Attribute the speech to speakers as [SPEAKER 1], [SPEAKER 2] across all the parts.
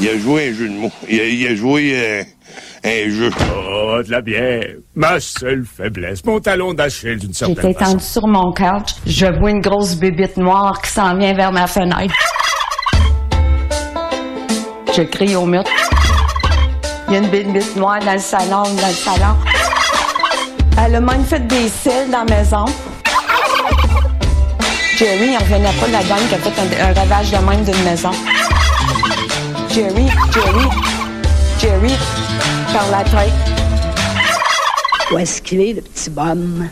[SPEAKER 1] Il a joué un jeu de mots. Il a, il a joué euh, un jeu.
[SPEAKER 2] Oh, de la bière. Ma seule faiblesse. Mon talon d'Achille, d'une certaine
[SPEAKER 3] J'étais
[SPEAKER 2] façon.
[SPEAKER 3] tendue sur mon couch. Je vois une grosse bébite noire qui s'en vient vers ma fenêtre. Je crie au mur. Il y a une bébite noire dans le salon, dans le salon. Elle a même fait des cils dans la maison. Jerry, il revenait pas de la dame qui a fait un, un ravage de même d'une maison. Jerry, Jerry, Jerry, par la tête.
[SPEAKER 4] Où est-ce qu'il est, le petit bonhomme?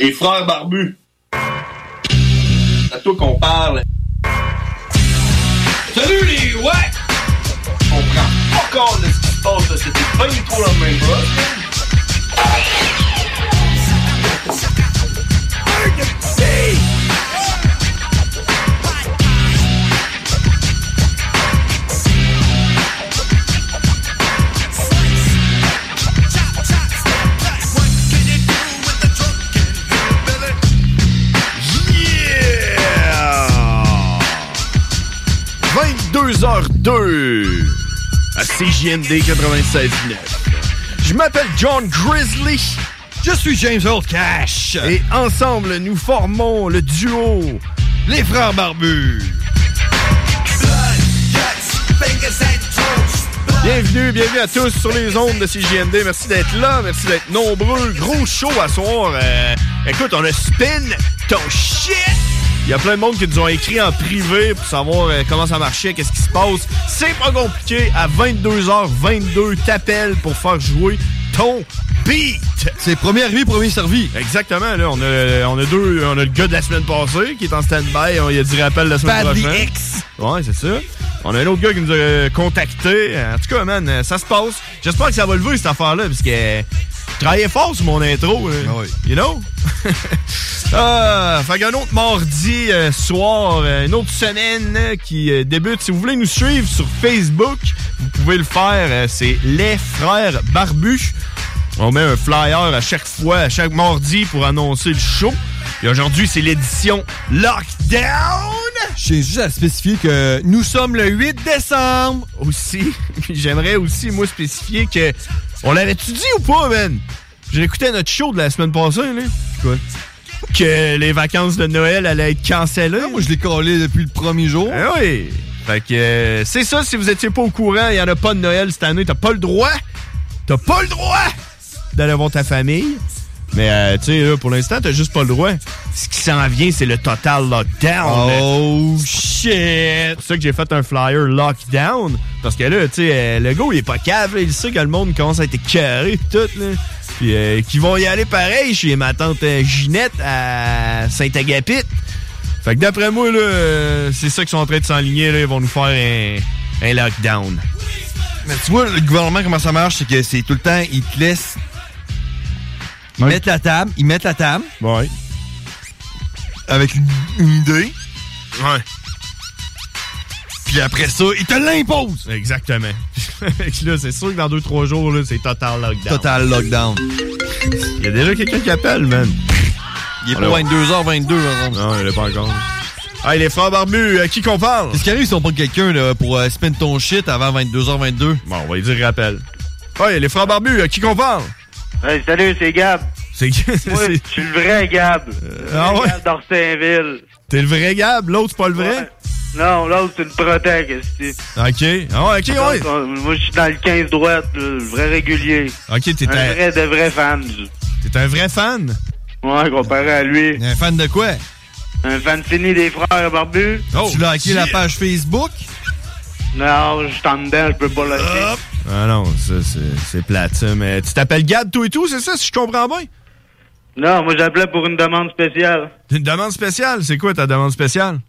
[SPEAKER 5] Les frères barbus. C'est à toi qu'on parle. Salut les ouais! On prend pas compte de ce qui se passe, là. c'était pas du tout la même chose.
[SPEAKER 6] Yeah! 22h02 à CJMD 96.9. Je m'appelle John Grizzly. Je suis James Old Cash. Et ensemble, nous formons le duo Les Frères Barbus. Bienvenue, bienvenue à tous sur les ondes de CJMD. Merci d'être là, merci d'être nombreux. Gros show à soir. Euh, écoute, on a spin ton shit. Il y a plein de monde qui nous ont écrit en privé pour savoir euh, comment ça marchait, qu'est-ce qui se passe. C'est pas compliqué. À 22h22, t'appelles pour faire jouer ton beat. C'est premier arrivé, premier servi. Exactement. Là, on a, on a deux. On a le gars de la semaine passée qui est en stand-by. On- Il y a du rappel la semaine
[SPEAKER 7] Paddy
[SPEAKER 6] prochaine.
[SPEAKER 7] X.
[SPEAKER 6] Ouais, c'est ça. On a euh, un autre gars qui nous a contacté. En tout cas, man, ça se passe. J'espère que ça va lever cette affaire-là, parce que Travaillez fort sur mon intro. euh, You know? ah, fait qu'un autre mardi euh, soir, euh, une autre semaine euh, qui euh, débute. Si vous voulez nous suivre sur Facebook, vous pouvez le faire. euh, c'est Les Frères Barbus. On met un flyer à chaque fois, à chaque mardi pour annoncer le show. Et aujourd'hui, c'est l'édition Lockdown!
[SPEAKER 8] J'ai juste à spécifier que nous sommes le 8 décembre.
[SPEAKER 6] Aussi, j'aimerais aussi, moi, spécifier que. On l'avait-tu dit ou pas, man? J'ai écouté notre show de la semaine passée, là. Quoi? Que les vacances de Noël allaient être cancellées. Ah, moi, je l'ai collé depuis le premier jour. Ah oui! Fait que euh, c'est ça, si vous étiez pas au courant, il y en a pas de Noël cette année, t'as pas le droit! T'as pas le droit d'aller voir ta famille. Mais, euh, tu sais, là, pour l'instant, t'as juste pas le droit. Ce qui s'en vient, c'est le total lockdown. Oh, shit! C'est pour ça que j'ai fait un flyer lockdown. Parce que là, tu sais, euh, le gars, il est pas cave. là. Il sait que le monde commence à être carré pis tout, là. Puis, euh, qu'ils vont y aller pareil chez ma tante euh, Ginette à Saint-Agapit. Fait que d'après moi, là, euh, c'est ça qu'ils sont en train de s'enligner, là. Ils vont nous faire un, un lockdown.
[SPEAKER 9] Mais tu vois, le gouvernement, comment ça marche, c'est que c'est tout le temps, ils te laissent. Ils mettent la table, ils mettent la table.
[SPEAKER 6] Ouais.
[SPEAKER 9] Avec une, une idée.
[SPEAKER 6] Ouais.
[SPEAKER 9] Puis après ça, ils te l'imposent.
[SPEAKER 6] Exactement. Fait que là, c'est sûr que dans 2-3 jours, là, c'est total lockdown.
[SPEAKER 9] Total lockdown.
[SPEAKER 6] Il y a déjà quelqu'un qui appelle, man.
[SPEAKER 9] Il est pas 22h22, hein.
[SPEAKER 6] Non, il est pas encore. Ah, les frères barbus, à qui qu'on parle?
[SPEAKER 9] Qu'est-ce qui arrive si on prend quelqu'un là, pour euh, spin ton shit avant 22h22?
[SPEAKER 6] Bon, on va lui dire rappel. Ouais, les frères barbus, à qui qu'on parle?
[SPEAKER 10] Hey, salut, c'est Gab.
[SPEAKER 6] C'est
[SPEAKER 10] Moi, je suis le vrai Gab.
[SPEAKER 6] ah
[SPEAKER 10] Le vrai
[SPEAKER 6] ouais?
[SPEAKER 10] Gab d'Orsainville.
[SPEAKER 6] T'es le vrai Gab, l'autre, c'est pas le vrai?
[SPEAKER 10] Non, l'autre, c'est le protect. qu'est-ce que
[SPEAKER 6] Ok. Ah, ouais,
[SPEAKER 10] c'est?
[SPEAKER 6] ok, ouais.
[SPEAKER 10] L'autre, Moi, je suis dans le 15 droite, là, le vrai régulier.
[SPEAKER 6] Ok, Ah, t'es
[SPEAKER 10] un
[SPEAKER 6] un-
[SPEAKER 10] vrai de vrai fan. du-
[SPEAKER 6] t'es un vrai fan?
[SPEAKER 10] Ouais, comparé à lui.
[SPEAKER 9] Un fan de quoi?
[SPEAKER 10] Un fan fini des frères barbus.
[SPEAKER 6] Oh,
[SPEAKER 9] tu l'as hacké la page Facebook?
[SPEAKER 10] Non, je suis en dedans, je peux pas le
[SPEAKER 6] Ah non, ça, c'est- c'est plate, ça. Mais tu t'appelles Gab, tout et tout, c'est ça, si je comprends bien?
[SPEAKER 10] Non, moi, j'appelais pour une demande spéciale.
[SPEAKER 6] Une demande spéciale, c'est quoi ta demande spéciale?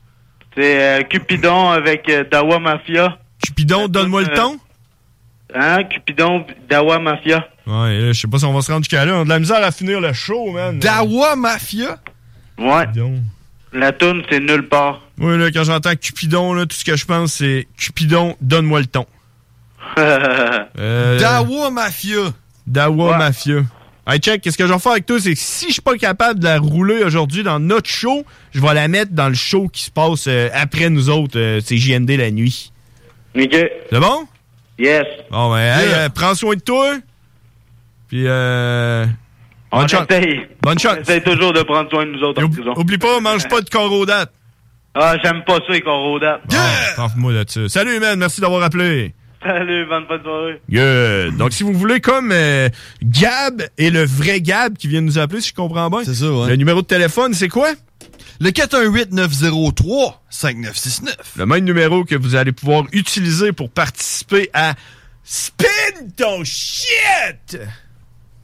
[SPEAKER 10] C'est euh, Cupidon avec euh, Dawa Mafia. Euh,
[SPEAKER 6] Cupidon, donne-moi le ton?
[SPEAKER 10] Hein, Cupidon, Dawa Mafia.
[SPEAKER 6] Ouais, là, je sais pas si on va se rendre jusqu'à là. On a de la misère à finir le show, man.
[SPEAKER 9] Dawa Mafia?
[SPEAKER 10] Ouais. La toune, c'est nulle part.
[SPEAKER 6] Oui, là, quand j'entends Cupidon, là, tout ce que je pense, c'est Cupidon, donne-moi le ton. Euh,
[SPEAKER 9] Dawa Mafia.
[SPEAKER 6] Dawa Mafia. Hey, check, qu'est-ce que je vais faire avec toi, c'est que si je suis pas capable de la rouler aujourd'hui dans notre show, je vais la mettre dans le show qui se passe euh, après nous autres, euh, c'est JND la nuit.
[SPEAKER 10] OK.
[SPEAKER 6] C'est bon?
[SPEAKER 10] Yes.
[SPEAKER 6] Bon, ben, hey, euh, prends soin de toi. Puis, euh...
[SPEAKER 10] On
[SPEAKER 6] bonne chance.
[SPEAKER 10] essaye.
[SPEAKER 6] Bonne chance.
[SPEAKER 10] On essaye toujours de prendre soin de nous autres en prison.
[SPEAKER 6] Oublie pas, mange pas de corrodate.
[SPEAKER 10] Ah, j'aime pas ça, les corrodats.
[SPEAKER 6] moi là-dessus. Salut, man, merci d'avoir appelé.
[SPEAKER 10] Salut, bonne fin de soirée.
[SPEAKER 6] Good. Donc, si vous voulez, comme euh, Gab et le vrai Gab qui vient de nous appeler, si je comprends bien. C'est ça, ouais. Le numéro de téléphone, c'est quoi?
[SPEAKER 9] Le 418-903-5969.
[SPEAKER 6] Le même numéro que vous allez pouvoir utiliser pour participer à Spin ton shit!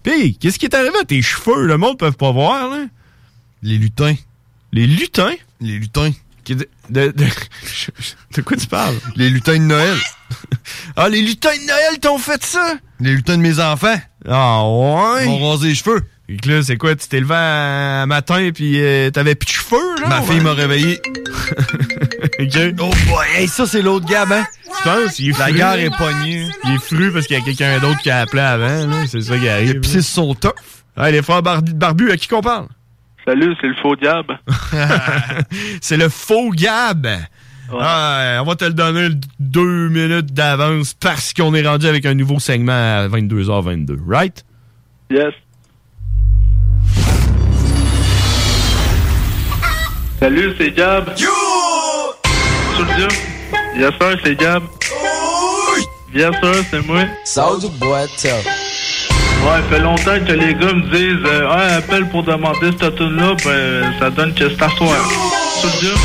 [SPEAKER 6] Pis, qu'est-ce qui est arrivé à tes cheveux? Le monde peut pas voir, là.
[SPEAKER 9] Les lutins.
[SPEAKER 6] Les lutins?
[SPEAKER 9] Les lutins.
[SPEAKER 6] De, de- de- de quoi tu parles?
[SPEAKER 9] Les lutins de Noël.
[SPEAKER 6] ah, les lutins de Noël t'ont fait ça?
[SPEAKER 9] Les lutins de mes enfants.
[SPEAKER 6] Ah ouais?
[SPEAKER 9] Ils m'ont rasé les cheveux.
[SPEAKER 6] Fait que là, c'est quoi? Tu t'es levé un matin puis euh, t'avais plus de cheveux, là?
[SPEAKER 9] Ma fille m'a réveillé.
[SPEAKER 6] ok.
[SPEAKER 9] Oh boy, hey, ça c'est l'autre gab, hein?
[SPEAKER 6] Tu penses? Il est
[SPEAKER 9] La
[SPEAKER 6] fru.
[SPEAKER 9] gare est pognée.
[SPEAKER 6] Il est fru parce qu'il y a quelqu'un d'autre qui a appelé avant, là. C'est ça qui arrive.
[SPEAKER 9] Pis c'est son top.
[SPEAKER 6] Ah, les frères barbu barbus, à qui qu'on parle?
[SPEAKER 10] Salut, c'est le faux diable.
[SPEAKER 6] c'est le faux Gab. Ah, on va te le donner le deux minutes d'avance parce qu'on est rendu avec un nouveau segment à 22h22, right?
[SPEAKER 10] Yes. Salut, c'est Gab. Yo! Tu le dis? Yes, sir, c'est Gab. Bien sûr, c'est moi.
[SPEAKER 1] Sors du boîte.
[SPEAKER 10] Ouais, fait longtemps que les gars me disent euh, Ah, appelle pour demander cette tune là ben ça donne que c'est à soir. Tu le dis?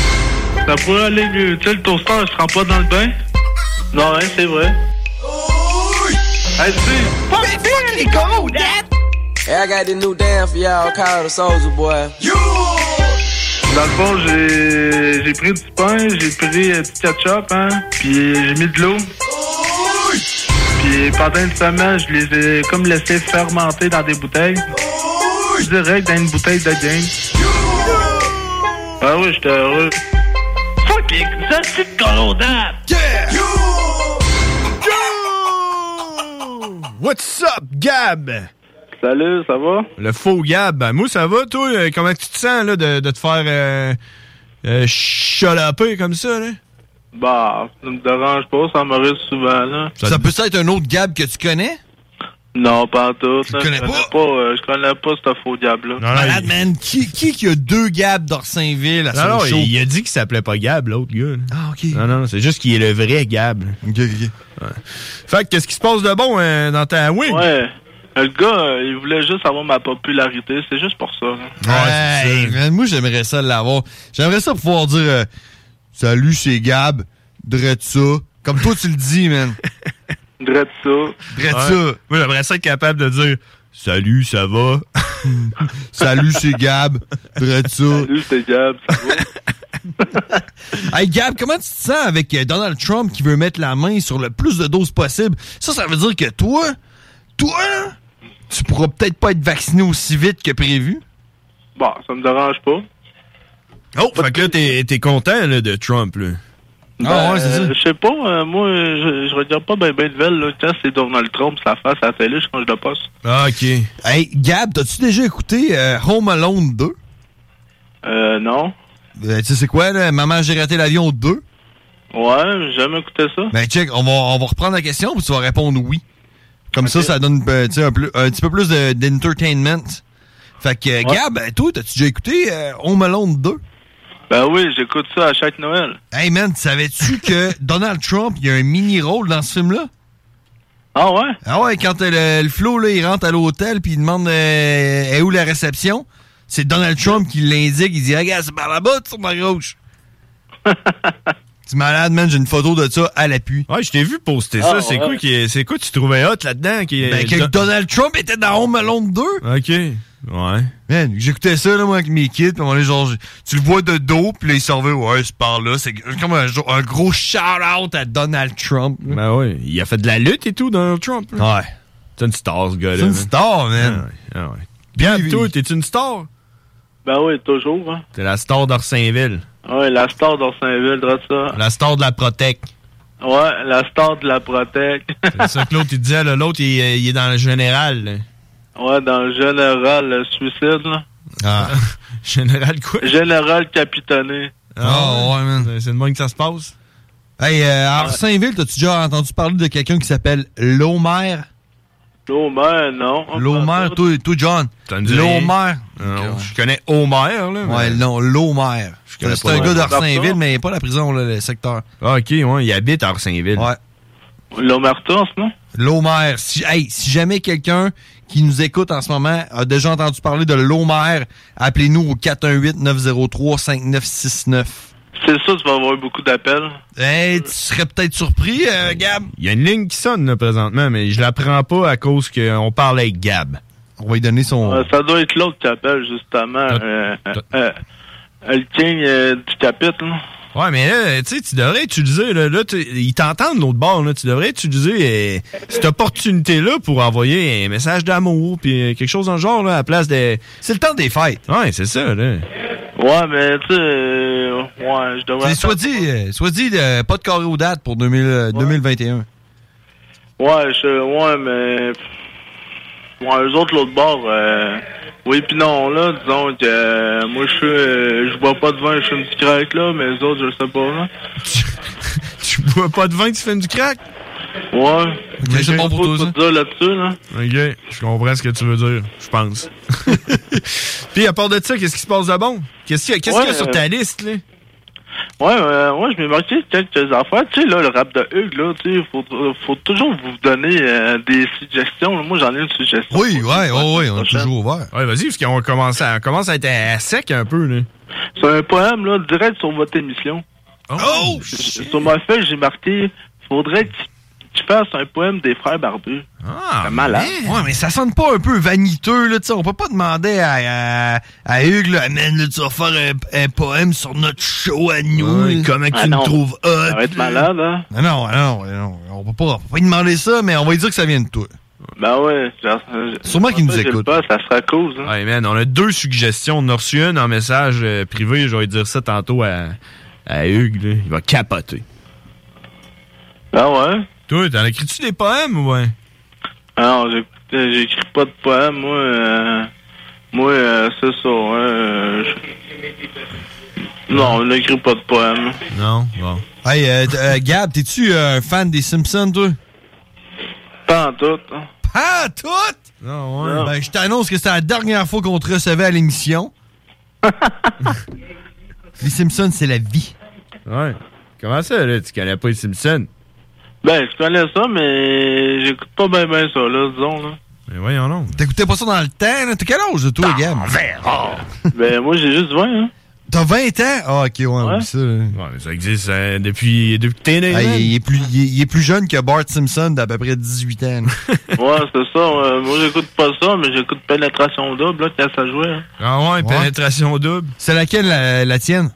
[SPEAKER 10] Ça pourrait aller mieux. Tu sais, le toaster, il se rend pas dans le bain? Non, hein, c'est vrai. Hey, tu
[SPEAKER 1] Hey, I got this new damn for y'all called the Soldier Boy.
[SPEAKER 10] Dans le fond, j'ai j'ai pris du pain, j'ai pris euh, du ketchup, hein, puis j'ai mis de l'eau. Puis Puis pendant une semaine, je les ai comme laissés fermenter dans des bouteilles. Direct dans une bouteille de game. Ah oui, j'étais heureux. Fucking, ça c'est colondable!
[SPEAKER 6] Yeah! What's up, Gab?
[SPEAKER 10] Salut, ça va?
[SPEAKER 6] Le faux Gab. Ben, Moi, ça va, toi? Euh, Comment tu te sens là, de, de te faire euh, euh, chalaper comme ça? Là?
[SPEAKER 10] Bah, ça me dérange pas, ça m'arrive souvent, là.
[SPEAKER 9] Ça peut être un autre Gab que tu connais?
[SPEAKER 10] Non, pas en tout. hein. Je
[SPEAKER 9] connais
[SPEAKER 10] pas? euh, je connais pas ce faux diable-là.
[SPEAKER 9] Malade, man. Qui, qui qui a deux Gab d'Orsainville à
[SPEAKER 6] Non,
[SPEAKER 9] son
[SPEAKER 6] non,
[SPEAKER 9] show?
[SPEAKER 6] il, il a dit qu'il s'appelait pas Gab, l'autre gars. Ah, OK. Non, non, c'est juste qu'il est le vrai Gab. OK, OK. Fait que qu'est-ce qui se passe de bon euh, dans ta wing?
[SPEAKER 10] Ouais. Le gars, euh, il voulait juste avoir ma popularité, c'est juste pour ça. là.
[SPEAKER 9] Hey, man, moi, j'aimerais ça l'avoir. J'aimerais ça pouvoir dire euh, Salut, c'est Gab. Drette ça. Comme toi, tu le dis, man.
[SPEAKER 10] Drette ça.
[SPEAKER 9] Drette
[SPEAKER 6] Ouais.
[SPEAKER 9] ça.
[SPEAKER 6] Moi, j'aimerais ça être capable de dire Salut, ça va?
[SPEAKER 9] Salut, c'est Gab. Drette ça.
[SPEAKER 10] Salut, c'est Gab. Ça
[SPEAKER 9] va? hey, Gab, comment tu te sens avec euh, Donald Trump qui veut mettre la main sur le plus de doses possible? Ça, ça veut dire que toi, toi, tu pourras peut-être pas être vacciné aussi vite que prévu.
[SPEAKER 10] Bon, Bah, ça me dérange pas.
[SPEAKER 6] Oh, fait que là, t'es t'es content là, de Trump, là.
[SPEAKER 9] Ah,
[SPEAKER 10] Ben, euh, Je sais pas, euh, moi, je, je regarde pas ben ben de nouvelles, là. Quand c'est Donald Trump, sa face à la télé, je change de poste.
[SPEAKER 6] Ah, OK.
[SPEAKER 9] Hey, Gab, t'as-tu déjà écouté euh, Home Alone 2?
[SPEAKER 10] Euh, non.
[SPEAKER 9] Euh, tu sais c'est quoi, là? Maman, j'ai raté l'avion 2?
[SPEAKER 10] Ouais, j'ai jamais écouté ça.
[SPEAKER 9] Ben, check, on va, on va reprendre la question, puis tu vas répondre oui. Comme ça, ça donne ben, tu sais, un, plus- un petit peu plus de- d'entertainment. Fait que, euh, Gab, ben, toi, t'as-tu déjà écouté euh, Home Alone 2?
[SPEAKER 10] Ben oui, j'écoute ça à chaque Noël.
[SPEAKER 9] Hey, man, savais-tu que Donald Trump, il y a un mini-rôle dans ce film-là?
[SPEAKER 10] Ah ouais?
[SPEAKER 9] Ah ouais, quand euh, le, le Flo, là, il rentre à l'hôtel, puis il demande euh, est où la réception, c'est Donald Trump qui l'indique. Il dit, regarde, c'est par là-bas, sur ma gauche. Tu es malade, man, j'ai une photo de ça à l'appui.
[SPEAKER 6] Ouais, je t'ai vu poster
[SPEAKER 9] Ah,
[SPEAKER 6] ça. C'est
[SPEAKER 9] ouais.
[SPEAKER 6] quoi, qui est- c'est quoi tu trouvais hot là-dedans? Qui,
[SPEAKER 9] Ben, que Donald Trump était dans Home Alone 2.
[SPEAKER 6] OK. Ouais.
[SPEAKER 9] Man, j'écoutais ça, là, moi, avec mes kids, puis on est genre, tu le vois de dos, puis là, il s'en va, ouais, c'est par là. C'est comme un, jo- un gros shout-out à Donald Trump. là.
[SPEAKER 6] Ben oui, il a fait de la lutte et tout, Donald Trump. là.
[SPEAKER 9] Ouais.
[SPEAKER 6] C'est une star, ce gars-là.
[SPEAKER 9] C'est une
[SPEAKER 6] man.
[SPEAKER 9] star, man.
[SPEAKER 6] Ah ouais. Bien, toi, t'es une star.
[SPEAKER 10] Ben oui, toujours, hein.
[SPEAKER 6] T'es la star d'Orsainville.
[SPEAKER 10] Ouais, la star d'Orsainville, droit de ça.
[SPEAKER 9] La star de la Protec.
[SPEAKER 10] Ouais, la star de la Protec.
[SPEAKER 6] C'est ça que l'autre, il disait, là, l'autre, il, est- il est dans le général. là.
[SPEAKER 10] ouais, dans le général le suicide, là.
[SPEAKER 6] Ah. général quoi?
[SPEAKER 10] Général capitonné.
[SPEAKER 9] Ah, ouais, man.
[SPEAKER 6] C'est de même que ça se passe.
[SPEAKER 9] Hey, euh, à Saint-Ville, t'as-tu déjà entendu parler de quelqu'un qui s'appelle Lomer?
[SPEAKER 10] L'Homer, non.
[SPEAKER 9] Lomer, toi, toi, John.
[SPEAKER 6] me dit rien.
[SPEAKER 9] Lomer.
[SPEAKER 6] Non, Ah, Je connais Homer, là. mais-
[SPEAKER 9] Ouais, non, Lomer. C'est
[SPEAKER 6] connais
[SPEAKER 9] un
[SPEAKER 6] pas.
[SPEAKER 9] gars
[SPEAKER 6] Martin?
[SPEAKER 9] d'Arsainville, mais pas la prison, là, le secteur.
[SPEAKER 6] Ah, OK, ouais, il habite à Orsainville.
[SPEAKER 9] Ouais.
[SPEAKER 10] L'Omerta, en ce moment?
[SPEAKER 9] Lomer. Si, hey, si jamais quelqu'un qui nous écoute en ce moment a déjà entendu parler de Lomer, appelez-nous au 418-903-5969.
[SPEAKER 10] C'est ça, tu vas avoir beaucoup d'appels.
[SPEAKER 9] Hey, tu serais peut-être surpris, euh, Gab.
[SPEAKER 6] Ben, Il y a une ligne qui sonne, là, présentement, mais je la prends pas à cause qu'on parle avec Gab.
[SPEAKER 9] On va lui donner son...
[SPEAKER 10] Euh, ça doit être l'autre qui appelle, justement. euh, euh, euh, le king euh, du chapitre, là.
[SPEAKER 6] Ouais, mais là, tu sais, tu devrais utiliser, là, là, tu- ils t'entendent de l'autre bord, là, tu devrais utiliser euh, cette opportunité-là pour envoyer un message d'amour, puis euh, quelque chose dans le genre, là, à place des... C'est le temps des fêtes. Ouais, c'est ça, là.
[SPEAKER 10] Ouais, mais tu sais, euh, ouais, je devrais.
[SPEAKER 9] C'est soit dit, euh, soit dit euh, pas de carré aux dates pour 2000, euh, 2021.
[SPEAKER 10] Ouais, je, ouais, mais. Ouais, eux autres, l'autre bord, euh, oui, puis non, là, disons que euh, moi, je suis, euh, je bois pas de vin, je suis une petite craque, là, mais les autres, je sais pas, là.
[SPEAKER 6] Tu bois pas de vin, tu fais du crack?
[SPEAKER 10] Ouais.
[SPEAKER 6] c'est
[SPEAKER 10] Je sais
[SPEAKER 6] bon
[SPEAKER 10] pas
[SPEAKER 6] pour toi,
[SPEAKER 10] quoi
[SPEAKER 6] ça.
[SPEAKER 10] te dire là-dessus, là.
[SPEAKER 6] OK, je comprends ce que tu veux dire, je pense. puis à part de ça, qu'est-ce qui se passe de bon? Qu'est-ce qu'il y a, qu'est-ce qu'il y a
[SPEAKER 10] Ouais,
[SPEAKER 6] sur
[SPEAKER 10] euh,
[SPEAKER 6] ta liste, là?
[SPEAKER 10] Ouais, euh, ouais, je m'ai marqué quelques affaires. Tu sais, là, le rap de Hugues, là, tu sais, faut, faut toujours vous donner euh, des suggestions. là. Moi, j'en ai une suggestion.
[SPEAKER 9] Oui, ouais, ouais, ouais, on est toujours ouvert.
[SPEAKER 6] Ouais, vas-y, parce qu'on commence à, on commence à être à sec un peu, là.
[SPEAKER 10] C'est un poème, là, direct sur votre émission.
[SPEAKER 6] Oh!
[SPEAKER 10] Sur ma feuille, j'ai marqué Faudrait que tu fasses un poème des frères barbus.
[SPEAKER 9] Ah,
[SPEAKER 10] C'est malade.
[SPEAKER 9] Ouais, mais ça sonne pas un peu vaniteux, là, tu sais. On peut pas demander à, à, à Hugues, là, man, là, tu vas faire un, un poème sur notre show à nous,
[SPEAKER 6] Ouais.
[SPEAKER 9] comment
[SPEAKER 6] Ah
[SPEAKER 9] tu nous
[SPEAKER 6] non.
[SPEAKER 9] trouves hot.
[SPEAKER 6] Ça va être
[SPEAKER 9] là.
[SPEAKER 6] malade, hein?
[SPEAKER 9] Non, non, non, non, on peut pas, on peut pas lui demander ça, mais on va lui dire que ça vient de toi.
[SPEAKER 10] Ben
[SPEAKER 6] Bah
[SPEAKER 10] ouais. genre, euh,
[SPEAKER 6] Sûrement
[SPEAKER 10] qu'il nous écoute. ça sera cool,
[SPEAKER 6] Hey man, on a deux suggestions. On a reçu une en message euh, privé. Je vais dire ça tantôt à, à Hugues. là. Il va capoter.
[SPEAKER 10] Ah ouais? Ah
[SPEAKER 6] Toi, t'en écris-tu des poèmes ou ouais?
[SPEAKER 10] Alors, j'écris pas de poème, moi. euh, moi, euh, c'est ça. euh, je- non, on n'écrit pas de poème.
[SPEAKER 9] Non, bon. Hey, euh, t- euh, Gab, t'es-tu euh, un fan des Simpsons, toi?
[SPEAKER 10] Pas en tout. hein.
[SPEAKER 9] Pas en tout? Non,
[SPEAKER 6] Ah.
[SPEAKER 9] ouais. Ben, je t'annonce que c'était la dernière fois qu'on te recevait à l'émission. les Simpsons, c'est la vie.
[SPEAKER 6] Ouais. Comment ça, là? Tu connais pas les Simpsons?
[SPEAKER 10] Ben, je connais ça, mais j'écoute pas bien ben ça, là, disons, là.
[SPEAKER 6] Mais voyons non.
[SPEAKER 9] T'écoutais pas ça dans le temps, là? T'as quel âge, toi, Gab?
[SPEAKER 10] ben, moi, j'ai juste 20, hein.
[SPEAKER 9] T'as 20 ans? Ah, ok, ouais, oublie ça. là.
[SPEAKER 6] Ouais, mais ça existe euh, depuis, depuis que t'es né.
[SPEAKER 9] Ah,
[SPEAKER 6] man.
[SPEAKER 9] il, il est plus, il, est- il est plus jeune que Bart Simpson d'à peu près 18 ans. là.
[SPEAKER 10] Ouais, c'est ça. euh, moi, j'écoute pas ça, mais j'écoute Pénétration Double, là, quand ça jouait, hein.
[SPEAKER 6] Ah ouais, pénétration double.
[SPEAKER 9] C'est laquelle la, la tienne?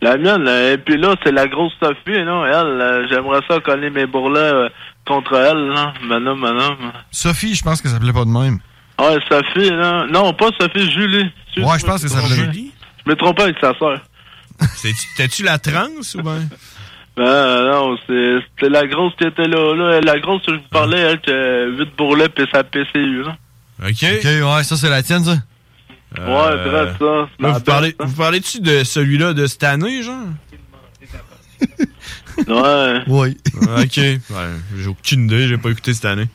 [SPEAKER 10] La mienne, là, et puis là, c'est la grosse Sophie, non? Elle, euh, j'aimerais ça coller mes bourrelets euh, contre elle, là. Madame, madame. Ah,
[SPEAKER 9] Sophie, je pense que ça s'appelait pas de même.
[SPEAKER 10] Ouais, Sophie, là. Non, pas Sophie, Julie.
[SPEAKER 9] Ouais, je pense que ça s'appelait.
[SPEAKER 10] Je me trompe avec sa sœur.
[SPEAKER 6] T'as-tu la transe ou ben?
[SPEAKER 10] Ben, non, c'est- c'était la grosse qui était là, là. La grosse, je vous parlais, elle, qui a 8 bourrelets pis sa PCU, là.
[SPEAKER 6] OK. OK, Euh,
[SPEAKER 9] ouais, ça, c'est la tienne, ça? Euh,
[SPEAKER 10] Ouais, vrai, ça. c'est ma
[SPEAKER 6] vous,
[SPEAKER 10] belle.
[SPEAKER 6] parlez, vous parlez-tu de celui-là de cette année, genre?
[SPEAKER 10] Ouais.
[SPEAKER 9] Oui.
[SPEAKER 6] OK. Ouais, j'ai aucune idée, j'ai pas écouté cette année.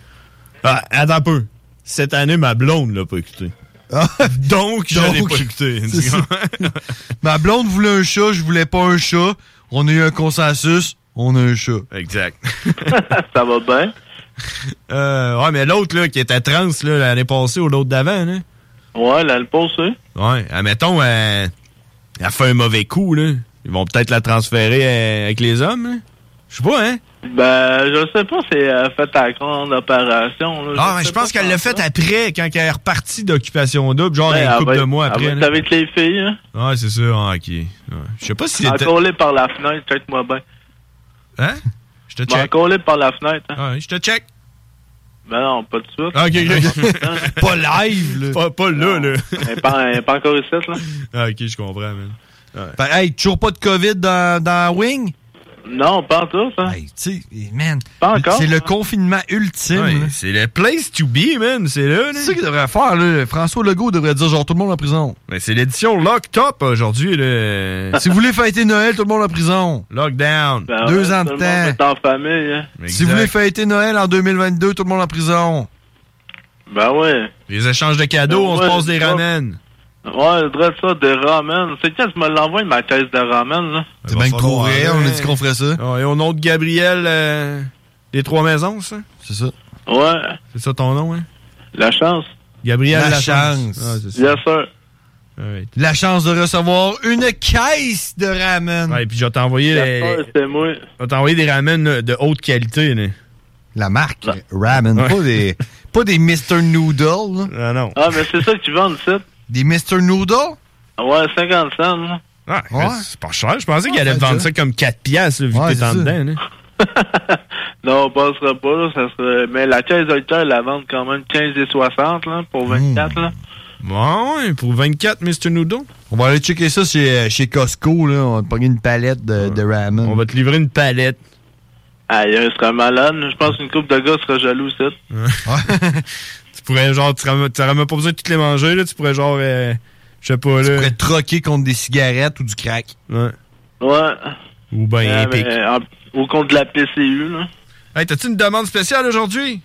[SPEAKER 6] Ah, attends un peu. Cette année, ma blonde l'a pas écouté. Donc, je l'ai
[SPEAKER 9] Donc,
[SPEAKER 6] pas écouté.
[SPEAKER 9] c'est ça. Ma blonde voulait un chat, je voulais pas un chat. On a eu un consensus, on a un chat.
[SPEAKER 6] Exact.
[SPEAKER 10] ça va bien?
[SPEAKER 6] Euh, ouais, mais l'autre, là, qui était trans, là, l'année passée ou l'autre d'avant, là.
[SPEAKER 10] Ouais, là, le passé.
[SPEAKER 6] Ouais, admettons, euh, elle fait un mauvais coup, là. Ils vont peut-être la transférer euh, avec les hommes, là. Je sais pas, hein?
[SPEAKER 10] Ben, je sais pas si elle a fait la grande opération, là.
[SPEAKER 6] Ah, mais je pense qu'elle l'a fait après, quand elle est repartie d'occupation double, genre
[SPEAKER 10] Ouais,
[SPEAKER 6] un
[SPEAKER 10] elle
[SPEAKER 6] couple
[SPEAKER 10] va
[SPEAKER 6] de
[SPEAKER 10] être-
[SPEAKER 6] mois
[SPEAKER 10] elle
[SPEAKER 6] après.
[SPEAKER 10] va être
[SPEAKER 6] là.
[SPEAKER 10] avec les filles, hein.
[SPEAKER 6] Ouais, c'est ça, ah, ok. Ouais. Je sais pas si c'était.
[SPEAKER 10] Encore les par la fenêtre, check-moi bien.
[SPEAKER 6] Hein? Je te
[SPEAKER 10] Ben,
[SPEAKER 6] check.
[SPEAKER 10] Encore les par la fenêtre, hein.
[SPEAKER 6] Ouais, je te check.
[SPEAKER 10] Ben non, pas de suite.
[SPEAKER 6] Ah, ok, ok. pas live, là. Pas, pas là, là.
[SPEAKER 10] Elle est pas, elle est pas encore ici, là.
[SPEAKER 6] Ah, ok, je comprends, man. Ouais.
[SPEAKER 9] Fait, hey, toujours pas de COVID dans, dans Wing?
[SPEAKER 10] Non, pas en tout, ça.
[SPEAKER 9] Hey, tu sais, man.
[SPEAKER 10] Pas encore.
[SPEAKER 9] C'est le confinement ultime.
[SPEAKER 6] Ouais,
[SPEAKER 9] là.
[SPEAKER 6] c'est le place to be, man. C'est là, là.
[SPEAKER 9] C'est ça qu'il devrait faire, là. François Legault devrait dire, genre, tout le monde en prison.
[SPEAKER 6] Mais c'est l'édition Lock Top aujourd'hui, là.
[SPEAKER 9] si vous voulez fêter Noël, tout le monde en prison.
[SPEAKER 6] Lockdown.
[SPEAKER 10] Ben,
[SPEAKER 9] Deux
[SPEAKER 10] ouais,
[SPEAKER 9] ans de
[SPEAKER 10] tout le
[SPEAKER 9] temps.
[SPEAKER 10] monde est en famille, hein.
[SPEAKER 9] Si vous voulez fêter Noël en 2022, tout le monde en prison.
[SPEAKER 10] Ben ouais.
[SPEAKER 6] Les échanges de cadeaux,
[SPEAKER 10] Ben
[SPEAKER 6] on se
[SPEAKER 10] ouais,
[SPEAKER 6] passe des
[SPEAKER 10] c'est ça.
[SPEAKER 6] ramen.
[SPEAKER 10] Ouais, je dirais ça, des ramen. C'est quand tu me l'envoies, ma caisse de ramen, là?
[SPEAKER 9] C'est bien que trop rire, on a dit qu'on ferait ça.
[SPEAKER 6] hein? Ah, et au nom de Gabriel euh, des Trois Maisons, ça?
[SPEAKER 9] C'est ça.
[SPEAKER 10] Ouais,
[SPEAKER 6] C'est ça ton nom, hein?
[SPEAKER 10] la chance.
[SPEAKER 6] Gabriel
[SPEAKER 9] La
[SPEAKER 6] Lachance.
[SPEAKER 9] chance.
[SPEAKER 6] Ah, c'est ça. Ah,
[SPEAKER 10] Yes, sir.
[SPEAKER 6] Alright.
[SPEAKER 9] La chance de recevoir une caisse de ramen.
[SPEAKER 6] Ouais, puis je vais t'envoyer
[SPEAKER 10] Yes,
[SPEAKER 6] les-
[SPEAKER 10] sir, c'est moi.
[SPEAKER 6] je vais t'envoyer des ramen euh, de haute qualité. Là.
[SPEAKER 9] La marque ramen. Pas des, pas des Mr. Noodle. là.
[SPEAKER 6] Ah non.
[SPEAKER 10] Ah, mais c'est ça que tu vends, le site? Ah
[SPEAKER 9] Des Mr. Noodle?
[SPEAKER 10] Ouais, 50 cents, là.
[SPEAKER 6] Ah,
[SPEAKER 9] Ouais.
[SPEAKER 6] C'est pas cher. Je pensais qu'il allait
[SPEAKER 9] Ah,
[SPEAKER 6] te vendre
[SPEAKER 9] ça.
[SPEAKER 6] ça comme 4 piastres, là, vu
[SPEAKER 9] Ouais,
[SPEAKER 6] que t'es en
[SPEAKER 9] c'est ça.
[SPEAKER 6] dedans. Là.
[SPEAKER 10] Non, on passera pas, là, ça serait... Mais la caisse de cœur, la vend quand même 15 et 60, là, pour 24,
[SPEAKER 9] Mmh.
[SPEAKER 10] là.
[SPEAKER 6] Bon, ouais, pour 24, Mr. Noodle.
[SPEAKER 9] On va aller checker ça chez, chez Costco. Là. On va te pogner une palette de, de ramen.
[SPEAKER 6] On va te livrer une palette.
[SPEAKER 10] Aïe, il serait malade. Je pense qu'une couple de gars serait jaloux, ça.
[SPEAKER 9] Ah,
[SPEAKER 6] Tu pourrais, genre, tu n'aurais même pas besoin de toutes les manger. Là. Tu pourrais, genre, euh, je sais pas,
[SPEAKER 9] Tu
[SPEAKER 6] là.
[SPEAKER 9] pourrais troquer contre des cigarettes ou du crack.
[SPEAKER 6] Ouais.
[SPEAKER 10] Ouais.
[SPEAKER 6] Ou ben,
[SPEAKER 10] Ah,
[SPEAKER 6] épique.
[SPEAKER 10] mais, en- au compte de la PCU, là.
[SPEAKER 6] Hey, t'as-tu une demande spéciale aujourd'hui?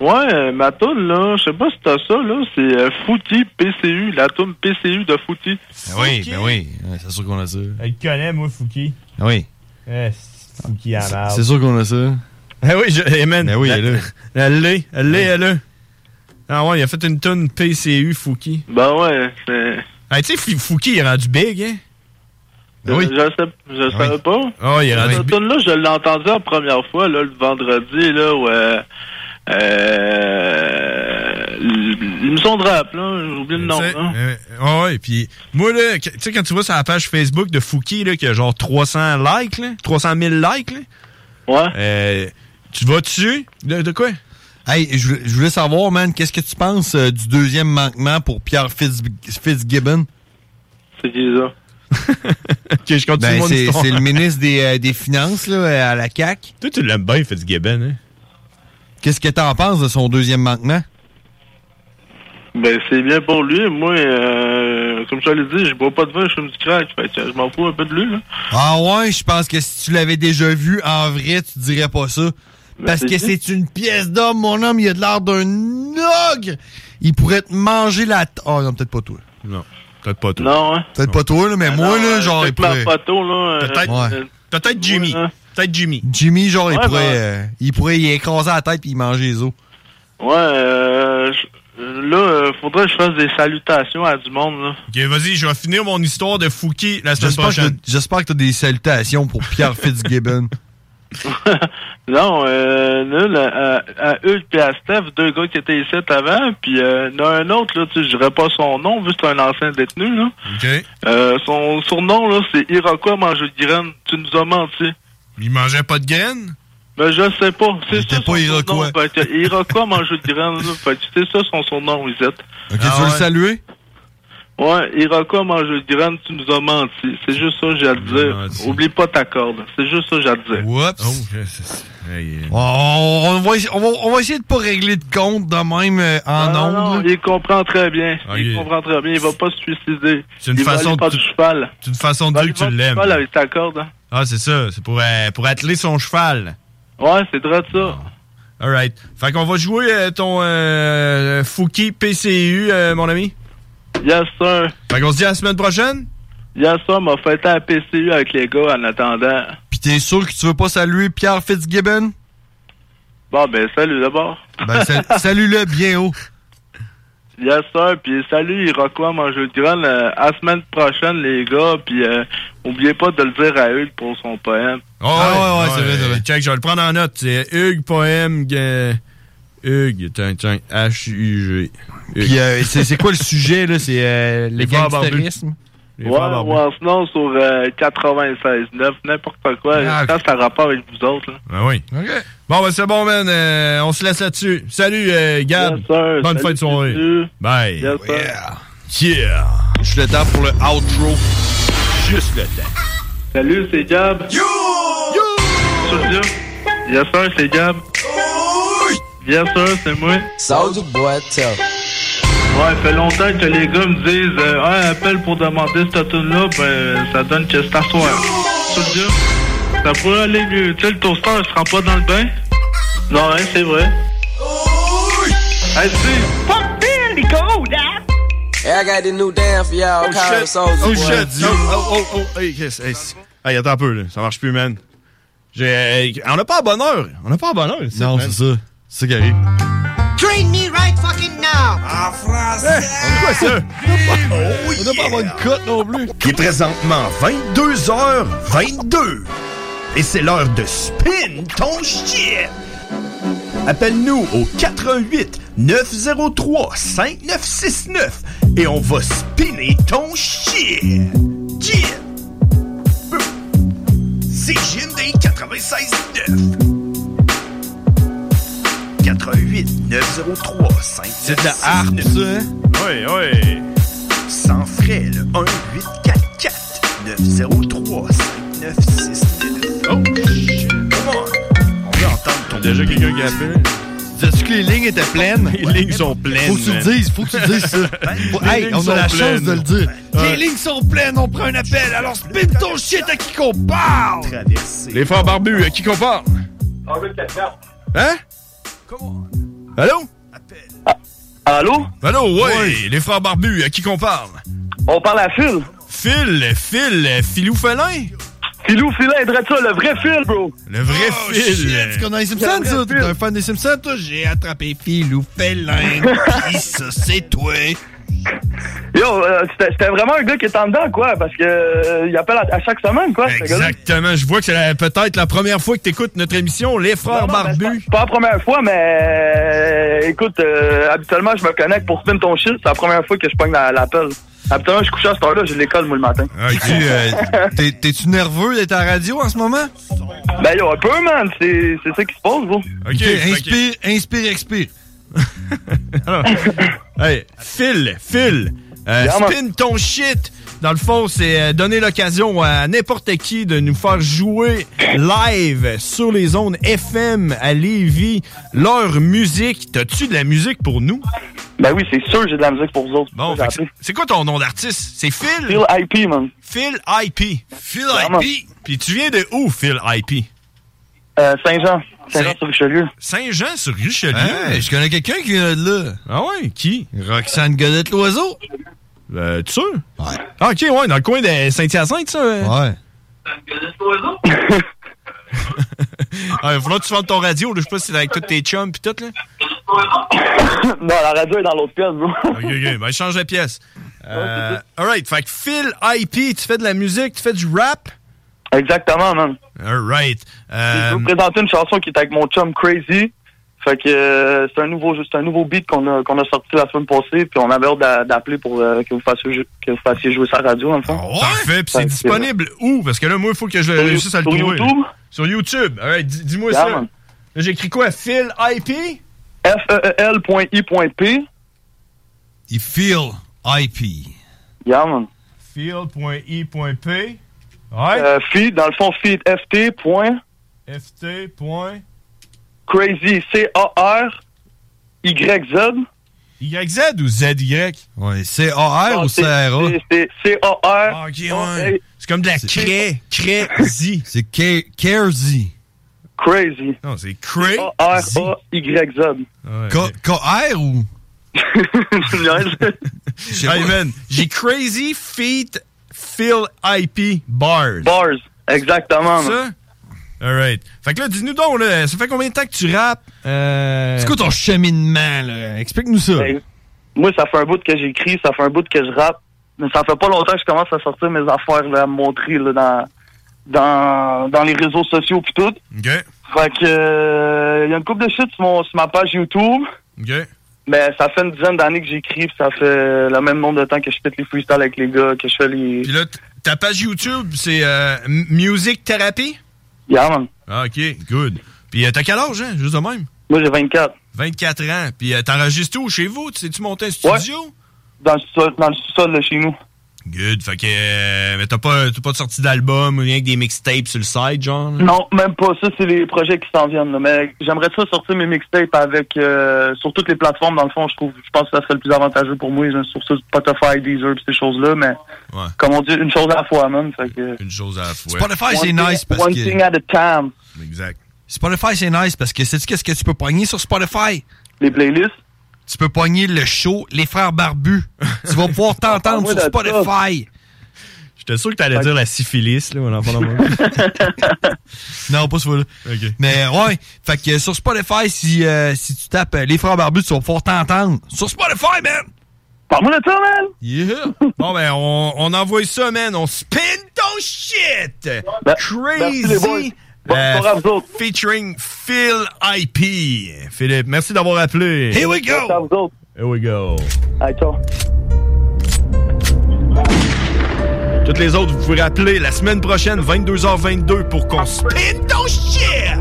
[SPEAKER 10] Ouais, euh, ma toune, là, je sais pas si t'as ça, là, c'est euh, Fouti PCU, la toune PCU de Fouti.
[SPEAKER 9] Ben oui, ben oui. Ouais, C'est sûr qu'on a ça.
[SPEAKER 6] Elle connaît, moi, Fouki.
[SPEAKER 9] Ben oui.
[SPEAKER 6] Eh, Fouki à
[SPEAKER 9] C'est sûr qu'on a ça.
[SPEAKER 6] Eh oui, je, eh, man.
[SPEAKER 9] Ben oui, elle est là.
[SPEAKER 6] Elle l'est, elle l'est, elle l'est. Ah ouais, il a fait une tonne PCU, Fouki.
[SPEAKER 10] Ben ouais, c'est...
[SPEAKER 6] Hey, tu sais, Fou- Fouki, il est rendu big, hein? Oui.
[SPEAKER 10] Je sais, je savais pas.
[SPEAKER 6] Ah, il y a un-
[SPEAKER 10] Cette tune là je l'ai entendue la première fois, là, le vendredi, là, où, euh, euh, l'émission de rap, là, j'ai oublié le nom,
[SPEAKER 6] Tu sais,
[SPEAKER 10] hein.
[SPEAKER 6] euh, ouais, ouais, puis moi, là, que- tu sais, quand tu vois sur la page Facebook de Fouki, là, qui a genre 300 likes, là, 300 000 likes, là, euh,
[SPEAKER 10] ouais.
[SPEAKER 6] tu vas dessus? De, de quoi?
[SPEAKER 9] Hey, je voulais- je voulais savoir, man, qu'est-ce que tu penses euh, du deuxième manquement pour Pierre Fitz- Fitzgibbon?
[SPEAKER 10] C'est qui ça?
[SPEAKER 6] Ok, je continue
[SPEAKER 9] Ben,
[SPEAKER 6] mon
[SPEAKER 9] c'est,
[SPEAKER 6] histoire.
[SPEAKER 9] c'est le ministre des, euh, des Finances là, euh, à la CAC.
[SPEAKER 6] Toi, tu l'aimes bien, Fitzgibbon. Hein?
[SPEAKER 9] Qu'est-ce que t'en penses de son deuxième manquement?
[SPEAKER 10] Ben, c'est bien pour lui. Moi, euh, comme je te l'ai dit, je bois pas de vin, je fume du crack. Fait que je m'en fous un peu de lui, là.
[SPEAKER 9] Ah ouais, je pense que si tu l'avais déjà vu en vrai, tu dirais pas ça. Parce
[SPEAKER 10] c'est
[SPEAKER 9] que
[SPEAKER 10] qui?
[SPEAKER 9] c'est une pièce d'homme, mon homme, il a de l'air d'un ogre. Il pourrait te manger la... t- Oh non, peut-être pas toi.
[SPEAKER 6] Non, peut-être pas toi.
[SPEAKER 10] Non, hein?
[SPEAKER 9] Peut-être pas toi, là, mais moi, là, genre, il
[SPEAKER 10] Peut-être ma
[SPEAKER 9] pourrait...
[SPEAKER 10] photo, là. euh,
[SPEAKER 9] Peut-être-
[SPEAKER 10] euh,
[SPEAKER 6] Peut-être Jimmy. Peut-être Jimmy.
[SPEAKER 9] Jimmy, genre, il,
[SPEAKER 10] Ouais,
[SPEAKER 9] pourrait,
[SPEAKER 10] ben-
[SPEAKER 9] euh, il pourrait y écraser la tête puis il manger les os.
[SPEAKER 10] Ouais, euh, je- là, euh, faudrait que je fasse des salutations à du monde, là.
[SPEAKER 6] Ok, ben. vas-y, je vais finir mon histoire de Fouki la semaine
[SPEAKER 9] J'espère que,
[SPEAKER 6] prochaine.
[SPEAKER 9] j'espère que t'as des salutations pour Pierre Fitzgibbon.
[SPEAKER 10] Non, euh, là, là, à, à Hugues et à Steph, deux gars qui étaient ici avant, puis euh, il y en a un autre, là, tu sais, je dirais pas son nom, vu que c'est un ancien détenu, là.
[SPEAKER 6] OK.
[SPEAKER 10] Euh, son surnom, là, c'est Iroquois manger de graines. Tu nous as menti.
[SPEAKER 6] Il mangeait pas de graines?
[SPEAKER 10] Ben, je sais pas. C'est ça.
[SPEAKER 9] pas Iroquois.
[SPEAKER 10] Fait que Ben, Iroquois manger de graines, là. Fait que c'est ça son surnom, Lisette.
[SPEAKER 9] Ok, tu veux le saluer?
[SPEAKER 10] Ouais, Iroquois manger de graines, tu nous as menti. C'est juste ça que j'ai à te dire. Oublie pas ta corde. C'est juste ça que j'ai à te dire.
[SPEAKER 9] Oups. On, on va, essa- on va- on va essayer de pas régler de compte de même euh, en
[SPEAKER 10] Ah
[SPEAKER 9] ondes.
[SPEAKER 10] non, il comprend très bien.
[SPEAKER 6] il-
[SPEAKER 10] Il comprend très bien. Il va pas se suicider.
[SPEAKER 6] C'est une
[SPEAKER 10] il
[SPEAKER 6] façon
[SPEAKER 10] va aller
[SPEAKER 6] de-
[SPEAKER 10] par du cheval. Ben,
[SPEAKER 6] C'est une façon de dire que tu
[SPEAKER 10] Du
[SPEAKER 6] l'aimes.
[SPEAKER 10] cheval avec ta corde. hein.
[SPEAKER 6] Ah, c'est ça. C'est pour, euh, pour atteler son cheval.
[SPEAKER 10] Ouais, c'est vrai de ça.
[SPEAKER 6] Alright. Fait qu'on va jouer euh, ton euh, Fouki PCU, euh, mon ami.
[SPEAKER 10] Yes, sir.
[SPEAKER 6] Fait qu'on se dit à la semaine prochaine?
[SPEAKER 10] Yes, sir, m'a fêté à PCU avec les gars en attendant.
[SPEAKER 9] Puis t'es sûr que tu veux pas saluer Pierre Fitzgibbon?
[SPEAKER 10] Bon, ben, salut d'abord.
[SPEAKER 9] Ben, sal- salue-le bien haut.
[SPEAKER 10] Yes, sir. Puis salut, Iroquois Mangeux de Graine. Euh, à la semaine prochaine, les gars. Puis euh, oubliez pas de le dire à Hugues pour son poème.
[SPEAKER 6] ah, ouais, ouais, c'est vrai, c'est vrai. Check, je vais le prendre en note. C'est Hugues Poème. Ga- Hugues, tiens, tiens, H-U-G.
[SPEAKER 9] Puis euh, c'est c'est quoi le sujet, là? C'est euh, le
[SPEAKER 6] Les frères barbus.
[SPEAKER 9] gangstérisme?
[SPEAKER 10] ouais, ou en sinon sur euh, 96.9, n'importe quoi.
[SPEAKER 6] Ah,
[SPEAKER 10] Quand ça a rapport avec vous autres. Là.
[SPEAKER 6] Ah oui. Bon, ben, c'est bon, man. Euh, on se laisse là-dessus. Salut, euh, Gab.
[SPEAKER 10] Yes, sir.
[SPEAKER 6] Bonne
[SPEAKER 10] Salut,
[SPEAKER 6] fin de soirée.
[SPEAKER 10] messieurs.
[SPEAKER 6] Bye.
[SPEAKER 10] Yes, sir.
[SPEAKER 6] Yeah. Je suis le temps pour le outro. Juste le temps.
[SPEAKER 10] Salut, c'est Gab. Yo! Yo! Yes, sir, c'est Gab. Yes, sir, c'est moi.
[SPEAKER 1] Soldier boy tough.
[SPEAKER 10] Ouais, fait longtemps que les gars me disent euh, Ah, appelle pour demander cette tune là ben ça donne que c'est à soir. Tu le dis? Ça pourrait aller mieux. Tu sais, le toaster, il se rend pas dans le bain. Non, hein, c'est vrai. Hey, tu sais,
[SPEAKER 1] Fuck Billy Gold, Hey, I got this new dance for y'all called Soldier
[SPEAKER 6] Oh
[SPEAKER 1] Boy.
[SPEAKER 6] shit! Oh, oh, oh, hey, Chris, hey, c- hey, attends un peu, là. Ça marche plus, man. J'ai, hey, on n'a pas à bonne heure. On n'a pas à bonne heure. Oh, Non, c'est
[SPEAKER 9] ça. C'est garé.
[SPEAKER 2] Train me right fucking now!
[SPEAKER 11] Ah,
[SPEAKER 2] En français!
[SPEAKER 6] Quoi, ça? On n'a pas à bonne cote non plus. Il Oh, est présentement 22h22. Et c'est l'heure de spin ton shit. Appelle-nous au 88 903 5969 et on va spinner ton shit. Yeah! C'est JMD 96.9. 88 903 5 C'est de la harpe, ça, hein? Oui, oui. Sans frais, le 1 8 4 4 903 5969. Oh, shit. Come on. On veut entendre ton. Déjà quelqu'un qui appelle.
[SPEAKER 9] Dis-tu que les lignes étaient pleines?
[SPEAKER 6] Les lignes sont pleines.
[SPEAKER 9] Faut que tu le
[SPEAKER 6] man.
[SPEAKER 9] dises, faut que tu dises ça. Faut-
[SPEAKER 6] Les
[SPEAKER 9] hey,
[SPEAKER 6] lignes
[SPEAKER 9] on
[SPEAKER 6] sont
[SPEAKER 9] a la chance
[SPEAKER 6] pleines.
[SPEAKER 9] de le dire.
[SPEAKER 6] Ouais.
[SPEAKER 9] Les lignes sont pleines, on prend un appel, alors spin ton shit à qui qu'on parle!
[SPEAKER 6] Les frères barbus, à qui qu'on parle?
[SPEAKER 10] Ah,
[SPEAKER 6] Hein? Allô? Allô? Allô, ouais. Les frères barbus, à qui qu'on parle? On parle à Phil. Phil, Phil, euh, Philou Felin? Philou Felin, ça, le vrai Phil, bro. Le vrai Phil.
[SPEAKER 9] Oh, Tu connais les Simpsons, ça? T'es un fan des Simpsons, toi? J'ai attrapé Philou Félin. Qui ça, c'est toi?
[SPEAKER 12] Yo, euh, c'était c'était vraiment un gars qui est en dedans, quoi, parce que euh, il appelle à, à chaque semaine, quoi, ce gars-là.
[SPEAKER 6] Exactement. Je vois que c'est la- peut-être la première fois que tu écoutes notre émission, Les Frères Barbus.
[SPEAKER 12] Pas la première fois, mais euh, écoute, euh, habituellement, je me connecte pour spin ton shit. C'est la première fois que je pogne la- l'appel. Habituellement, je suis couché à cette heure-là, j'ai de l'école, moi, le matin.
[SPEAKER 9] Tu, euh, t'es- T'es-tu nerveux d'être à la radio en ce moment?
[SPEAKER 12] Ben, yo, un peu, man. C'est c'est ça qui se passe, vous.
[SPEAKER 9] OK. Inspire, inspire, expire.
[SPEAKER 6] Alors, hey, Phil, Phil, euh,
[SPEAKER 9] Yeah, man.
[SPEAKER 6] spin ton shit. Dans le fond, c'est euh, donner l'occasion à n'importe qui de nous faire jouer live sur les ondes FM à Lévis leur musique. T'as-tu de la musique pour nous?
[SPEAKER 12] Ben oui, c'est sûr, j'ai de la musique pour vous autres.
[SPEAKER 6] Bon, fait que c'est- c'est quoi ton nom d'artiste? C'est Phil?
[SPEAKER 12] Phil IP, man.
[SPEAKER 6] Phil IP. Phil IP. Puis tu viens de où, Phil IP?
[SPEAKER 12] Euh, Saint-Jean. Saint-Jean sur Richelieu.
[SPEAKER 6] Saint-Jean sur Richelieu?
[SPEAKER 9] Hey, Hein? je connais quelqu'un qui vient de là.
[SPEAKER 6] Ah ouais? Qui?
[SPEAKER 9] Roxane Godette Loiseau.
[SPEAKER 6] Euh, tu sûr? Ouais. Ah, ok, ouais, dans le coin de Saint-Hyacinthe, ça? hein?
[SPEAKER 9] Ouais.
[SPEAKER 6] Ah, il va falloir que tu fasses ton radio, là. Je sais pas si c'est avec tous tes chums pis tout, là.
[SPEAKER 12] non, la radio est dans l'autre pièce, bro.
[SPEAKER 6] ok, ok, ben, change la pièce. Euh, alright, fait que Phil IP, tu fais de la musique, tu fais du rap?
[SPEAKER 12] Exactement, man.
[SPEAKER 6] Alright.
[SPEAKER 12] Je vais
[SPEAKER 6] Euh,
[SPEAKER 12] vous présenter une chanson qui est avec mon chum Crazy. Fait que euh, c'est un nouveau c'est un nouveau beat qu'on a qu'on a sorti la semaine passée puis on avait hâte d'a- d'appeler pour euh, que vous fassiez jou- que vous fassiez jouer sa radio en fond.
[SPEAKER 6] Ah Parfait, pis Euh, c'est disponible où? Parce que là, moi, il faut que je
[SPEAKER 12] Sur
[SPEAKER 6] réussisse à le
[SPEAKER 12] You- sur
[SPEAKER 6] trouver.
[SPEAKER 12] YouTube?
[SPEAKER 6] Sur YouTube. Alright, di- dis-moi
[SPEAKER 12] Yeah,
[SPEAKER 6] ça.
[SPEAKER 12] man.
[SPEAKER 6] Là, j'écris quoi? Phil IP?
[SPEAKER 12] E F-E-E-L.I.P.
[SPEAKER 9] Il feel IP.
[SPEAKER 12] Yeah, man.
[SPEAKER 6] Phil.i.p.
[SPEAKER 12] Euh, feed, dans le fond feed FT point
[SPEAKER 6] FT. Point.
[SPEAKER 12] Crazy C A R Y Z
[SPEAKER 6] YZ ou ZY?
[SPEAKER 9] Ouais, c'est AR ou CRA?
[SPEAKER 12] Ah, C'est C A R.
[SPEAKER 6] Ah,
[SPEAKER 12] Ah,
[SPEAKER 6] Ok, ouais. C'est comme de la craie. Crazy.
[SPEAKER 9] C'est ca- Carzy.
[SPEAKER 12] Crazy.
[SPEAKER 6] Non, c'est crazy.
[SPEAKER 12] A R A Y Z.
[SPEAKER 9] K- KR ou?
[SPEAKER 6] Hey, man, j'ai Crazy Feet Phil IP Bars.
[SPEAKER 12] Bars, exactement.
[SPEAKER 6] C'est ça?
[SPEAKER 12] man.
[SPEAKER 6] Alright. Fait que là, dis-nous donc, là, ça fait combien de temps que tu rappes? Euh...
[SPEAKER 9] C'est quoi ton cheminement, là? Explique-nous ça.
[SPEAKER 12] Ben, moi, ça fait un bout que j'écris, ça fait un bout que je rappe. Mais ça fait pas longtemps que je commence à sortir mes affaires, là, à me montrer là, dans, dans, dans les réseaux sociaux pis tout.
[SPEAKER 6] OK.
[SPEAKER 12] Fait que, il y a une couple de shit sur, mon, sur ma page YouTube.
[SPEAKER 6] OK.
[SPEAKER 12] Mais ça fait une dizaine d'années que j'écris, pis ça fait le même nombre de temps que je pète les freestyles avec les gars, que je fais les.
[SPEAKER 6] Puis là, t- ta page YouTube, c'est euh, M- Music Therapy?
[SPEAKER 12] Yeah, man.
[SPEAKER 6] Ah, OK, good. Puis euh, t'as quel âge, hein? Juste de même?
[SPEAKER 12] Moi, j'ai 24.
[SPEAKER 6] 24 ans. Puis euh, t'enregistres où? Chez vous? Tu sais-tu monter un studio?
[SPEAKER 12] Dans le sous-sol, dans le sous-sol de chez nous.
[SPEAKER 6] Good. Fait que. euh, mais t'as pas, t'as pas de sortie d'album ou rien que des mixtapes sur le site, genre? là?
[SPEAKER 12] Non, même pas. Ça, c'est les projets qui s'en viennent. là. Mais j'aimerais ça sortir mes mixtapes avec euh, sur toutes les plateformes. Dans le fond, je trouve, je pense que ça serait le plus avantageux pour moi, genre, sur ça, Spotify, Deezer, pis ces choses-là. Mais
[SPEAKER 6] Ouais.
[SPEAKER 12] comme on dit, une chose à la fois, man. Fait que,
[SPEAKER 6] une chose à la fois.
[SPEAKER 9] Spotify,
[SPEAKER 12] One
[SPEAKER 9] c'est
[SPEAKER 12] thing-
[SPEAKER 9] nice parce
[SPEAKER 12] one
[SPEAKER 9] que.
[SPEAKER 12] thing at a time.
[SPEAKER 6] Exact.
[SPEAKER 9] Spotify, c'est nice parce que sais-tu qu'est-ce que tu peux pogner sur Spotify?
[SPEAKER 12] Les playlists.
[SPEAKER 9] Tu peux pogner le show Les Frères Barbus. tu vas pouvoir t'entendre sur Spotify.
[SPEAKER 6] J'étais sûr que t'allais dire la syphilis, là, on en parle
[SPEAKER 9] Non, pas celui-là. Mais ouais, fait que sur Spotify, si, euh, si tu tapes euh, Les Frères Barbus, tu vas pouvoir t'entendre. Sur Spotify, man!
[SPEAKER 12] Parle-moi de ça, man!
[SPEAKER 6] Yeah! bon, ben, on, on envoie ça, man. On spin ton shit!
[SPEAKER 12] Bah, merci, les boys.
[SPEAKER 6] Crazy!
[SPEAKER 12] Bonne
[SPEAKER 6] euh,
[SPEAKER 12] soirée à vous autres.
[SPEAKER 6] featuring Phil IP. Philippe, merci d'avoir appelé.
[SPEAKER 12] Here we go. Merci à vous autres.
[SPEAKER 6] Here we go.
[SPEAKER 12] Allez, ciao.
[SPEAKER 6] Toutes les autres, vous pouvez rappeler la semaine prochaine, 22h22, pour qu'on spin ton shit!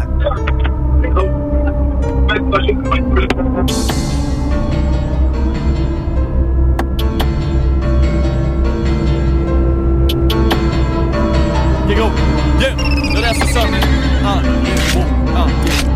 [SPEAKER 13] Okay, go. Yeah. No, that's what's up, man. Uh, yeah, whoa, uh, yeah.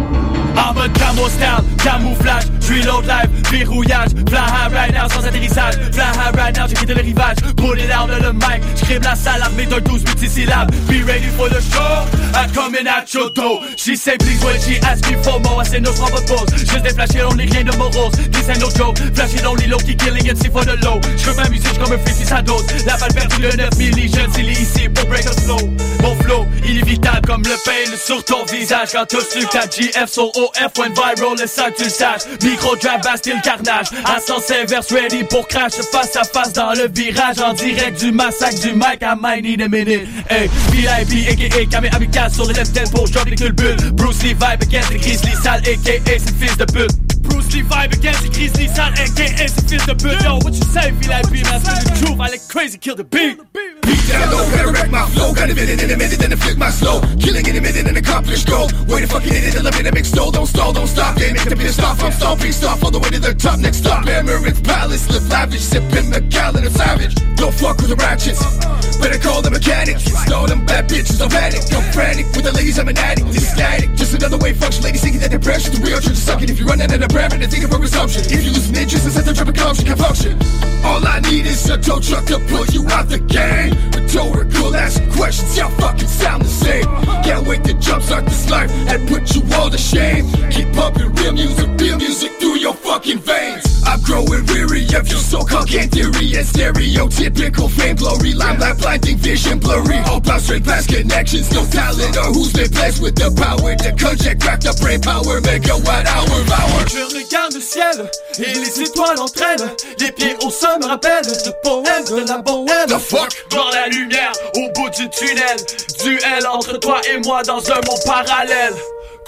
[SPEAKER 13] En mode camo style, camouflage, j'suis l'autre live, verrouillage, fly high right now sans atterrissage, fly high right now, j'ai quitté le rivage, pull it out de le mic, j'crime la salle armée d'un 12 multisyllabes, be ready for the show, I coming at your door, she say please when she ask me for more, I say no prends pas de pause, juste des flashés, on est rien de morose, this ain't no joke, flashé dans les low, qui killing it, c'est for the low, j'veux m'amuser, j'comme un fils, ça dose, la balle perdue, le 9 milli, je le ici pour break up slow, mon flow, inévitable comme le pain sur ton visage Quand tous su ta GF sur OF, point viral, le sac tu le saches Micro drive, bastille, carnage À sens inverse, ready pour crash face à face dans le virage en direct du massacre du mic à my need a minute. Hey, VIP, aka Kamé Amical sur le left tempo, je drop les culbutes. Bruce Lee vibe against the Grizzly sale, aka c'est fils de pute. Bruce Lee vibe against the Grizzly sale, aka c'est fils de pute. Yo, what you say, VIP, man? Spit the truth, I like crazy, kill the beat.
[SPEAKER 14] Beat down low, gotta wreck my flow. Got a minute in a minute, then I flick my slow. Killing in a minute and accomplish goal. Wait a fucking minute, eleven and make stole. Don't stall, don't stop. They make the pissed off. I'm stalled, pissed off. All the way to the top, next stop. Emirates Palace, live lavish, sipping the gallon of savage. Don't fuck with the ratchets. Better call the mechanics. Stole them bad bitches, I'm at it. I'm frantic with the ladies, I'm an addict. This is static, just another way function. Ladies thinking that depression, the real truth is sucking. If you run out of the brand, then thinking for resumption. If you lose an interest, it's at the drop of consumption, consumption. All I need is a tow truck to pull you out the game. Rhetorical, asking questions, y'all fucking sound the same. Can't wait to jumpstart this life and put you all to shame. Keep pumping real music, real music through your fucking veins. I'm growing weary of your so-called game theory and stereotypical fame glory. Limelight, blinding vision, blurry. All bound straight past connections, no talent or who's been blessed with the power to conject, crack the brain power, megawatt hour, power.
[SPEAKER 13] Je regarde le ciel et les étoiles entraînent. Les pieds au sol me rappellent ce poème de la bohème.
[SPEAKER 14] The fuck?
[SPEAKER 13] Dans la lumière, au bout du tunnel. Duel entre toi et moi dans un monde parallèle.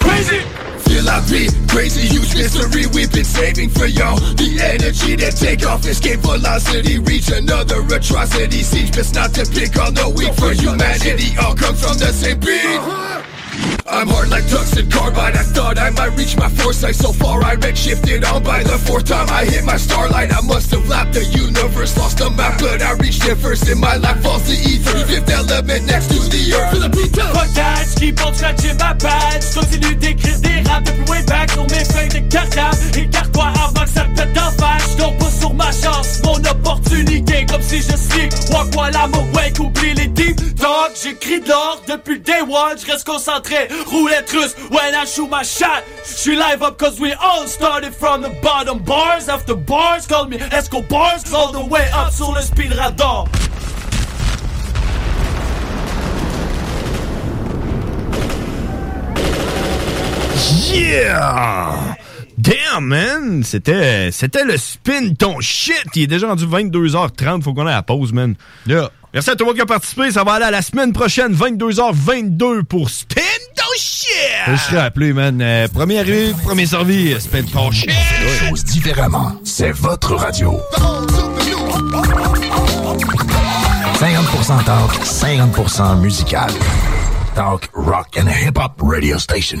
[SPEAKER 13] Crazy!
[SPEAKER 14] Feel I be crazy, huge mystery we've been saving for y'all. The energy to take off, escape velocity, reach another atrocity. Siege, but not to pick on the weak for humanity. All come from the same beat. I'm hard like tungsten carbide. I thought I might reach my foresight. So far, I redshifted on by the fourth time I hit my starlight. I must have lapped the universe, lost the map, but I reached it first. In my life, falls the ether, fifth element next to the earth. Feel the beat down.
[SPEAKER 13] Podcast qui pense scratcher ma page. Je Continue d'écrire des raps depuis way back sur mes feuilles de cartable. Écarte-toi avant que ça te pète en face. Je tombe pas sur ma chance, mon opportunité. Comme si je sleep. Walk while I'm awake, oublie les deep talk. J'écris de l'or depuis le day one. Je reste concentré. Roulette russe, when I shoot my shot. She live up cause we all started from the bottom. Bars after bars, call me Escobars. All the way up sur le speed radar.
[SPEAKER 6] Yeah! Damn, man! C'était, c'était le spin, ton shit! Il est déjà rendu 22h30, faut qu'on ait la pause, man. Yeah. Merci à tout le monde qui a participé, ça va aller à la semaine prochaine, 22h22 pour spin ton shit!
[SPEAKER 9] Je serais appelé, man. Euh, premier arrivé, premier servi, euh, spin ton shit!
[SPEAKER 15] Chose différemment, c'est votre radio. 50% talk, 50% musical. Talk, rock and hip-hop radio station.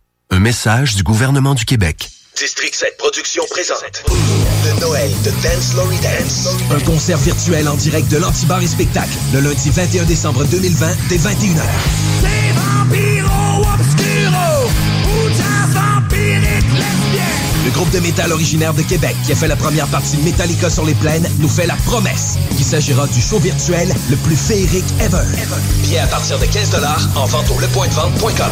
[SPEAKER 16] Un message du gouvernement du Québec.
[SPEAKER 17] District 7 Production présente De Noël de Dance Lory Dance Un concert virtuel en direct de l'Antibar et Spectacle Le lundi 21 décembre 2020 dès 21h
[SPEAKER 11] Les vampiros obscuros ou jazz vampirique lesbienne.
[SPEAKER 17] Le groupe de métal originaire de Québec qui a fait la première partie de Metallica sur les plaines nous fait la promesse qu'il s'agira du show virtuel le plus féerique ever. Billets à partir de 15 en vente au lepointdevente.com.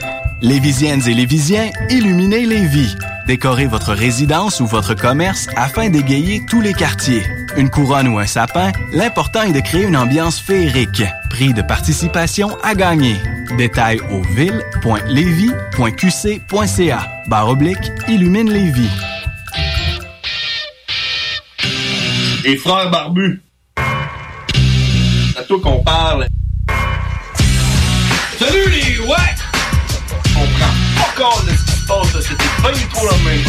[SPEAKER 18] Les Lévisiennes et Lévisiens, illuminez les vies. Décorez votre résidence ou votre commerce afin d'égayer tous les quartiers. Une couronne ou un sapin, l'important est de créer une ambiance féerique. Prix de participation à gagner. Détails au ville.levy.qc.ca. Barre oblique, illumine les vies.
[SPEAKER 5] Les frères barbus. C'est à toi qu'on parle. Salut les ouais! On prend pas compte de ce qui se passe, là. c'était pas du tout la même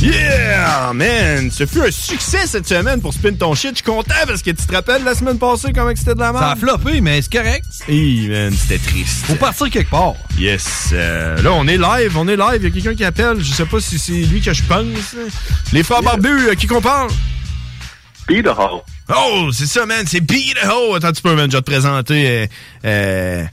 [SPEAKER 6] Yeah, man! Ce fut un succès cette semaine pour Spin Ton Shit. Je suis content parce que tu te rappelles la semaine passée comment que c'était de la merde?
[SPEAKER 9] Ça a floppé, mais c'est correct.
[SPEAKER 6] Hey, man, c'était triste.
[SPEAKER 9] Faut partir quelque part.
[SPEAKER 6] Yes. euh, là, on est live, on est live. Il y a quelqu'un qui appelle. Je sais pas si c'est lui que je pense. Les frères barbus, à qui qu'on parle?
[SPEAKER 19] Peter Hall.
[SPEAKER 6] Oh, c'est ça, man. C'est Peter Hall. Attends un petit peu, man. Je vais te présenter... euh, euh,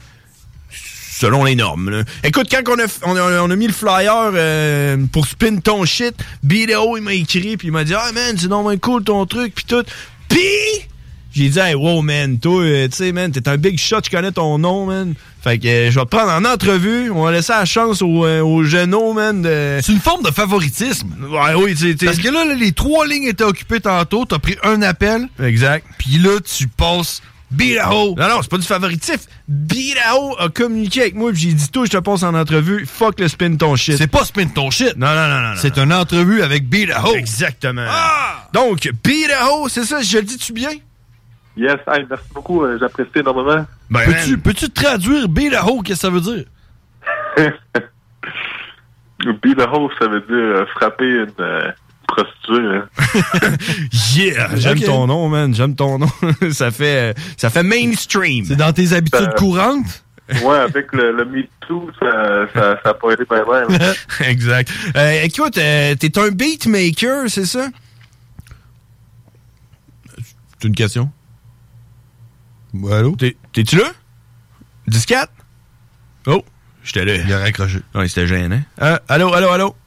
[SPEAKER 6] selon les normes. là. Écoute, quand on a, f- on a, on a mis le flyer euh, pour spin ton shit, Bideo, il m'a écrit, puis il m'a dit « Ah, man, c'est donc bien cool ton truc, puis tout. » Puis... J'ai dit, hey, wow, man, toi, euh, tu sais, man, t'es un big shot, je connais ton nom, man. Fait que euh, je vais te prendre en entrevue. On va laisser la chance aux euh, aux genoux, man. C'est une forme de favoritisme. Ouais, oui, tu sais, tu sais.
[SPEAKER 9] Parce que là, là, les trois lignes étaient occupées tantôt. T'as pris un appel.
[SPEAKER 6] Exact.
[SPEAKER 9] Puis là, tu passes Birao.
[SPEAKER 6] Non, non, c'est pas du favoritif. Birao a communiqué avec moi, puis j'ai dit, toi, je te passe en entrevue. Fuck le spin ton shit.
[SPEAKER 9] C'est pas spin ton shit.
[SPEAKER 6] Non, non, non, non.
[SPEAKER 9] C'est une entrevue avec Birao. Ah!
[SPEAKER 6] Exactement. Donc, Birao, c'est ça, je le dis-tu bien?
[SPEAKER 19] Yes, hey, merci beaucoup, euh, j'apprécie énormément.
[SPEAKER 6] Ben,
[SPEAKER 9] Peux-tu peux-tu traduire Birao, qu'est-ce que ça veut dire?
[SPEAKER 19] Be the host, ça veut dire euh, frapper une euh, prostituée. hein.
[SPEAKER 6] Yeah! J'aime
[SPEAKER 19] Ok.
[SPEAKER 6] ton nom, man. J'aime ton nom. ça, fait, euh, ça fait mainstream. C'est dans tes
[SPEAKER 19] habitudes
[SPEAKER 6] courantes?
[SPEAKER 19] ouais, avec le, le Me Too, ça, ça, ça a pas aidé bien bien. là.
[SPEAKER 6] exact. Euh, écoute, euh, t'es un beatmaker, c'est ça? C'est une question? allô? T'es-tu là? 10-4? Oh, j'étais là. Il a raccroché. Ouais, c'était gênant. Euh, allô, allô, allô?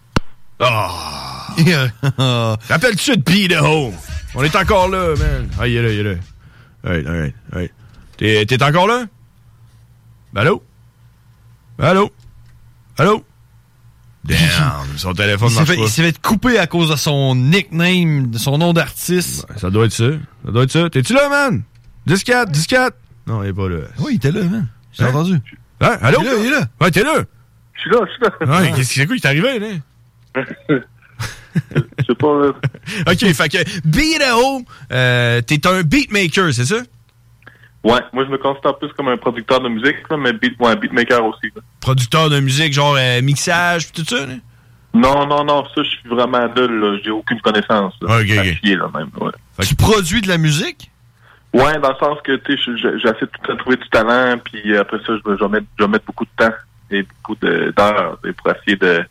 [SPEAKER 6] Oh! Rappelle-tu de Peter Home? On est encore là, man. Ah, il est là, il est là. Alright, alright, alright. T'es t'es encore là? Ben, allô? Ben, Allô? Allô? Damn, son téléphone
[SPEAKER 9] Il s'est
[SPEAKER 6] marche
[SPEAKER 9] fait,
[SPEAKER 6] pas.
[SPEAKER 9] il s'est fait couper à cause de son nickname, de son nom d'artiste.
[SPEAKER 6] Ça doit être ça. Ça doit être ça. T'es-tu là, man? 10-4, 10-4. Non, il est pas là.
[SPEAKER 9] Oui, il était là, man. J'ai
[SPEAKER 6] Hein?
[SPEAKER 9] entendu.
[SPEAKER 6] Hein? Allô?
[SPEAKER 9] Il est là, il est là.
[SPEAKER 6] Ouais, t'es là.
[SPEAKER 19] Je suis là, je suis là.
[SPEAKER 6] Ouais, qu'est-ce que c'est quoi qui t'est arrivé, là?
[SPEAKER 19] Je sais pas, là.
[SPEAKER 6] OK, fait que B.I.D.O., euh, t'es un beatmaker, c'est ça?
[SPEAKER 19] Ouais, moi je me considère plus comme un producteur de musique, là, mais beat, ouais, beatmaker aussi. là.
[SPEAKER 6] Producteur de musique, genre euh, mixage, pis tout ça, là?
[SPEAKER 19] Non, non, non, ça je suis vraiment nul, là. j'ai aucune connaissance. Là.
[SPEAKER 6] Ok, ok.
[SPEAKER 19] Affilié, là, même, ouais.
[SPEAKER 9] Tu produis de la musique?
[SPEAKER 19] Ouais, dans le sens que tu sais, je- je- j'essaie de trouver du talent, puis après ça, je vais, je vais mettre, je vais mettre beaucoup de temps et beaucoup de- d'heures tu sais, pour essayer de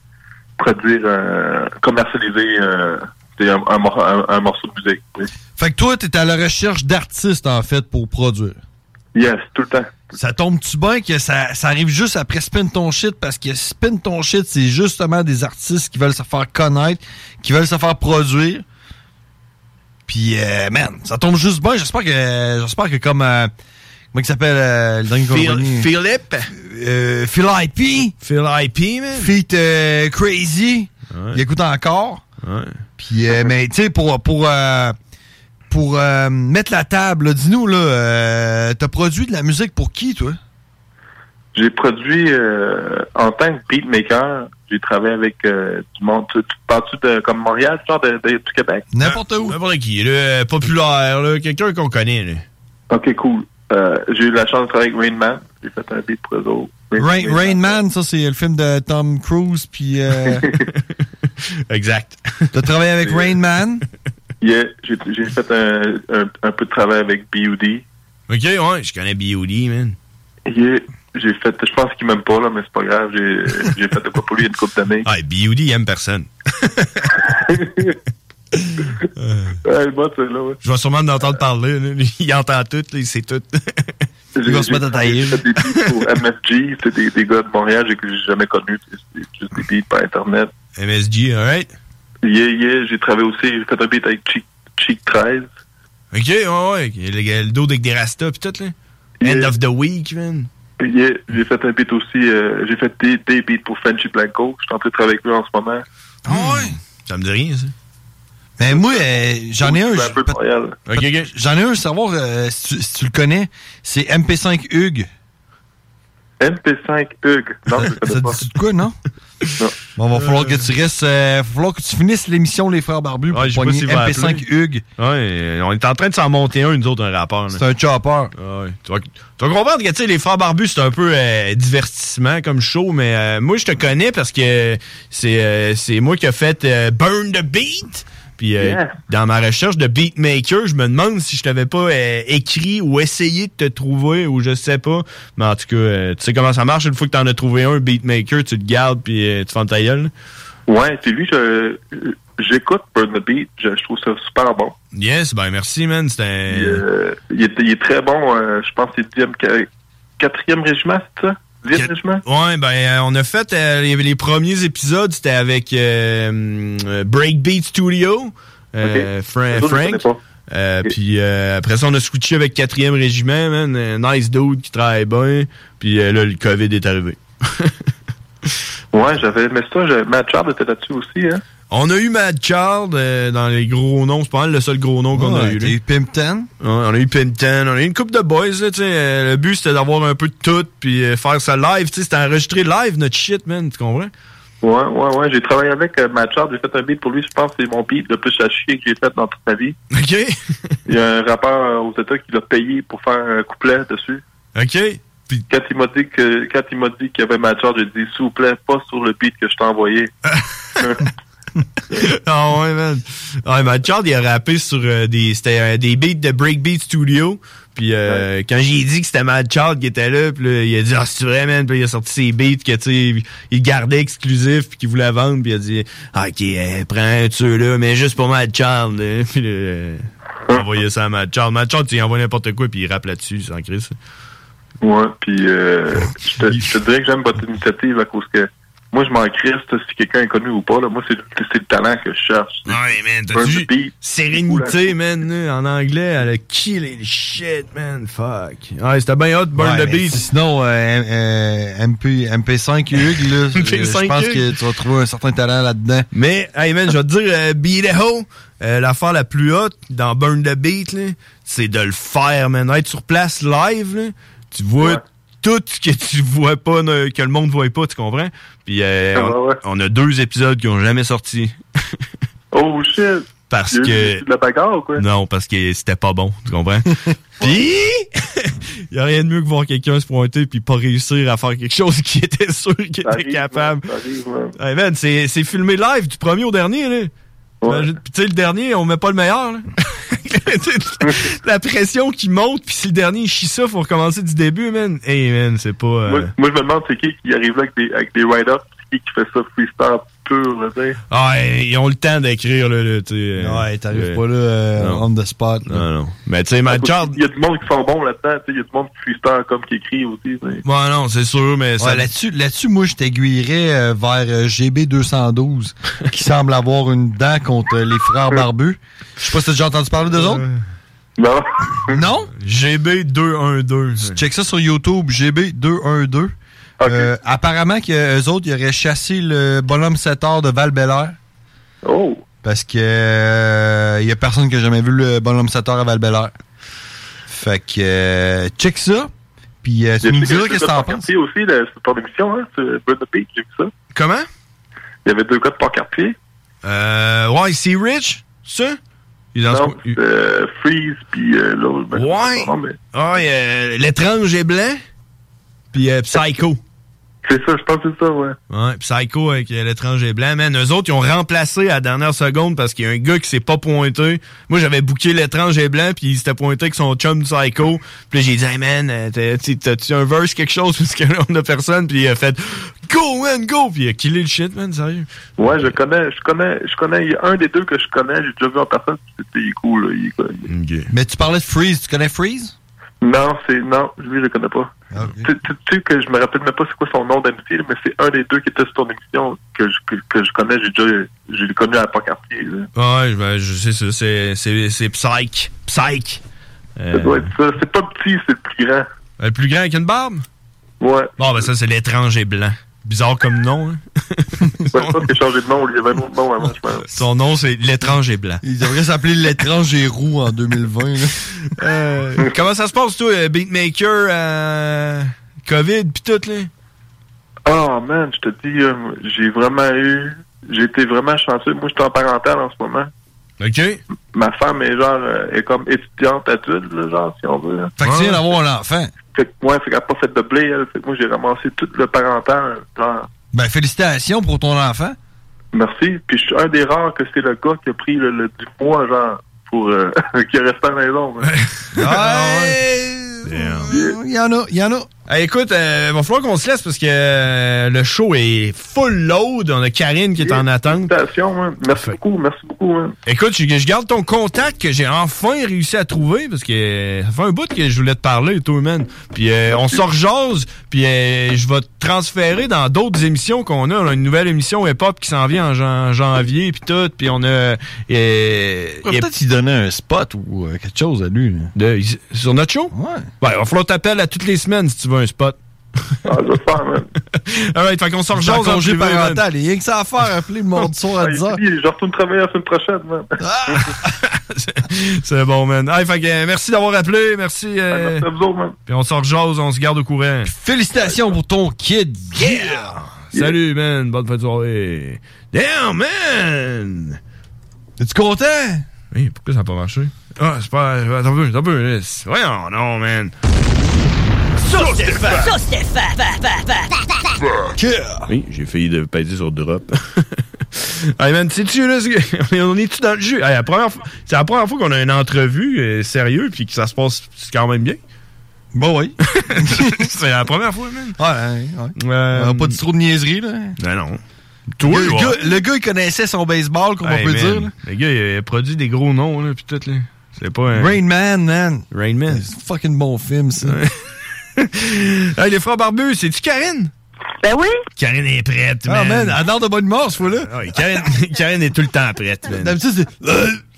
[SPEAKER 19] produire, un- commercialiser euh, tu sais, un, un mor- un- un morceau de musique. tu sais.
[SPEAKER 9] Fait que toi, t'es à la recherche d'artistes, en fait, pour produire.
[SPEAKER 19] Yes, tout le temps.
[SPEAKER 9] Ça tombe-tu bien que ça, ça arrive juste après Spin Ton Shit? Parce que Spin Ton Shit, c'est justement des artistes qui veulent se faire connaître, qui veulent se faire produire. Puis, euh, man, ça tombe juste bien. J'espère que, j'espère que comme, euh, comment il s'appelle, euh, le dernier
[SPEAKER 6] Phil-
[SPEAKER 9] compagnie?
[SPEAKER 6] Philippe?
[SPEAKER 9] Euh, Phil IP. Phil IP, man. Feat euh, Crazy. Il écoute encore. Puis, euh, mais tu sais, pour, pour, euh, pour euh, mettre la table, là, dis-nous, là, euh, t'as produit de la musique pour qui, toi?
[SPEAKER 19] J'ai produit euh, en tant que beatmaker, j'ai travaillé avec euh, du monde. Tu, tu parles-tu de comme Montréal, genre de, de- du Québec?
[SPEAKER 9] N'importe où.
[SPEAKER 6] Hein? N'importe qui, là, euh, populaire, là, quelqu'un qu'on connaît. Là.
[SPEAKER 19] Ok, cool. Euh, j'ai eu la chance de travailler avec Rain Man. J'ai fait un beat pour eux autres.
[SPEAKER 9] Rain, Rain Man, ça, c'est le film de Tom Cruise, puis... euh,
[SPEAKER 6] Exact.
[SPEAKER 9] t'as travaillé avec Rain Man.
[SPEAKER 19] Yeah, j'ai j'ai fait un, un, un peu de travail avec B.U.D.
[SPEAKER 6] Ok, ouais, je connais B.O.D., man.
[SPEAKER 19] Yeah, j'ai fait, je pense qu'il m'aime pas, là, mais c'est pas grave. J'ai j'ai fait de quoi pour lui il y a une couple d'années.
[SPEAKER 6] Ouais, B.O.D., il aime personne.
[SPEAKER 19] Ouais, moi, c'est là, ouais.
[SPEAKER 6] Je vais sûrement en entendre parler. là. Il entend tout, là, il sait tout.
[SPEAKER 19] J'ai- j'ai- J'ai fait des beats pour MFG, c'est des, des gars de Montréal j'ai- que j'ai jamais connus. C'est c'est juste des beats par Internet.
[SPEAKER 6] MSG, alright?
[SPEAKER 19] Yeah, yeah, j'ai travaillé aussi, j'ai fait un beat avec Cheek, Cheek 13.
[SPEAKER 6] Ok, ouais, ouais. Le, le dos avec des rastas, pis tout, là. End of the week, man.
[SPEAKER 19] Yeah, j'ai fait un beat aussi, euh, j'ai fait des, des beats pour Frenchy Blanco. Je suis en train de travailler avec lui en ce moment.
[SPEAKER 6] Ça me dit rien, ça.
[SPEAKER 9] Mais moi, euh, j'en ai un...
[SPEAKER 19] ben,
[SPEAKER 9] je- peut-
[SPEAKER 6] Ok, ok.
[SPEAKER 9] J'en ai un, savoir euh, si, tu, si tu le connais. C'est MP5 Hugues.
[SPEAKER 19] MP5 Hugues. Non, je le
[SPEAKER 9] Ça te
[SPEAKER 19] connais pas.
[SPEAKER 9] dit de quoi, non? Bon, va falloir que tu restes. euh, va falloir que tu finisses l'émission Les Frères Barbus
[SPEAKER 6] Ouais, je sais
[SPEAKER 9] pour
[SPEAKER 6] pas
[SPEAKER 9] pogner
[SPEAKER 6] s'il va
[SPEAKER 9] MP5
[SPEAKER 6] appeler.
[SPEAKER 9] Hugues.
[SPEAKER 6] Ouais, on est en train de s'en monter un, nous autres, un rappeur.
[SPEAKER 9] C'est un chopper.
[SPEAKER 6] Ouais. Tu, vas, tu vas comprendre que, tu sais, les frères barbus, c'est un peu euh, divertissement comme show, mais euh, moi, je te connais parce que c'est euh, c'est moi qui ai fait euh, Burn the Beat. Puis euh,
[SPEAKER 19] Yeah.
[SPEAKER 6] dans ma recherche de beatmaker, je me demande si je t'avais pas euh, écrit ou essayé de te trouver ou je sais pas. Mais en tout cas, euh, tu sais comment ça marche. Une fois que t'en as trouvé un, beatmaker, tu le gardes puis euh, tu fends ta gueule.
[SPEAKER 19] Ouais, puis lui, je- j'écoute Burn the Beat, je, je trouve ça super bon.
[SPEAKER 6] Yes, ben merci, man. C'était
[SPEAKER 19] Il, euh, il est, il est très bon, euh, je pense que c'est le 10e, 4e régiment, c'est ça? 10 régiment?
[SPEAKER 6] Ouais, ben euh, on a fait euh, les, les premiers épisodes, c'était avec euh, hum, euh, Breakbeat Studio, euh,
[SPEAKER 19] Ok.
[SPEAKER 6] Fra-
[SPEAKER 19] Les autres, je connais
[SPEAKER 6] Frank.
[SPEAKER 19] pas.
[SPEAKER 6] Euh, Puis euh, après ça, on a switché avec 4e Régiment, man. euh, nice dude qui travaille bien. Puis euh, là, le COVID est arrivé.
[SPEAKER 19] Ouais, j'avais aimé ça, j'avais- Matt Charles était là-dessus aussi, hein?
[SPEAKER 6] On a eu Mad Child euh, dans les gros noms. C'est pas mal le seul gros nom qu'on a
[SPEAKER 9] Ouais,
[SPEAKER 6] eu.
[SPEAKER 9] t'as eu Pimpton.
[SPEAKER 6] on a eu Pimpton. On a eu une coupe de boys. Là, tu sais, euh, le but, c'était d'avoir un peu de tout. Puis euh, faire ça live. tu sais, C'était enregistré live, notre shit, man. Tu comprends?
[SPEAKER 19] Ouais, ouais, ouais, j'ai travaillé avec euh, Matt Charles, j'ai fait un beat pour lui, je pense que c'est mon beat le plus à chier que j'ai fait dans toute ma vie.
[SPEAKER 6] OK.
[SPEAKER 19] Il y a un rappeur euh, aux États qui l'a payé pour faire un couplet dessus.
[SPEAKER 6] OK.
[SPEAKER 19] Quand il m'a dit que quand il m'a dit qu'il y avait Matt Charles, j'ai dit s'il vous plaît, pas sur le beat que je t'ai envoyé.
[SPEAKER 6] Ah ouais, man. Ouais, Mad Child, il a rappé sur euh, des, c'était, euh, des beats de Breakbeat Studio. Puis euh, quand j'ai dit que c'était Mad Child qui était là, puis là, il a dit « Ah, c'est vrai, man? » Puis il a sorti ses beats que, tu sais, il gardait exclusif puis qu'il voulait vendre. Puis il a dit « Ah, OK, euh, prends un de ceux-là, mais juste pour Mad Child. hein. » Puis là, euh, il a envoyé ça à Mad Child. Mad Child, tu lui envoies n'importe quoi puis il rappe là-dessus, sans crise.
[SPEAKER 19] Ouais, puis euh, je, te, je te dirais que j'aime votre initiative à cause que moi je m'en crisse là, si quelqu'un est connu ou pas. Là. Moi c'est c'est le talent que je cherche.
[SPEAKER 6] Ouais, man,
[SPEAKER 19] Burn
[SPEAKER 6] t'as-tu
[SPEAKER 19] the beat. hein.
[SPEAKER 6] Sérénité, man, là, en anglais, elle a killé le shit, man, fuck. Ouais, c'était bien hot, Burn
[SPEAKER 9] Ouais,
[SPEAKER 6] the
[SPEAKER 9] mais
[SPEAKER 6] Beat.
[SPEAKER 9] si- Sinon, euh, euh, MP, MP5 Hugues, là, euh,
[SPEAKER 6] MP5
[SPEAKER 9] je pense
[SPEAKER 6] Hugues.
[SPEAKER 9] que tu vas trouver un certain talent là-dedans.
[SPEAKER 6] Mais, hey man, je vais te dire, euh, Beat It Ho, euh, l'affaire la plus haute dans Burn the Beat, là, c'est de le faire, man. Être sur place live, là, tu vois tout ce que tu vois pas, ne- que le monde voit pas, tu comprends? Puis euh,
[SPEAKER 19] Ah,
[SPEAKER 6] on, on a deux épisodes qui ont jamais sorti.
[SPEAKER 19] Oh shit!
[SPEAKER 6] Parce
[SPEAKER 19] Il y a eu
[SPEAKER 6] que-
[SPEAKER 19] de la bagarre ou quoi?
[SPEAKER 6] Non, parce que c'était pas bon, tu comprends? puis, y a rien de mieux que voir quelqu'un se pointer puis pas réussir à faire quelque chose qui était sûr qu'il était capable.
[SPEAKER 19] Ça arrive, man.
[SPEAKER 6] Hey man, c'est c'est filmé live du premier au dernier, là.
[SPEAKER 9] Imagine- Puis tu sais, le dernier, on met pas le meilleur. là. la pression qui monte, puis si le dernier il chie ça, faut recommencer du début, man. Hey, man, c'est pas... euh,
[SPEAKER 19] Moi, moi, je me demande c'est qui qui arrive là avec des, avec des write-ups, c'est qui qui fait ça freestyle pur, là, tu sais.
[SPEAKER 6] Ah, ils ont le temps d'écrire, là, là, tu sais. Ouais,
[SPEAKER 9] t'arrives pas là, euh, on the spot. là.
[SPEAKER 6] Non, non. Mais tu sais, ma charte...
[SPEAKER 19] Il Ah, y a du monde qui sont bons là-dedans, tu sais, il y a du monde qui freestyle comme qui écrit aussi, tu sais.
[SPEAKER 9] Ouais, non, c'est sûr, mais
[SPEAKER 19] ça-
[SPEAKER 9] là-dessus, là-dessus, moi, je t'aiguillerais euh, vers euh, GB212, qui semble avoir une dent contre les frères barbus. Je sais pas si t'as déjà entendu parler d'eux autres.
[SPEAKER 19] Non.
[SPEAKER 9] Non? GB212. Check ça sur YouTube, GB212. Euh, apparemment qu'eux autres, ils auraient chassé le bonhomme 7 heures de val
[SPEAKER 19] Oh!
[SPEAKER 9] Parce que il y a personne qui a jamais vu le bonhomme 7 heures à val Fait que euh, check ça. Puis euh, tu nous diras qu'est-ce que t'en penses.
[SPEAKER 19] C'est aussi, là, c'est ton émission, hein, c'est Burn the Beat, j'ai vu ça.
[SPEAKER 6] Comment?
[SPEAKER 19] Il y avait deux gars de par quartier.
[SPEAKER 6] Euh, ouais, c'est Rich, ça? Il est dans ce
[SPEAKER 19] Non,
[SPEAKER 6] coin-
[SPEAKER 19] c'est, euh, Freeze, puis euh, l'autre. ben,
[SPEAKER 6] Ouais.
[SPEAKER 19] non, mais
[SPEAKER 6] Ah, ouais, euh, l'étrange et blanc. Puis euh, Psycho.
[SPEAKER 19] C'est ça, je pense que c'est ça, ouais.
[SPEAKER 6] Ouais, puis Psycho avec euh, l'étrange et blanc, man. Eux autres, ils ont remplacé à la dernière seconde parce qu'il y a un gars qui s'est pas pointé. Moi, j'avais booké l'étrange et blanc, puis il s'était pointé avec son chum Psycho. Puis là, j'ai dit, hey man, euh, t'as- t'as- t'as-tu un verse, quelque chose? Parce que là, on a personne. Puis il a fait, go, man, go! Puis il a killé le shit, man, sérieux.
[SPEAKER 19] Ouais, je connais, je connais, je connais, il y a un des deux que je connais, j'ai déjà vu en personne, puis c'était il est cool, là, il est cool.
[SPEAKER 9] Mais tu parlais de Freeze, tu connais Ah, Freeze?
[SPEAKER 19] Non, c'est, non, lui, je le connais pas. Tu, tu- tu sais que je me rappelle même pas c'est quoi son nom d'amitié, là, mais c'est un des deux qui était sur ton émission que je, que, que je connais, j'ai déjà, je l'ai connu à la Pancartier, là.
[SPEAKER 6] Ouais, ben, je sais ça, c'est, c'est, c'est Psyche. Psyche.
[SPEAKER 19] Ça doit être ça, c'est pas petit, c'est le plus grand.
[SPEAKER 6] Le Euh, plus grand avec une barbe?
[SPEAKER 19] Ouais.
[SPEAKER 6] Bon, ben ça, c'est l'étrange et blanc. Bizarre comme nom, hein?
[SPEAKER 19] Ouais, je pense qu'il a changé de nom, il y avait un autre nom avant, je pense.
[SPEAKER 6] Son nom, c'est l'étrange et blanc.
[SPEAKER 9] Il devrait s'appeler l'étranger roux en 2020. là.
[SPEAKER 6] Euh, comment ça se passe, toi, euh, Beatmaker, euh, COVID, pis tout, là?
[SPEAKER 19] Oh man, je te dis, euh, j'ai vraiment eu. J'ai été vraiment chanceux. Moi, je suis en parental en ce moment.
[SPEAKER 6] OK.
[SPEAKER 19] Ma femme est genre euh, est comme étudiante adulte, là, genre, si on veut. là.
[SPEAKER 9] Fait que tu viens d'avoir un enfant.
[SPEAKER 19] Fait que moi, fait qu'elle a pas fait de blé, elle. Fait que moi, j'ai ramassé tout le parental, genre.
[SPEAKER 9] Ben, félicitations pour ton enfant.
[SPEAKER 19] Merci. Puis je suis un des rares que c'est le gars qui a pris le, le- du mois, genre, pour euh, qui est resté à la maison. là.
[SPEAKER 9] Il y en a, il y en a.
[SPEAKER 6] Hey, écoute, euh, va falloir qu'on se laisse parce que euh, le show est full load. On a Karine qui est en attente.
[SPEAKER 19] Merci beaucoup, merci beaucoup.
[SPEAKER 6] Écoute, je, je garde ton contact que j'ai enfin réussi à trouver parce que euh, ça fait un bout que je voulais te parler, toi, man. Puis euh, on sort jase, puis euh, je vais te transférer dans d'autres émissions qu'on a. On a une nouvelle émission hip-hop qui s'en vient en jan- janvier, puis tout. Puis on a... euh, hip-
[SPEAKER 9] Peut-être qu'il donnait un spot ou euh, quelque chose à lui.
[SPEAKER 6] de- is- sur notre show? Ouais. Ben, il va falloir t'appeler à toutes les semaines si tu veux un spot.
[SPEAKER 19] Ah, je vais faire, man.
[SPEAKER 6] Alright, fait qu'on sort
[SPEAKER 9] J'ai
[SPEAKER 6] jase en
[SPEAKER 9] congé
[SPEAKER 6] privé, man.
[SPEAKER 9] parental. Il y a rien que ça à faire, appeler le mardi soir à Ah, 10h.
[SPEAKER 19] Je retourne travailler la semaine prochaine, man.
[SPEAKER 6] C'est bon, man. Hey, fait que, euh, merci d'avoir appelé. Merci. euh, Puis on sort jase, on se garde au courant.
[SPEAKER 9] Félicitations pour ton kid.
[SPEAKER 6] Salut, man. Bonne fin de soirée. Damn, man!
[SPEAKER 9] Es-tu content?
[SPEAKER 6] Oui, pourquoi ça n'a pas marché? Ah, c'est pas... Attends un peu, attends un peu. yes. Voyons, non, man.
[SPEAKER 11] Sauce
[SPEAKER 6] de fat.
[SPEAKER 11] Sauce de fat. Fat, fat, fat, fat, fat.
[SPEAKER 6] Oui, j'ai failli de peser sur drop. hey man, sais-tu, là, c'est- on est-tu dans le jeu? Hey, la première fois- c'est la première fois qu'on a une entrevue euh, sérieuse puis que ça se passe quand même bien.
[SPEAKER 9] Bon, Bah oui.
[SPEAKER 6] c'est la première fois, man. Euh,
[SPEAKER 9] Ouais, ouais. On a pas dit trop de niaiseries, là.
[SPEAKER 6] Ben non. Toi,
[SPEAKER 9] le,
[SPEAKER 6] ouais.
[SPEAKER 9] gars, le gars, il connaissait son baseball, comme
[SPEAKER 6] Hey,
[SPEAKER 9] on peut
[SPEAKER 6] man,
[SPEAKER 9] dire. là.
[SPEAKER 6] Le gars, il a produit des gros noms, là, puis tout, là. C'est pas un...
[SPEAKER 9] Rain Man, man.
[SPEAKER 6] Rain Man.
[SPEAKER 9] C'est un fucking bon film, ça.
[SPEAKER 6] hey, les frères barbus, c'est-tu Karine?
[SPEAKER 20] Ben oui.
[SPEAKER 6] Karine est prête,
[SPEAKER 9] Ah,
[SPEAKER 6] man.
[SPEAKER 9] man, elle a de bonne mort, ce fois-là.
[SPEAKER 6] Ouais, Karine, Karine est tout le temps prête, man.
[SPEAKER 9] D'habitude,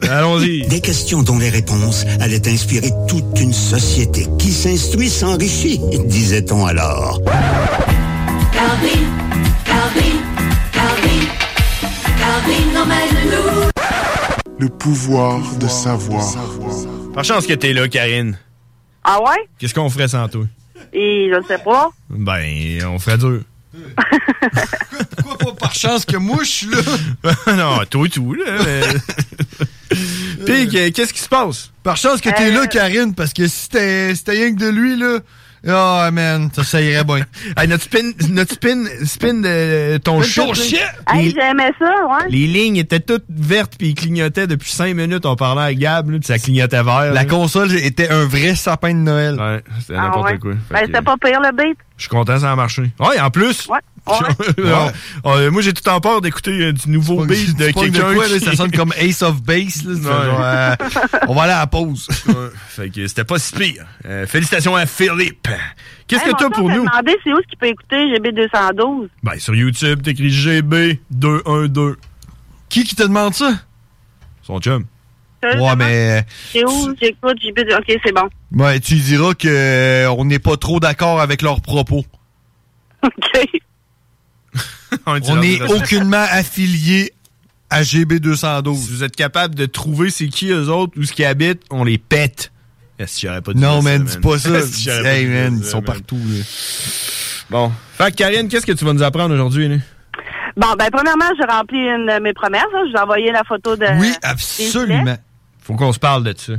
[SPEAKER 6] c'est... Allons-y.
[SPEAKER 20] Des questions dont les réponses allaient inspirer toute une société qui s'instruit s'enrichit, disait-on alors.
[SPEAKER 11] Calvin, Calvin, Calvin, Calvin emmène-nous.
[SPEAKER 21] Le pouvoir de savoir.
[SPEAKER 6] Par chance que t'es là, Karine.
[SPEAKER 20] Ah ouais?
[SPEAKER 6] Qu'est-ce qu'on ferait sans toi?
[SPEAKER 20] Et je ne sais pas.
[SPEAKER 6] Ben, on ferait dur.
[SPEAKER 9] Pourquoi pas par chance que moi, je suis là?
[SPEAKER 6] non, tout et tout, là. mais- Puis, que- qu'est-ce qui se passe?
[SPEAKER 22] Euh,
[SPEAKER 6] Euh.
[SPEAKER 9] Par chance que t'es là, Karine, parce que si t'es- c'était rien que de lui, là, Ah, man, ça, ça irait bien.
[SPEAKER 6] hey, notre spin, notre spin, spin de ton show.
[SPEAKER 22] Hey,
[SPEAKER 6] Les,
[SPEAKER 22] j'aimais ça, ouais.
[SPEAKER 6] les lignes étaient toutes vertes puis ils clignotaient depuis cinq minutes. On parlait à Gab, là, puis ça clignotait vert.
[SPEAKER 9] La
[SPEAKER 6] là.
[SPEAKER 9] console était un vrai sapin de Noël.
[SPEAKER 6] Ouais, c'était
[SPEAKER 22] Ah,
[SPEAKER 6] n'importe
[SPEAKER 22] ouais.
[SPEAKER 6] quoi. Fait
[SPEAKER 22] Ben,
[SPEAKER 6] que,
[SPEAKER 22] c'était pas pire, le beat.
[SPEAKER 6] Je suis content, ça a marché. Ouais, en plus. Alors, euh, moi, j'ai tout en peur d'écouter euh, du nouveau beat de
[SPEAKER 9] C'est pas
[SPEAKER 6] quelqu'un.
[SPEAKER 9] de quoi, là,
[SPEAKER 6] qui-
[SPEAKER 9] ça sonne comme Ace of Base. là, c'est genre, euh, on va aller à la pause.
[SPEAKER 6] Fait que c'était pas si pire. Euh, félicitations à Philippe. Qu'est-ce
[SPEAKER 22] Hey, mon
[SPEAKER 6] que t'as
[SPEAKER 22] chum
[SPEAKER 6] pour
[SPEAKER 22] m'a
[SPEAKER 6] nous?
[SPEAKER 22] demandé c'est où ce qu'il peut écouter GB212.
[SPEAKER 6] Ben, sur YouTube, t'écris GB212.
[SPEAKER 9] Qui qui te demande ça?
[SPEAKER 6] Son chum.
[SPEAKER 9] Ouais, mais
[SPEAKER 22] C'est où j'écoute GB212. OK, c'est bon.
[SPEAKER 9] ouais, tu diras que euh, on n'est pas trop d'accord avec leurs propos. On n'est aucunement affilié à GB212.
[SPEAKER 6] Si vous êtes capable de trouver c'est qui eux autres ou ce qu'ils habitent, on les pète. Est-ce que j'aurais pas dû
[SPEAKER 9] Non,
[SPEAKER 6] dire
[SPEAKER 9] man,
[SPEAKER 6] ça,
[SPEAKER 9] dis pas ça.
[SPEAKER 6] Est-ce que j'aurais pas
[SPEAKER 9] Hey,
[SPEAKER 6] dû
[SPEAKER 9] man,
[SPEAKER 6] dire
[SPEAKER 9] ils
[SPEAKER 6] ça,
[SPEAKER 9] sont
[SPEAKER 6] man?
[SPEAKER 9] partout.
[SPEAKER 6] Bon. Fait que Karine, qu'est-ce que tu vas nous apprendre aujourd'hui? là?
[SPEAKER 22] Bon, ben, premièrement, j'ai rempli une de mes promesses. hein. Je vous ai envoyé la photo de. Euh, des gilets.
[SPEAKER 6] Faut qu'on se parle de ça.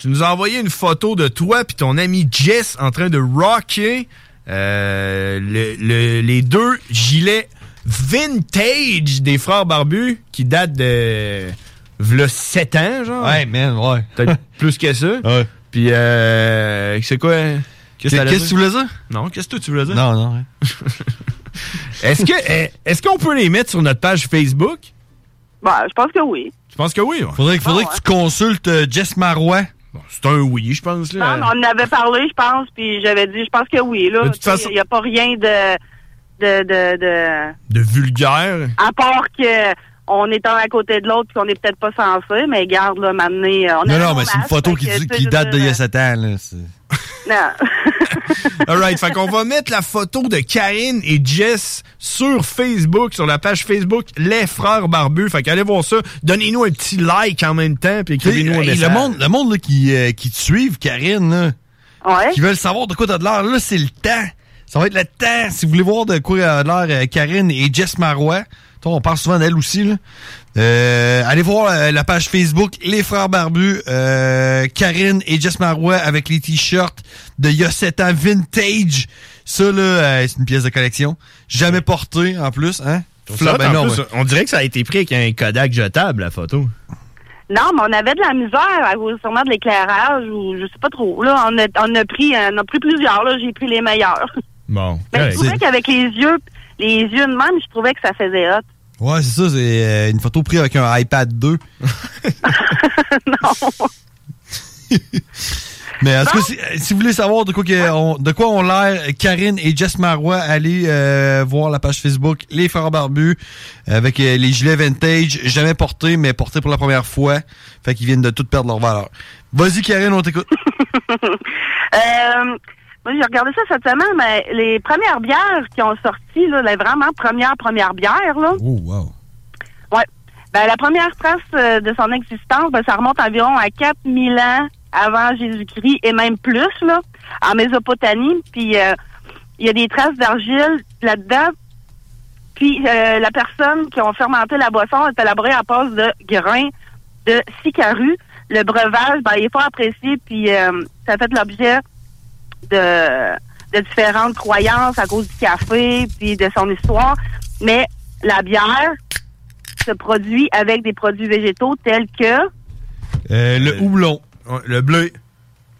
[SPEAKER 6] tu nous as envoyé une photo de toi puis ton ami Jess en train de rocker euh, le- le- les deux gilets vintage des frères barbus qui datent de v'là 7 ans, genre.
[SPEAKER 9] Ouais, man, ouais.
[SPEAKER 6] Peut-être plus que ça. Puis, euh, c'est quoi?
[SPEAKER 9] Qu'est-ce
[SPEAKER 6] allait
[SPEAKER 9] que tu voulais dire?
[SPEAKER 6] Non, qu'est-ce que tu voulais dire?
[SPEAKER 9] Non, non. hein. ouais.
[SPEAKER 6] Est-ce que eh, est-ce qu'on peut les mettre sur notre page Facebook?
[SPEAKER 22] Ben, je pense que oui. Ah,
[SPEAKER 6] Je pense que oui. ouais.
[SPEAKER 9] Faudrait, faudrait que tu consultes euh, Jess Marois.
[SPEAKER 6] c'est un oui, je pense.
[SPEAKER 22] Non, mais on en avait parlé, je pense, puis j'avais dit, je pense que oui. Là,
[SPEAKER 6] De toute
[SPEAKER 22] Tu sais,
[SPEAKER 6] façon-
[SPEAKER 22] il n'y a pas rien de, de, de, de-
[SPEAKER 6] De vulgaire.
[SPEAKER 22] à part que on est un à côté de l'autre, puis qu'on est peut-être pas censé, mais garde là, m'amener. euh, on
[SPEAKER 9] Non,
[SPEAKER 22] a
[SPEAKER 9] non,
[SPEAKER 22] un
[SPEAKER 9] mais c'est une
[SPEAKER 22] masque,
[SPEAKER 9] photo
[SPEAKER 22] fait
[SPEAKER 9] qui,
[SPEAKER 22] que,
[SPEAKER 9] dit-
[SPEAKER 22] tu sais,
[SPEAKER 9] qui
[SPEAKER 22] je
[SPEAKER 9] date
[SPEAKER 22] veux
[SPEAKER 9] d'il y
[SPEAKER 22] dire,
[SPEAKER 9] a 7 ans. Là. c'est-
[SPEAKER 22] Non.
[SPEAKER 6] Alright, fait qu'on va mettre la photo de Karine et Jess sur Facebook, sur la page Facebook Les Frères Barbus. Fait qu'allez voir ça. Donnez-nous un petit like en même temps, puis écrivez-nous un
[SPEAKER 9] Hey,
[SPEAKER 6] message.
[SPEAKER 9] le monde, le monde là, qui, euh, qui te suivent, Karine, là, qui veulent savoir de quoi t'as de l'air, là, c'est le temps. Ça va être le temps. Si vous voulez voir de quoi a de l'air euh, Karine et Jess Marois, toi, on parle souvent d'elle aussi. Là. Euh, allez voir euh, la page Facebook Les Frères Barbus, euh, Karine et Jess Marois avec les t-shirts de il y a 7 ans vintage. Ça, là, euh, c'est une pièce de collection. Jamais portée, en plus. Hein?
[SPEAKER 6] Ça,
[SPEAKER 9] Flop, ben
[SPEAKER 6] en
[SPEAKER 9] non,
[SPEAKER 6] plus, euh,
[SPEAKER 9] ouais.
[SPEAKER 6] On dirait que ça a été pris avec un Kodak jetable, la photo.
[SPEAKER 22] Non, mais on avait de la misère à cause sûrement de l'éclairage ou je sais pas trop. Là, on a, on a pris, euh, on a pris plusieurs. Là, j'ai pris les meilleurs.
[SPEAKER 6] Bon.
[SPEAKER 22] Mais je trouvais qu'avec les yeux, les yeux de même, je trouvais que ça faisait hot.
[SPEAKER 9] Ouais, c'est ça, c'est euh, une photo prise avec un iPad 2. non. Mais en tout cas, si, euh, si vous voulez savoir de quoi, que- on, de quoi on l'air, Karine et Jess Marois, allez euh, voir la page Facebook Les Frères Barbus avec euh, les gilets vintage, jamais portés, mais portés pour la première fois. Fait qu'ils viennent de tout perdre leur valeur. Vas-y, Karine, on t'écoute.
[SPEAKER 22] Euh, moi, j'ai regardé ça cette semaine, mais les premières bières qui ont sorti, là, les vraiment premières, premières bières, là.
[SPEAKER 9] Oh, wow.
[SPEAKER 22] Ouais. Ben, la première trace euh, de son existence, ben, ça remonte environ à 4000 ans avant Jésus-Christ et même plus, là, en Mésopotamie. Puis, euh, il y a des traces d'argile là-dedans. Puis, euh, la personne qui ont fermenté la boisson est élaborée à base de grains de sicaru. Le breuvage, ben, il est fort apprécié, puis euh, ça fait l'objet de, de différentes croyances à cause du café, puis de son histoire. Mais la bière se produit avec des produits végétaux tels que
[SPEAKER 6] Euh,
[SPEAKER 9] le houblon.
[SPEAKER 6] Le bleu.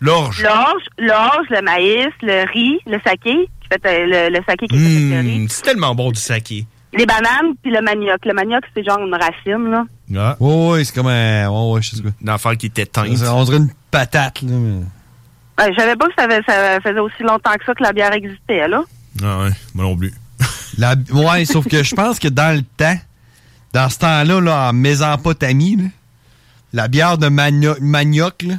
[SPEAKER 6] L'orge.
[SPEAKER 22] l'orge, l'orge, le maïs, le riz, le saké, qui fait euh, le, le saké qui est fait avec le riz,
[SPEAKER 6] Mmh, c'est tellement bon du saké.
[SPEAKER 22] les bananes, puis le manioc. Le manioc, c'est genre une racine, là.
[SPEAKER 6] Ah.
[SPEAKER 9] Ouais, ouais, c'est comme un. Ouais, ouais, je sais quoi.
[SPEAKER 6] Une affaire qui était teinte.
[SPEAKER 9] On dirait une patate, là. mais-
[SPEAKER 22] Ouais, je savais pas que ça, avait- ça faisait aussi longtemps que ça que la bière existait, là.
[SPEAKER 6] Ah ouais, moi non plus.
[SPEAKER 9] La- ouais, sauf que je pense que dans le temps, dans ce temps-là, là, en Mésopotamie, là, la bière de manio- manioc, là,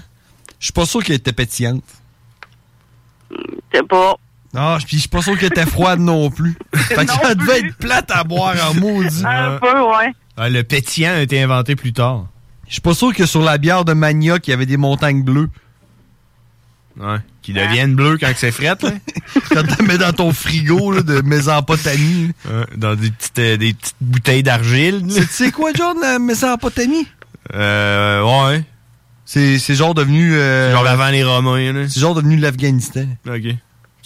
[SPEAKER 9] je suis pas sûr qu'elle était pétillante.
[SPEAKER 22] C'est pas.
[SPEAKER 9] Non, puis je suis pas sûr qu'elle était froide non plus. Fait que
[SPEAKER 22] Non
[SPEAKER 9] ça devait
[SPEAKER 22] plus.
[SPEAKER 9] être plate à boire en maudit. Euh,
[SPEAKER 22] Un peu, ouais.
[SPEAKER 6] Ah, le pétillant a été inventé plus tard.
[SPEAKER 9] Je suis pas sûr que sur la bière de manioc, il y avait des montagnes bleues.
[SPEAKER 6] Ouais. Qui deviennent bleus quand que c'est fret, là.
[SPEAKER 9] Quand tu mets dans ton frigo là, de Mésopotamie.
[SPEAKER 6] Ouais, Dans des petites, euh, des petites bouteilles d'argile.
[SPEAKER 9] euh, C'est quoi, John, la Mésopotamie?
[SPEAKER 6] Euh, ouais.
[SPEAKER 9] C'est c'est genre devenu. euh,
[SPEAKER 6] C'est genre l'avant les Romains, là.
[SPEAKER 9] C'est genre devenu l'Afghanistan.
[SPEAKER 6] OK. Tu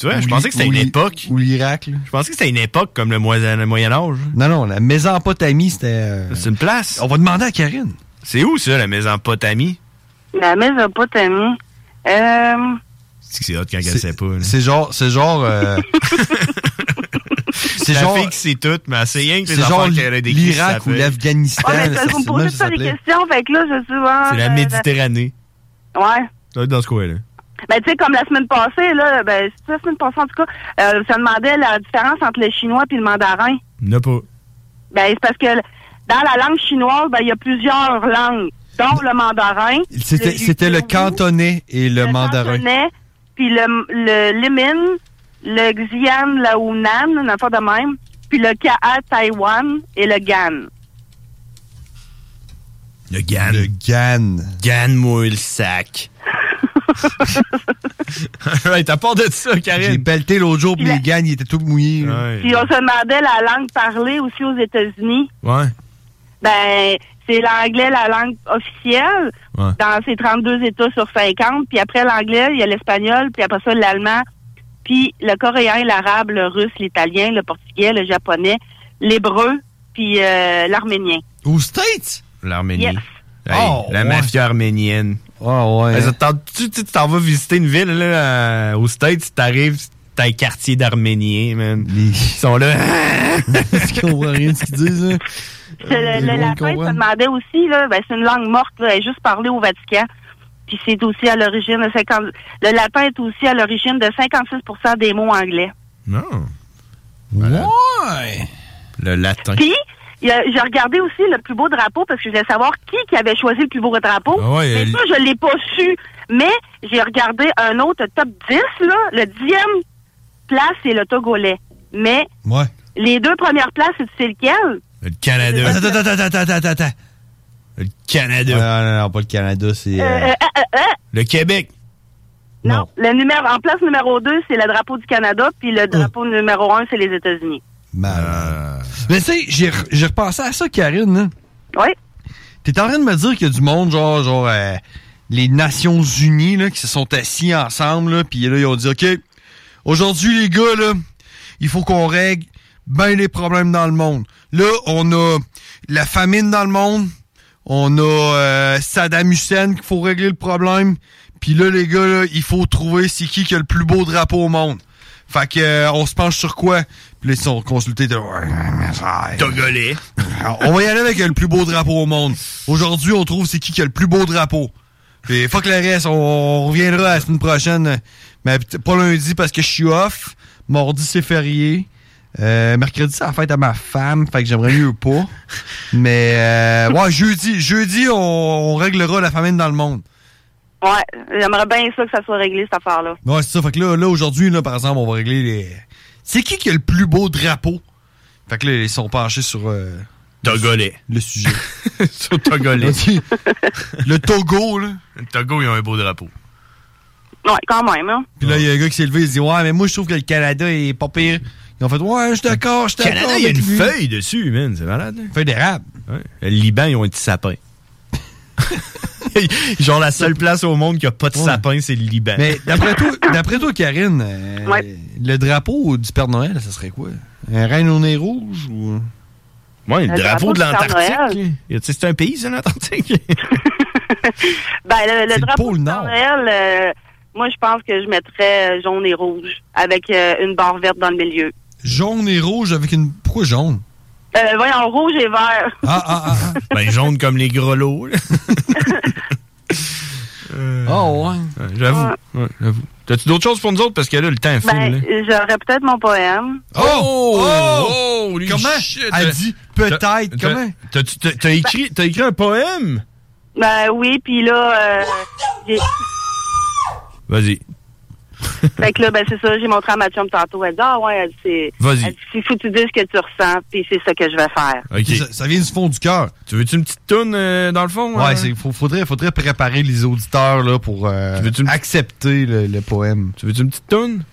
[SPEAKER 6] vois,
[SPEAKER 9] Ou
[SPEAKER 6] je
[SPEAKER 9] l'i-
[SPEAKER 6] pensais que c'était
[SPEAKER 9] ou
[SPEAKER 6] une
[SPEAKER 9] l'i-
[SPEAKER 6] époque.
[SPEAKER 9] Ou l'Irak, là.
[SPEAKER 6] Je pensais que c'était une époque comme le Moyen- le Moyen-Âge.
[SPEAKER 9] Non, non, la Mésopotamie, c'était. euh,
[SPEAKER 6] C'est une place.
[SPEAKER 9] On va demander à Karine.
[SPEAKER 6] C'est où, ça, la Mésopotamie?
[SPEAKER 22] La Mésopotamie. Euh,
[SPEAKER 6] C'est que c'est hot quand elle sait pas.
[SPEAKER 9] C'est genre. C'est genre. euh,
[SPEAKER 6] C'est
[SPEAKER 9] c'est
[SPEAKER 6] la
[SPEAKER 9] genre.
[SPEAKER 6] fille qui sait tout, mais c'est rien que les
[SPEAKER 9] C'est genre
[SPEAKER 6] enfants qu'elle a décrits, ça
[SPEAKER 9] l'Irak ou
[SPEAKER 6] s'appelle.
[SPEAKER 9] l'Afghanistan.
[SPEAKER 22] ouais, mais
[SPEAKER 9] là,
[SPEAKER 22] ça, vous me
[SPEAKER 9] c'est- même
[SPEAKER 22] posez
[SPEAKER 9] Ah, ça
[SPEAKER 22] pas des
[SPEAKER 9] s'appelait.
[SPEAKER 22] questions, fait que là, je suis... ah,
[SPEAKER 6] C'est la
[SPEAKER 22] euh,
[SPEAKER 6] Méditerranée.
[SPEAKER 22] Ouais.
[SPEAKER 6] Ça doit être dans ce coin-là.
[SPEAKER 22] Ben, tu sais, comme la semaine passée, là, ben, c'est la semaine passée, en tout cas, euh, ça demandait la différence entre le chinois puis le mandarin.
[SPEAKER 6] N'a pas.
[SPEAKER 22] Ben, c'est parce que dans la langue chinoise, ben, il y a plusieurs langues, dont le mandarin,
[SPEAKER 9] C'était c'était le cantonais et le mandarin.
[SPEAKER 22] japonais, puis le, le limin, le xian, le hunan, une affaire de même, puis le ka, Taïwan et le gan.
[SPEAKER 6] Le GAN. Le
[SPEAKER 9] GAN.
[SPEAKER 6] GAN mouille le sac. right, à part de ça, Karine.
[SPEAKER 9] J'ai pelleté l'autre jour, puis les gants, ils étaient tous mouillés. là.
[SPEAKER 22] Puis on se demandait la langue parlée aussi aux États-Unis.
[SPEAKER 6] Ouais.
[SPEAKER 22] Ben, c'est l'anglais la langue officielle
[SPEAKER 6] Ouais.
[SPEAKER 22] dans ces 32 États sur 50. Puis après l'anglais, il y a l'espagnol, puis après ça, l'allemand, puis le coréen, l'arabe, le russe, l'italien, le portugais, le japonais, l'hébreu, puis euh, l'arménien.
[SPEAKER 9] Aux States?
[SPEAKER 6] L'Arménie.
[SPEAKER 22] Yes.
[SPEAKER 6] Hey,
[SPEAKER 22] Oh,
[SPEAKER 6] la
[SPEAKER 22] ouais.
[SPEAKER 6] mafia arménienne.
[SPEAKER 9] Oh, Ah, ouais.
[SPEAKER 6] tu tu- tu t'en vas visiter une ville, là, euh, aux States, t'arrives, t'as un quartier d'Arméniens, man. Ils sont là.
[SPEAKER 9] Est-ce qu'on voit rien de ce qu'ils disent, là?
[SPEAKER 22] Euh, Le, le
[SPEAKER 9] bon,
[SPEAKER 22] latin,
[SPEAKER 9] comprends.
[SPEAKER 22] ça demandait aussi, là, ben, c'est une langue morte, là, elle est juste parlée au Vatican. Puis c'est aussi à l'origine de 50... Le latin est aussi à l'origine de 56 des mots anglais.
[SPEAKER 6] Non.
[SPEAKER 9] Ouais.
[SPEAKER 6] Le latin.
[SPEAKER 22] Puis, il y a- j'ai regardé aussi le plus beau drapeau parce que je voulais savoir qui qui avait choisi le plus beau drapeau.
[SPEAKER 6] Ah ouais,
[SPEAKER 22] mais
[SPEAKER 6] euh,
[SPEAKER 22] ça, je l'ai pas su. Mais j'ai regardé un autre top 10, là. Le dixième place, c'est le Togolais. Mais
[SPEAKER 9] Ouais.
[SPEAKER 22] les deux premières places, c'est- c'est lequel?
[SPEAKER 6] Le Canada.
[SPEAKER 9] Attends, attends, attends, attends, attends, attends.
[SPEAKER 6] Le Canada.
[SPEAKER 9] Non, non, non, pas le Canada, c'est.
[SPEAKER 22] Euh,
[SPEAKER 9] euh,
[SPEAKER 22] euh, euh, euh, euh,
[SPEAKER 6] Le Québec.
[SPEAKER 22] non. Le numéro, en place numéro 2, c'est le drapeau du Canada, puis
[SPEAKER 9] Oh.
[SPEAKER 22] le drapeau numéro 1, c'est les États-Unis.
[SPEAKER 9] Malade. Mais tu sais, j'ai re- j'ai repensé à ça, Karine. Là.
[SPEAKER 22] Oui.
[SPEAKER 9] T'es en train de me dire qu'il y a du monde, genre, genre euh, les Nations Unies, là, qui se sont assis ensemble, là, puis là, ils ont dit, OK, aujourd'hui, les gars, là, il faut qu'on règle ben les problèmes dans le monde. Là, on a la famine dans le monde, on a euh, Saddam Hussein qu'il faut régler le problème, puis là, les gars, là, il faut trouver c'est qui qui a le plus beau drapeau au monde. Fait que euh, on se penche sur quoi? Puis là, ils sont consultés. de-
[SPEAKER 6] Togolais.
[SPEAKER 9] Alors, on va y aller avec le plus beau drapeau au monde. Aujourd'hui, on trouve c'est qui qui a le plus beau drapeau. Puis fuck le reste, on, on reviendra la semaine prochaine. Mais peut- pas lundi parce que je suis off. Mardi, c'est férié. Euh, mercredi, c'est la fête à ma femme, fait que j'aimerais mieux pas. Mais euh, ouais, jeudi, jeudi, on, on réglera la famine dans le monde.
[SPEAKER 22] Ouais, j'aimerais bien ça que ça soit réglé, cette affaire-là.
[SPEAKER 9] Ouais, c'est ça. Fait que là, là aujourd'hui, là, par exemple, on va régler les. C'est qui qui a le plus beau drapeau? Fait que là, ils sont penchés sur. euh,
[SPEAKER 6] Togolais.
[SPEAKER 9] Le sujet.
[SPEAKER 6] sur Togolais.
[SPEAKER 9] le Togo, là.
[SPEAKER 6] Le Togo, ils ont un beau drapeau.
[SPEAKER 22] Ouais, quand même, hein.
[SPEAKER 9] Puis là, il y a un gars qui s'est levé, il se dit Ouais, mais moi, je trouve que le Canada est pas pire. Ils ont fait Ouais, je suis d'accord, je suis d'accord.
[SPEAKER 6] Canada, il y a une
[SPEAKER 9] avec lui.
[SPEAKER 6] feuille dessus, man. C'est malade. Une
[SPEAKER 9] feuille d'érable.
[SPEAKER 6] Le Liban, ils ont un petit sapin. Genre, la seule place au monde qui a pas de
[SPEAKER 9] Ouais.
[SPEAKER 6] sapin, c'est le Liban.
[SPEAKER 9] Mais d'après toi, d'après toi, Karine, euh, le drapeau du Père Noël, ça serait quoi Un reine au nez rouge ou.
[SPEAKER 6] Ouais,
[SPEAKER 22] Le drapeau du Père Noël.
[SPEAKER 6] Tu sais, C'est un pays, ça, l'Antarctique?
[SPEAKER 22] Ben, le, le
[SPEAKER 6] C'est le
[SPEAKER 22] drapeau
[SPEAKER 6] pôle
[SPEAKER 22] du
[SPEAKER 6] Nord.
[SPEAKER 22] Père Noël, euh, moi, je pense que je mettrais euh, jaune et rouge avec euh, une barre verte dans le milieu.
[SPEAKER 9] Jaune et rouge avec une. Pourquoi jaune
[SPEAKER 22] Euh, voyons, rouge et vert.
[SPEAKER 9] Ah, ah, ah, ah.
[SPEAKER 6] ben, jaune comme les grelots. là. Euh,
[SPEAKER 9] Oh, ouais.
[SPEAKER 6] J'avoue. Ouais, j'avoue. T'as-tu d'autres choses pour nous autres? Parce que là, le temps est fou. là.
[SPEAKER 22] Ben, j'aurais peut-être mon poème.
[SPEAKER 9] Oh!
[SPEAKER 6] Oh!
[SPEAKER 9] Holy shit! Elle dit peut-être,
[SPEAKER 6] T'as- t'as-
[SPEAKER 9] comment?
[SPEAKER 6] t'as-tu- T'as t'as écrit, t'as écrit un poème?
[SPEAKER 22] Ben oui, puis là, euh, j'ai-
[SPEAKER 6] Vas-y.
[SPEAKER 22] fait que là, ben c'est ça, j'ai montré à ma chum tantôt. Elle dit, ah ouais, elle dit, c'est...
[SPEAKER 6] Vas-y.
[SPEAKER 22] elle dit, c'est foutu de ce que tu ressens, puis c'est ça que je vais faire.
[SPEAKER 9] Ça, ça vient du fond du cœur.
[SPEAKER 6] Tu veux-tu une petite toune euh, dans le fond?
[SPEAKER 9] Ouais,
[SPEAKER 6] hein?
[SPEAKER 9] c'est- faut- faudrait, faudrait préparer les auditeurs là, pour euh, accepter le, le poème.
[SPEAKER 6] Tu veux-tu une petite toune?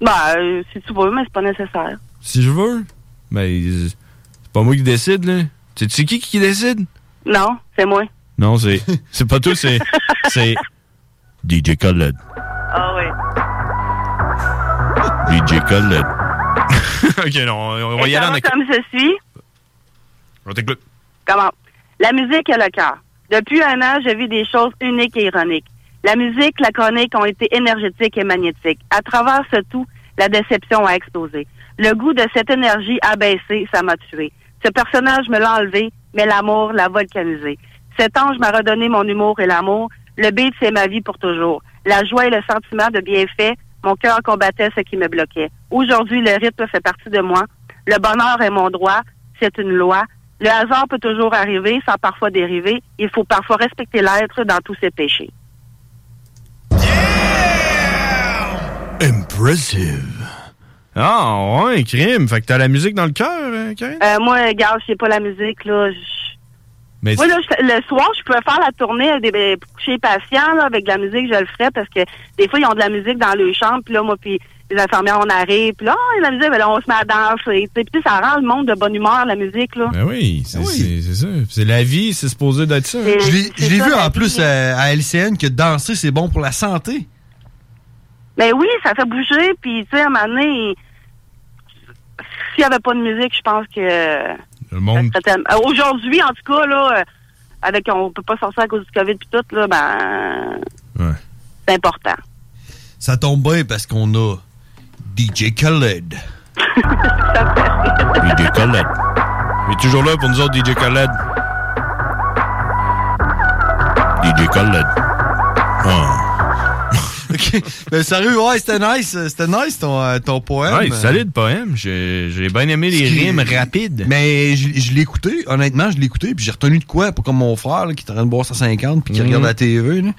[SPEAKER 22] Ben, euh, si tu veux, mais c'est pas nécessaire.
[SPEAKER 6] Si je veux. Ben, c'est pas moi qui décide, là. C'est tu sais qui qui décide?
[SPEAKER 22] Non, c'est moi.
[SPEAKER 6] Non, c'est c'est pas tout, c'est c'est DJ Khaled.
[SPEAKER 22] Ah oui.
[SPEAKER 6] DJ Khaled. OK, non, on, on va y aller
[SPEAKER 22] Étant
[SPEAKER 6] en écoute.
[SPEAKER 22] comme je suis,
[SPEAKER 6] On t'écoute.
[SPEAKER 22] Comment? La musique et le cœur. Depuis un an, je vis des choses uniques et ironiques. La musique, la chronique ont été énergétiques et magnétiques. À travers ce tout, la déception a explosé. Le goût de cette énergie a baissé, ça m'a tué. Ce personnage me l'a enlevé, mais l'amour l'a volcanisé. Cet ange m'a redonné mon humour et l'amour. Le beat, c'est ma vie pour toujours. La joie et le sentiment de bienfait, mon cœur combattait ce qui me bloquait. Aujourd'hui, le rythme fait partie de moi. Le bonheur est mon droit. C'est une loi. Le hasard peut toujours arriver, sans parfois dériver. Il faut parfois respecter l'être dans tous ses péchés.
[SPEAKER 6] Impressive. Ah, ouais, crime. Fait que t'as la musique dans le cœur, hein, Karine?
[SPEAKER 22] Euh, moi, regarde, je sais pas la musique, là. je-
[SPEAKER 6] Mais
[SPEAKER 22] Moi, là, je- le soir, je peux faire la tournée des, ben, des- chez les patients, là, avec de la musique, je le ferais, parce que des fois, ils ont de la musique dans le champ, puis là, moi, puis les infirmières, on arrive, puis là, Ah, la musique, ben là, on se met à danser. Tu sais, puis ça rend le monde de bonne humeur, la musique, là.
[SPEAKER 6] Ben oui, c'est c'est- c'est ça. C'est la vie, c'est supposé d'être ça.
[SPEAKER 22] C'est-
[SPEAKER 9] Je l'ai- je l'ai
[SPEAKER 22] ça,
[SPEAKER 9] vu
[SPEAKER 22] la
[SPEAKER 9] en
[SPEAKER 22] vie,
[SPEAKER 9] plus
[SPEAKER 22] mais-
[SPEAKER 9] euh, à LCN que danser, c'est bon pour la santé.
[SPEAKER 22] Ben oui, ça fait bouger, puis tu sais, à un moment donné, s'il n'y avait pas de musique, je pense que...
[SPEAKER 6] Le monde.
[SPEAKER 22] ça serait tellement- Euh, Aujourd'hui, en tout cas, là, euh, avec on peut pas sortir à cause du COVID puis tout, là, ben... C'est important.
[SPEAKER 9] Ça tombe bien parce qu'on a DJ Khaled.
[SPEAKER 6] DJ Khaled. Il est toujours là pour nous autres, DJ Khaled. DJ Khaled. Ah.
[SPEAKER 9] OK. Mais sérieux, ouais, c'était nice. euh, C'était nice ton, euh, ton poème.
[SPEAKER 6] Ouais, solide poème. J'ai j'ai bien aimé les rimes rapides.
[SPEAKER 9] Mais je, je l'ai écouté, honnêtement, je l'ai écouté, puis j'ai retenu de quoi, pas comme mon frère là, qui est en train de boire 150 puis qui
[SPEAKER 6] Mhm.
[SPEAKER 9] regarde la TV. là.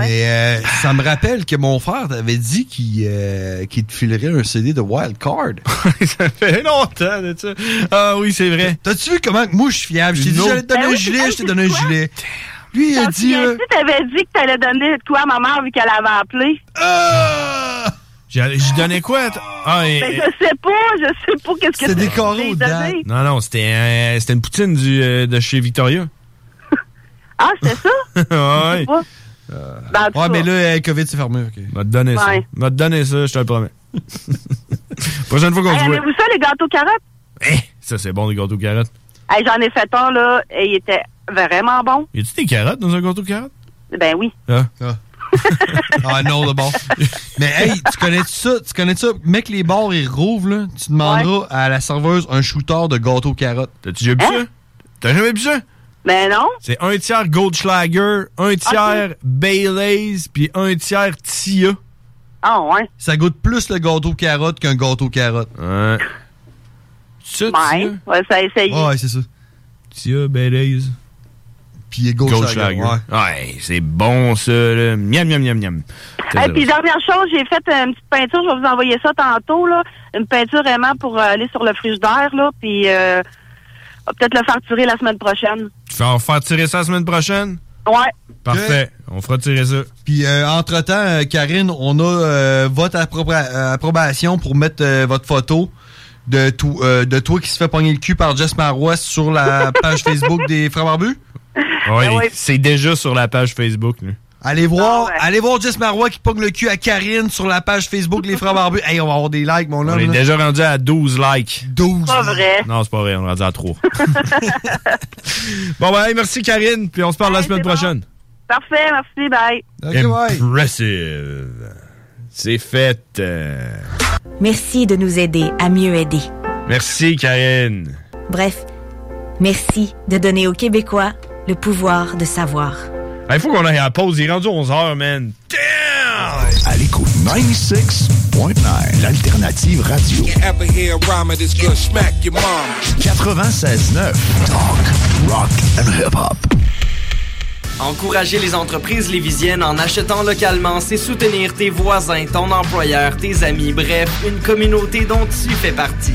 [SPEAKER 9] Mais euh, ça me rappelle que mon frère t'avait dit qu'il euh, qu'il te filerait un CD de Wild Card.
[SPEAKER 6] ça fait longtemps de ça. Ah oui, c'est vrai.
[SPEAKER 9] T'as-tu vu comment que moi je suis fiable? Je t'ai dit,
[SPEAKER 6] Non.
[SPEAKER 9] j'allais te donner
[SPEAKER 6] Ben
[SPEAKER 9] un
[SPEAKER 6] oui,
[SPEAKER 9] gilet,
[SPEAKER 6] hey,
[SPEAKER 9] je t'ai donné un gilet. Lui, il a
[SPEAKER 22] T'en
[SPEAKER 9] dit. euh,
[SPEAKER 22] souviens-tu, t'avais dit que t'allais donner de quoi à ma mère vu qu'elle avait appelé?
[SPEAKER 9] Ah!
[SPEAKER 6] J'allais- J'y donnais quoi? t- Ah, et-
[SPEAKER 22] Ben, je sais pas, je sais pas qu'est-ce que
[SPEAKER 6] C'était
[SPEAKER 22] décoré donné.
[SPEAKER 6] Non, non, c'était euh, c'était une poutine du, euh, de chez Victoria.
[SPEAKER 22] Ah, c'est ça?
[SPEAKER 6] ouais.
[SPEAKER 22] Ouais. Ben, en tout
[SPEAKER 9] ouais,
[SPEAKER 22] cas.
[SPEAKER 9] mais là, euh, COVID, c'est fermé. ok.
[SPEAKER 6] Va te donner ça.
[SPEAKER 22] Ouais.
[SPEAKER 6] Va te donner ça, je te le promets. Prochaine fois qu'on
[SPEAKER 22] Hey,
[SPEAKER 6] se voit.
[SPEAKER 22] aimez-vous ça, les gâteaux carottes?
[SPEAKER 6] Ça, c'est bon, des gâteaux carottes.
[SPEAKER 22] Hey, J'en ai fait un, là, et il était vraiment bon.
[SPEAKER 6] Y a-tu des carottes dans un gâteau de carottes?
[SPEAKER 22] Ben oui.
[SPEAKER 6] Ah.
[SPEAKER 9] Hein? Ah non, le bar. Mais hey, tu connais -tu ça? Tu connais -tu ça? Mec, les bars, ils rouvrent, là. Tu demanderas à la serveuse un shooter de gâteau carotte.
[SPEAKER 6] T'as-tu déjà bu ça? T'as jamais bu ça?
[SPEAKER 22] Hein? Ben non.
[SPEAKER 6] C'est un tiers Goldschlager, un tiers Baileys, puis un tiers Tia.
[SPEAKER 22] Ah ouais?
[SPEAKER 9] Ça goûte plus le gâteau carotte qu'un gâteau carotte.
[SPEAKER 6] Ouais. Ça,
[SPEAKER 22] Ouais, ouais, ça a essayé.
[SPEAKER 9] Ouais, c'est ça.
[SPEAKER 6] Tia, Baileys.
[SPEAKER 9] Puis Goldschlager,
[SPEAKER 6] Ouais, c'est bon, ça, là. Miam, miam, miam, miam.
[SPEAKER 22] Et puis dernière chose, j'ai fait euh, une petite peinture, je vais vous envoyer ça tantôt là, une peinture aimant pour euh, aller sur le frigidaire là, puis euh, on va peut-être le faire tirer la semaine prochaine.
[SPEAKER 6] Tu vas en faire tirer ça la semaine prochaine?
[SPEAKER 22] Ouais.
[SPEAKER 6] Parfait. On fera tirer ça.
[SPEAKER 9] Puis, euh, entre-temps, euh, Karine, on a euh, votre appropra- euh, approbation pour mettre euh, votre photo de, tout, euh, de toi qui se fait pogner le cul par Jess Marois sur la page Facebook des Frères Barbus.
[SPEAKER 22] Ah Ben
[SPEAKER 6] Ouais, c'est déjà sur la page Facebook, là.
[SPEAKER 9] Allez voir,
[SPEAKER 22] Ah,
[SPEAKER 9] allez voir Jess Marois qui pogne le cul à Karine sur la page Facebook Les Frères Barbus. Hey, on va avoir des likes, mon homme.
[SPEAKER 6] On est
[SPEAKER 9] là.
[SPEAKER 6] déjà rendu à 12 likes.
[SPEAKER 9] 12.
[SPEAKER 22] Pas vrai.
[SPEAKER 6] Non, c'est pas vrai, on est rendu à 3. bon, ben, hey, merci Karine, puis on se parle la semaine prochaine.
[SPEAKER 22] Parfait, merci, bye.
[SPEAKER 6] Impressive. C'est fait. euh.
[SPEAKER 23] Merci de nous aider à mieux aider.
[SPEAKER 6] Merci Karine.
[SPEAKER 23] Bref, merci de donner aux Québécois le pouvoir de savoir.
[SPEAKER 6] Il faut qu'on aille à la pause, il est rendu 11h, man.
[SPEAKER 15] À l'écoute 96.9, l'alternative radio.
[SPEAKER 3] Ever hear a rhyme of this good? Smack your mom.
[SPEAKER 15] 96.9, talk, rock and hip-hop.
[SPEAKER 24] Encourager les entreprises lévisiennes en achetant localement, c'est soutenir tes voisins, ton employeur, tes amis, bref, une communauté dont tu fais partie.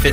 [SPEAKER 24] Fais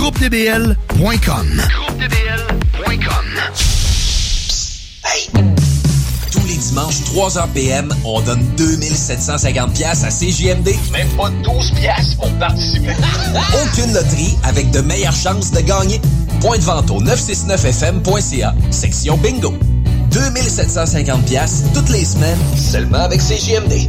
[SPEAKER 25] Groupe DBL.com.
[SPEAKER 17] Tous les dimanches, 3h PM, on donne 2750 pièces à CJMD. Même pas 12 pièces pour participer. Aucune loterie avec de meilleures chances de gagner. Point de vente au 969fm.ca, section bingo. 2750 pièces toutes les semaines, seulement avec CJMD.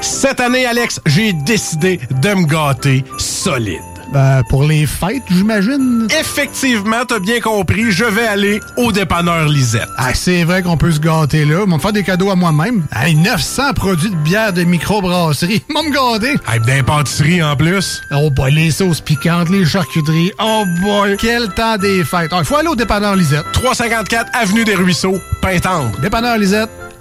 [SPEAKER 26] Cette année, Alex, j'ai décidé de me gâter solide.
[SPEAKER 25] Ben, pour les fêtes, j'imagine.
[SPEAKER 26] Effectivement, t'as bien compris, je vais aller au dépanneur Lisette.
[SPEAKER 25] Ah, c'est vrai qu'on peut se gâter là. M'en faire des cadeaux à moi-même. Ah, 900 produits de bière de microbrasserie. M'en me gâter.
[SPEAKER 26] Ah, d'impantisserie en plus.
[SPEAKER 25] Oh boy, les sauces piquantes, les charcuteries. Oh boy, quel temps des fêtes. Ah, Il faut aller au dépanneur Lisette.
[SPEAKER 26] 354 Avenue des Ruisseaux, Pintendre.
[SPEAKER 25] Dépanneur Lisette,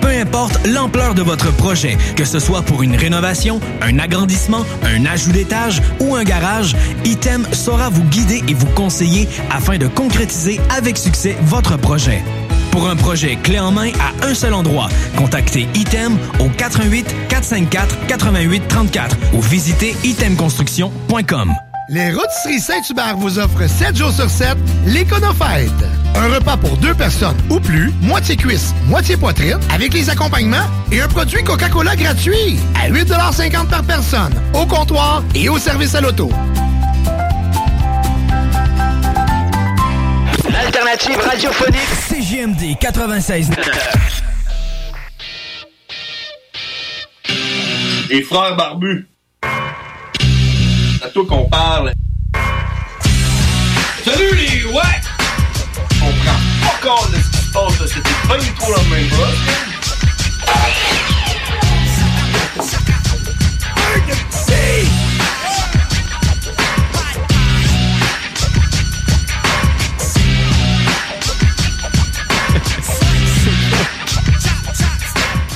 [SPEAKER 27] Peu importe l'ampleur de votre projet, que ce soit pour une rénovation, un agrandissement, un ajout d'étage ou un garage, Item saura vous guider et vous conseiller afin de concrétiser avec succès votre projet. Pour un projet clé en main à un seul endroit, contactez Item au 88 454 88 34 ou visitez itemconstruction.com.
[SPEAKER 25] Les Rôtisseries Saint-Hubert vous offrent 7 jours sur 7 l'Éconofête. Un repas pour deux personnes ou plus, moitié cuisse, moitié poitrine, avec les accompagnements et un produit Coca-Cola gratuit à 8,50 par personne, au comptoir et au service à l'auto.
[SPEAKER 27] L'alternative radiophonique CGMD 96.
[SPEAKER 5] Les frères barbus. C'est à toi qu'on parle. Salut les ouais! On prend pas compte de ce qui se passe, là. C'était pas du tout la même chose.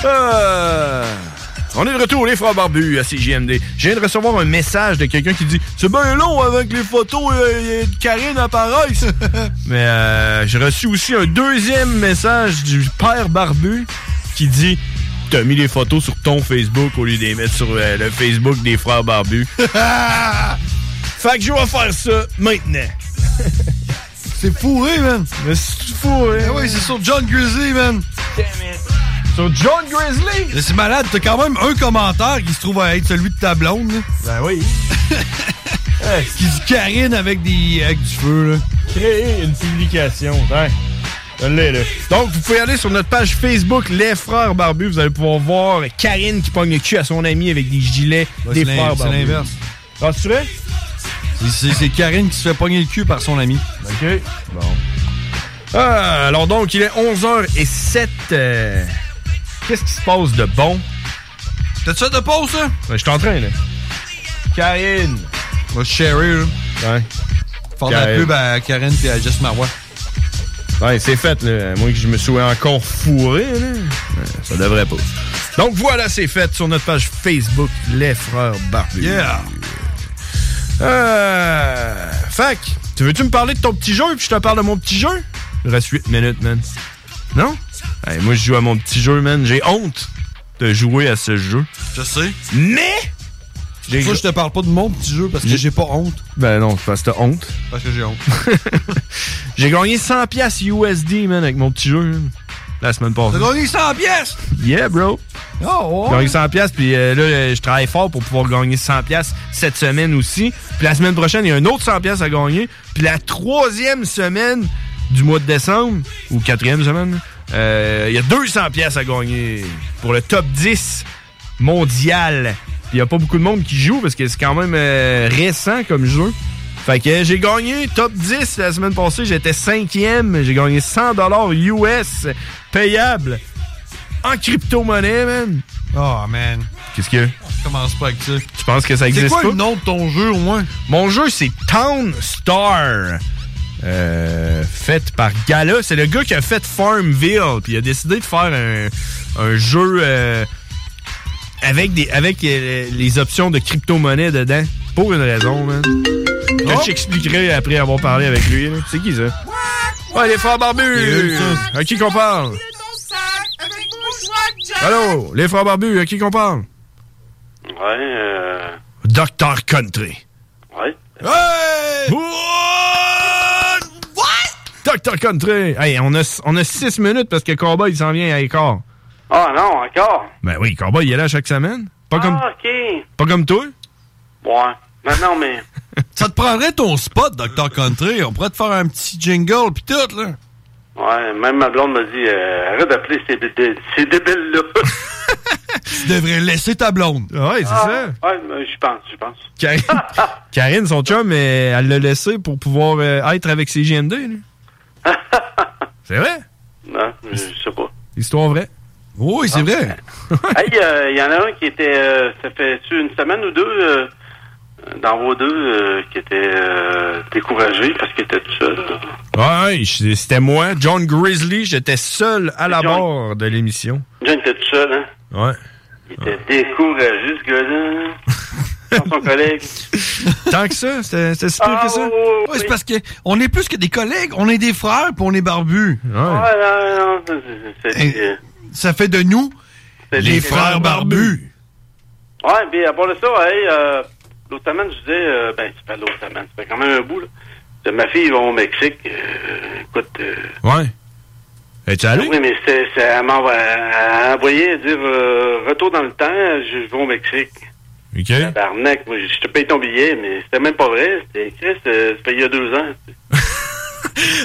[SPEAKER 6] Ah. On est de retour, les frères barbus à CJMD. Je viens de recevoir un message de quelqu'un qui dit C'est bien long avant que les photos euh, de Karine apparaissent. Mais euh, j'ai reçu aussi un deuxième message du père barbu qui dit T'as mis les photos sur ton Facebook au lieu de les mettre sur euh, le Facebook des frères barbus. fait que je vais faire ça maintenant.
[SPEAKER 9] C'est fourré, man. Ben
[SPEAKER 6] Mais c'est fourré.
[SPEAKER 9] oui, c'est sur John Grizzly, man.
[SPEAKER 6] Sur John Grizzly!
[SPEAKER 9] Mais C'est malade, t'as quand même un commentaire qui se trouve à être celui de ta blonde.
[SPEAKER 6] Ben oui.
[SPEAKER 9] qui se carine avec des avec du feu, là.
[SPEAKER 6] Créer une publication. Hein? Là. Donc, vous pouvez aller sur notre page Facebook Les Frères Barbus. Vous allez pouvoir voir Karine qui pogne le cul à son ami avec des gilets
[SPEAKER 9] Bah,
[SPEAKER 6] des
[SPEAKER 9] c'est l'in-
[SPEAKER 6] Frères
[SPEAKER 9] c'est
[SPEAKER 6] Barbus.
[SPEAKER 9] l'inverse.
[SPEAKER 6] Ah, c'est vrai?
[SPEAKER 9] C'est c'est Karine qui se fait pogner le cul par son ami. Euh,
[SPEAKER 6] OK. Bon. Ah, alors donc, il est 11h07. euh, Qu'est-ce qui se passe de bon? T'as-tu ça de pause, ça? je suis en train, là. Karine.
[SPEAKER 9] Va sherry, là.
[SPEAKER 6] Ouais.
[SPEAKER 9] Faire de la
[SPEAKER 6] Karine.
[SPEAKER 9] pub à Karine puis à Jess Marois.
[SPEAKER 6] Ouais, c'est fait, là. Moi, que je me suis encore fourré, là. Ouais, Ça devrait pas. Donc, voilà, c'est fait sur notre page Facebook, Les Frères Barbus.
[SPEAKER 9] Yeah.
[SPEAKER 6] Euh... Fac, tu veux-tu me parler de ton petit jeu, puis je te parle de mon petit jeu? Il reste 8 minutes, man. Non? Hey, moi, je joue à mon petit jeu, man. J'ai honte de jouer à ce jeu.
[SPEAKER 9] Je sais.
[SPEAKER 6] Mais!
[SPEAKER 9] C'est pour ça que je te parle pas de mon petit jeu parce que j'ai pas honte.
[SPEAKER 6] Ben non, c'est parce que t'as honte.
[SPEAKER 9] Parce que j'ai honte.
[SPEAKER 6] J'ai gagné 100 pièces USD, man, avec mon petit jeu, man, la semaine passée.
[SPEAKER 9] T'as gagné 100 pièces!
[SPEAKER 6] Yeah, bro!
[SPEAKER 9] Oh,
[SPEAKER 6] J'ai
[SPEAKER 9] ouais.
[SPEAKER 6] gagné 100 pièces puis euh, là euh, je travaille fort pour pouvoir gagner 100 pièces cette semaine aussi. Puis la semaine prochaine, il y a un autre 100 pièces à gagner. Puis la troisième semaine du mois de décembre ou quatrième semaine, euh, il y a 200 pièces à gagner pour le top 10 mondial. Puis il y a pas beaucoup de monde qui joue parce que c'est quand même euh, récent comme jeu. Fait que euh, j'ai gagné top 10 la semaine passée, j'étais cinquième, j'ai gagné 100 dollars US payable en crypto-monnaie, man.
[SPEAKER 9] Oh, man.
[SPEAKER 6] Qu'est-ce que
[SPEAKER 9] Je commence pas avec ça.
[SPEAKER 6] tu penses que ça existe
[SPEAKER 9] C'est quoi
[SPEAKER 6] pas?
[SPEAKER 9] le nom de ton jeu, au moins?
[SPEAKER 6] Mon jeu, c'est Town Star. Euh, fait par Gala. C'est le gars qui a fait Farmville. Puis il a décidé de faire un, un jeu euh, avec, des, avec euh, les options de crypto-monnaie dedans. Pour une raison, man. Que
[SPEAKER 9] Oh!
[SPEAKER 6] je t'expliquerai après avoir parlé avec lui. là. C'est qui, ça? Ouais, les frères barbus! À qui qu'on parle? Allô, les frères barbus, à qui qu'on parle?
[SPEAKER 8] Ouais, euh,
[SPEAKER 6] Docteur Country.
[SPEAKER 8] ouais.
[SPEAKER 6] Hey! What? Dr. Country! Hey, on a, on a six minutes parce que Combat, il s'en vient à écart.
[SPEAKER 8] Ah non, encore?
[SPEAKER 6] Ben oui, Combat, il est là chaque semaine. Pas comme,
[SPEAKER 8] Ah, ok.
[SPEAKER 6] pas comme toi?
[SPEAKER 8] Ouais. Non, non, mais...
[SPEAKER 9] Ça te prendrait ton spot, Dr. Country. On pourrait te faire un petit jingle pis tout, là.
[SPEAKER 8] Ouais, même ma blonde m'a dit, euh, arrête d'appeler ces, débiles- ces débiles-là.
[SPEAKER 9] Tu devrais laisser ta blonde.
[SPEAKER 6] Ouais, c'est ça.
[SPEAKER 8] Ah, Ouais, mais j'y pense, j'y pense.
[SPEAKER 6] Karine, Karine, son chum, euh, elle l'a laissé pour pouvoir euh, être avec ses GMD. là. c'est vrai?
[SPEAKER 8] Non, je je sais pas.
[SPEAKER 6] Histoire vraie. Ah. Oui, c'est vrai.
[SPEAKER 8] hey, il y en a un qui était, euh, ça fait une semaine ou deux, euh, dans vos deux, euh, qui était euh, découragé parce qu'il était tout seul. là.
[SPEAKER 6] Ah, Ouais, je- c'était moi, John Grizzly. J'étais seul à la barre de l'émission.
[SPEAKER 8] John était tout seul, hein?
[SPEAKER 6] Ouais.
[SPEAKER 8] Il était découragé, ce gars-là. Sans son collègue.
[SPEAKER 6] Tant que ça, c'était c'était si pire que ça.
[SPEAKER 9] Ouais, c'est parce que on est plus que des collègues, on est des frères puis on est barbus.
[SPEAKER 8] Ah, non, non, c'est- c'est- c'est- c'est-
[SPEAKER 9] Ça fait de nous
[SPEAKER 8] c'est-
[SPEAKER 9] les
[SPEAKER 8] c'est-
[SPEAKER 9] frères barbus.
[SPEAKER 8] Ouais, puis à part de ça, hey, euh, l'autre semaine, je disais, euh, ben, c'est pas l'autre semaine, ça fait quand même un bout, là. Je disais, Ma fille va au Mexique, euh, écoute, euh,
[SPEAKER 6] Ouais. Es-tu allé?
[SPEAKER 8] oui, mais c'est, c'est, elle m'a envoyé- elle a envoyé elle dire, euh, retour dans le temps, je vais au Mexique.
[SPEAKER 6] OK.
[SPEAKER 8] Tabarnak, moi, je te paye ton billet, mais c'était même pas vrai, c'était, Chris, euh, c'était il y a deux ans.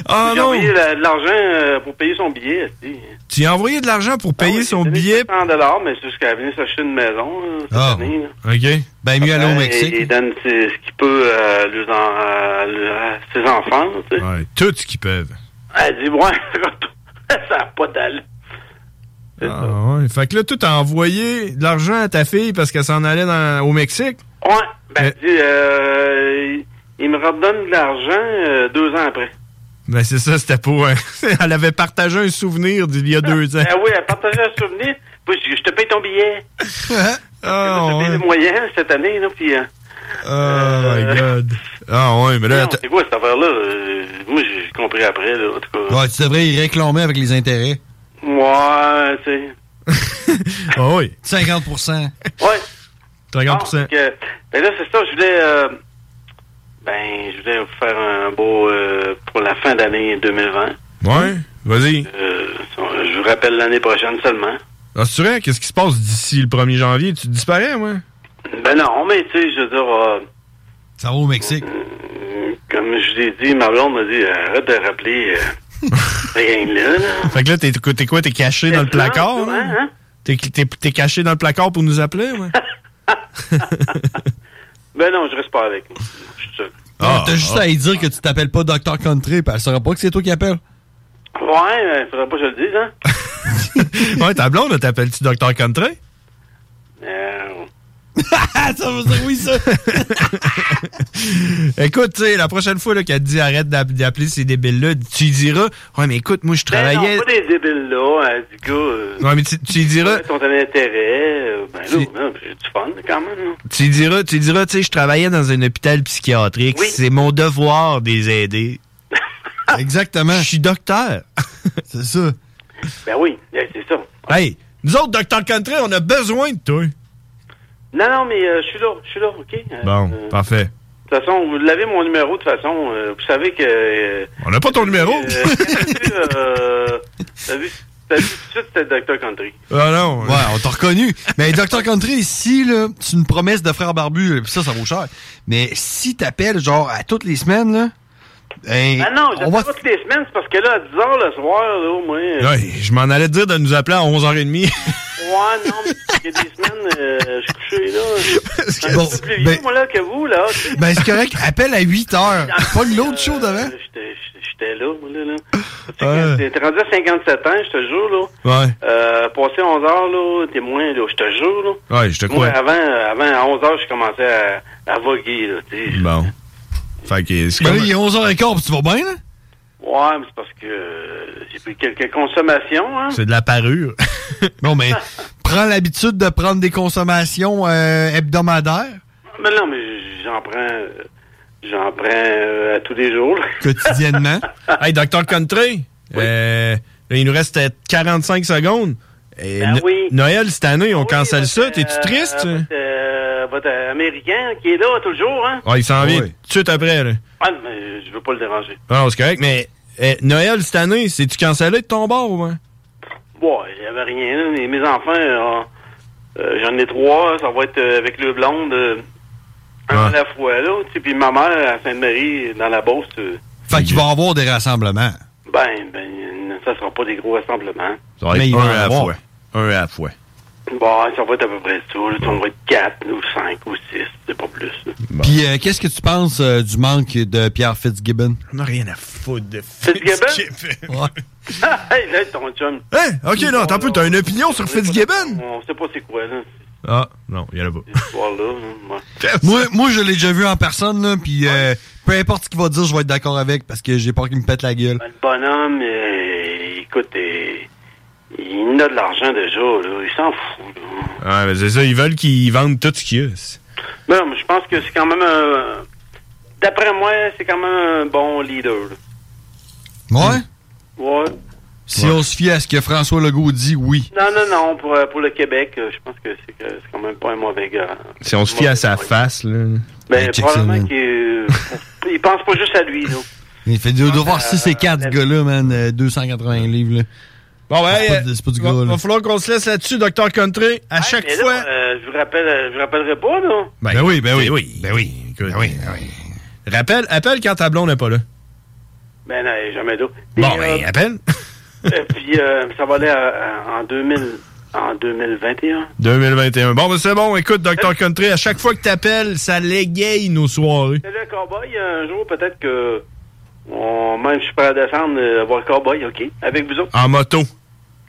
[SPEAKER 6] Ah
[SPEAKER 8] J'ai
[SPEAKER 6] non!
[SPEAKER 8] envoyé la- de l'argent euh, pour payer son billet, tu sais.
[SPEAKER 6] Tu as envoyé de l'argent pour payer son
[SPEAKER 8] J'ai donné
[SPEAKER 6] billet.
[SPEAKER 8] 100 dollars, mais c'est juste qu'elle est venue s'acheter une maison, là, cette année, là.
[SPEAKER 6] OK. Ah. Ben mieux
[SPEAKER 8] Ouais, Il, il donne ce ce qu'il peut euh, leurs en- à leurs- à ses enfants. tu sais.
[SPEAKER 6] Ouais, tout ce qu'ils peuvent.
[SPEAKER 8] Elle dit, ouais, ça n'a pas d'allure.
[SPEAKER 6] Ah ouais. Fait que là, tout t'as envoyé de l'argent à ta fille parce qu'elle s'en allait dans- au Mexique.
[SPEAKER 8] Ouais, ben, elle dit, euh, il, il me redonne de l'argent euh, deux ans après.
[SPEAKER 6] Ben c'est ça, c'était pour. un- elle avait partagé un souvenir d'il y a deux ans.
[SPEAKER 8] Ah oui, elle partageait un souvenir. Puis je, je te paye ton billet.
[SPEAKER 6] Ah
[SPEAKER 8] je te paye
[SPEAKER 6] ouais.
[SPEAKER 8] le moyen cette année, là, puis... euh,
[SPEAKER 6] Oh my god. Ah ouais, mais là,
[SPEAKER 8] non,
[SPEAKER 6] attends.
[SPEAKER 8] c'est quoi cette affaire-là? Euh, moi, j'ai compris après, là, en tout cas.
[SPEAKER 9] Ouais, tu devrais y réclamer avec les intérêts.
[SPEAKER 8] Ouais, tu sais.
[SPEAKER 6] Ah oui.
[SPEAKER 9] 50
[SPEAKER 8] Ouais.
[SPEAKER 6] 50%.
[SPEAKER 8] Donc, euh, ben là, c'est ça, je voulais. euh, ben, je voulais vous faire un beau. euh, pour la fin d'année 2020.
[SPEAKER 6] Ouais, vas-y.
[SPEAKER 8] Euh, je vous rappelle l'année prochaine seulement.
[SPEAKER 6] Ah, c'est vrai? Qu'est-ce qui se passe d'ici le 1er janvier? Tu disparais, moi?
[SPEAKER 8] Ben non, mais tu sais, je veux dire, euh,
[SPEAKER 9] Ça va au Mexique.
[SPEAKER 8] comme je l'ai dit, ma blonde m'a dit, arrête de rappeler euh, rien de là, là.
[SPEAKER 6] Fait que là, t'es t'es quoi? T'es caché dans le placard?
[SPEAKER 8] souvent,
[SPEAKER 6] hein?
[SPEAKER 8] hein?
[SPEAKER 6] T'es t'es- t'es caché dans le placard pour nous appeler, ouais?
[SPEAKER 8] Ben non, je reste pas avec. Je suis seul.
[SPEAKER 6] Ah,
[SPEAKER 9] T'as juste à lui dire que tu t'appelles pas Dr. Country, puis elle saura pas que c'est toi qui appelles.
[SPEAKER 8] Ouais, euh, faudrait pas que je le dise, hein?
[SPEAKER 6] ouais, ta blonde, t'appelles-tu Dr. Country?
[SPEAKER 8] Euh,
[SPEAKER 9] Ah, ça veut dire oui, ça.
[SPEAKER 6] Écoute, tu sais, la prochaine fois là, qu'elle te dit arrête d'app- d'appeler ces débiles-là, tu lui diras Ouais, mais écoute, moi, je
[SPEAKER 8] ben non,
[SPEAKER 6] travaillais.
[SPEAKER 8] pas des débiles là, hein, du gars. euh,
[SPEAKER 6] Ouais, mais tu, tu lui diras,
[SPEAKER 8] Ils ont un intérêt. euh, Ben là, ben, j'ai du fun quand même. là.
[SPEAKER 6] tu lui diras, tu lui diras, tu sais, je travaillais dans un hôpital psychiatrique. C'est mon devoir de les aider. Exactement. Je suis docteur. C'est ça.
[SPEAKER 8] Ben oui, eh, c'est ça.
[SPEAKER 6] Hey, nous autres, Docteur Country, on a besoin de toi.
[SPEAKER 8] Non, non, mais euh, je suis là, je suis là, OK? Euh,
[SPEAKER 6] Bon,
[SPEAKER 8] euh,
[SPEAKER 6] parfait.
[SPEAKER 8] De toute façon, vous l'avez mon numéro, de toute façon. euh, vous savez que. euh,
[SPEAKER 6] On n'a pas ton numéro.
[SPEAKER 8] euh, euh, T'as vu, t'as vu tout de suite, c'était Dr. Country.
[SPEAKER 6] Ah non.
[SPEAKER 9] Ouais, on t'a reconnu. Mais Dr. Country, si là, c'est une promesse de frère barbu, puis ça, ça vaut cher. Mais si t'appelles, genre, à toutes les semaines, là. hey,
[SPEAKER 8] Ah non,
[SPEAKER 9] on
[SPEAKER 8] j'appelle
[SPEAKER 9] va
[SPEAKER 8] pas toutes les semaines, c'est parce que là, à 10 h le soir, là, au moins. euh,
[SPEAKER 6] Ouais, je m'en allais te dire de nous appeler à 11h30.
[SPEAKER 8] Ouais, non, mais il y a des semaines, euh, je suis couché, là. Je suis un
[SPEAKER 9] Bon,
[SPEAKER 8] petit peu plus vieux,
[SPEAKER 9] ben-
[SPEAKER 8] moi, là, que vous, là.
[SPEAKER 9] Ben, c'est correct. Appelle à 8 heures. Pas de l'autre show d'avant.
[SPEAKER 8] J'étais- J'étais là, moi, là. là. T'es rendu à 57 ans, je te jure, là.
[SPEAKER 6] Ouais.
[SPEAKER 8] Euh, passé 11 heures, là, t'es moins, là, je te jure, là.
[SPEAKER 6] Ouais, je te
[SPEAKER 8] Moi,
[SPEAKER 6] crois.
[SPEAKER 8] avant, euh, avant, à 11 heures, je commençais à, à voguer, là, tu sais.
[SPEAKER 6] Bon. Fait que c'est
[SPEAKER 9] Ben
[SPEAKER 6] comme-
[SPEAKER 9] là, il est 11h15, puis tu vas bien, là?
[SPEAKER 8] Ouais, mais c'est parce que euh, j'ai pris quelques consommations, hein.
[SPEAKER 6] C'est de la parure.
[SPEAKER 9] non, mais prends l'habitude de prendre des consommations euh, hebdomadaires,
[SPEAKER 8] Mais non, mais j'en prends, euh, j'en prends euh, à tous les jours, là.
[SPEAKER 9] quotidiennement.
[SPEAKER 6] hey, Dr. Country, euh, là, il nous reste euh, 45 secondes. Et
[SPEAKER 8] Ben
[SPEAKER 6] No-
[SPEAKER 8] oui.
[SPEAKER 6] Noël, cette année, on
[SPEAKER 8] Oui,
[SPEAKER 6] cancelle
[SPEAKER 8] votre,
[SPEAKER 6] ça. T'es-tu
[SPEAKER 8] euh,
[SPEAKER 6] triste?
[SPEAKER 8] votre, euh, votre Américain qui est là toujours, hein?
[SPEAKER 6] Ah, il s'en vient tout de suite après. Là.
[SPEAKER 8] Ah, mais je veux pas le déranger.
[SPEAKER 6] Ah, c'est correct, mais euh, Noël, cette année, c'est-tu cancellé de ton bord ou hein?
[SPEAKER 8] Bon, il y avait rien, là. mais Mes enfants, euh, euh, j'en ai trois. Ça va être euh, avec le blonde, euh, un à la fois, là. tu sais. Puis ma mère, à Sainte-Marie, dans la Beauce, euh,
[SPEAKER 9] Fait qu'il va y avoir des rassemblements.
[SPEAKER 8] ben, ben, ça sera pas des gros rassemblements.
[SPEAKER 6] Ça va être
[SPEAKER 9] Mais il va
[SPEAKER 6] un
[SPEAKER 9] en
[SPEAKER 6] à la
[SPEAKER 9] avoir.
[SPEAKER 6] fois. Un à la fois.
[SPEAKER 8] Bon, ça va être à peu près ça. là. Ça va être quatre, ou cinq, ou six, c'est pas plus. là.
[SPEAKER 9] Puis, euh, qu'est-ce que tu penses euh, du manque de Pierre Fitzgibbon?
[SPEAKER 6] On n'a rien à foutre de
[SPEAKER 8] Fitzgibbon? hey, là, ton chum.
[SPEAKER 6] Hein? Ok, là, attends un peu, t'as une opinion sur Fitzgibbon?
[SPEAKER 8] On sait pas c'est quoi, là,
[SPEAKER 6] Ah, non, il y en a pas.
[SPEAKER 8] cette histoire-là. là. Ouais.
[SPEAKER 9] Moi, moi, je l'ai déjà vu en personne, là, puis euh, peu importe ce qu'il va dire, je vais être d'accord avec, parce que j'ai peur qu'il me pète la gueule.
[SPEAKER 8] Ben, Le bonhomme, euh, écoute, euh, il en a de l'argent déjà, là. Il s'en fout. là.
[SPEAKER 6] Ouais, mais c'est ça, ils veulent qu'ils vendent tout ce qu'il y a. c'est-
[SPEAKER 8] Ben, mais je pense que c'est quand même un... D'après moi, c'est quand même un bon leader, là.
[SPEAKER 9] Ouais?
[SPEAKER 8] Ouais.
[SPEAKER 9] Si on se fie à ce que François Legault dit, oui.
[SPEAKER 8] Non, non, non, pour, euh, pour le Québec, euh, je pense que c'est que c'est quand même pas un mauvais gars.
[SPEAKER 6] Si on se fie à sa face, là.
[SPEAKER 8] Ben,
[SPEAKER 9] check ça,
[SPEAKER 8] probablement
[SPEAKER 9] man.
[SPEAKER 8] qu'il euh, il pense pas juste à lui, là.
[SPEAKER 9] Il fait de devoir 6 et 4, ce gars-là, man, euh, 280 livres, là.
[SPEAKER 6] Bon, ben,
[SPEAKER 9] C'est pas,
[SPEAKER 6] euh,
[SPEAKER 9] de- c'est pas du
[SPEAKER 6] va,
[SPEAKER 9] gars, là.
[SPEAKER 6] va falloir qu'on se laisse là-dessus, Dr. Country. À chaque
[SPEAKER 8] Mais là,
[SPEAKER 6] fois.
[SPEAKER 8] euh, je vous rappelle, je vous rappellerai pas, là.
[SPEAKER 6] Ben, oui, ben oui, oui. Ben oui, écoute. Rappelle, appelle quand ta blonde n'est pas là.
[SPEAKER 8] Ben, non, jamais d'eau.
[SPEAKER 6] Bon, ben, appelle.
[SPEAKER 8] Et puis, euh, ça va aller à- à- en, 2000, en 2021.
[SPEAKER 6] 2021. Bon, ben c'est bon. Écoute, Dr. Country, à chaque fois que t'appelles, ça légaye nos soirées.
[SPEAKER 8] C'est le cowboy, un jour, peut-être que. On, même si je suis prêt à descendre, euh, voir cowboy, OK? Avec vous autres.
[SPEAKER 6] En moto.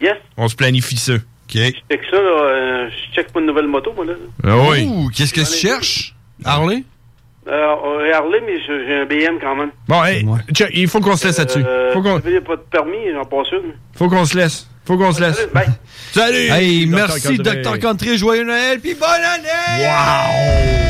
[SPEAKER 8] Yes,
[SPEAKER 6] On se planifie ça. OK.
[SPEAKER 8] check ça, là, euh, je check pour une nouvelle moto, moi, là.
[SPEAKER 6] Ah oui.
[SPEAKER 9] Ouh, qu'est-ce que tu cherches? Harley?
[SPEAKER 8] Euh, euh, Harley, mais je- j'ai un BM quand même.
[SPEAKER 6] Bon, hey, check, il faut qu'on se laisse là-dessus.
[SPEAKER 8] Euh,
[SPEAKER 6] Faut qu'on
[SPEAKER 8] vous avez pas de permis, j'en passe une.
[SPEAKER 6] faut qu'on se laisse. Faut qu'on se laisse.
[SPEAKER 8] Bye.
[SPEAKER 6] Salut!
[SPEAKER 9] Hey,
[SPEAKER 6] Dr.
[SPEAKER 9] merci,
[SPEAKER 6] Country.
[SPEAKER 9] Dr. Country. Joyeux Noël, puis bonne année!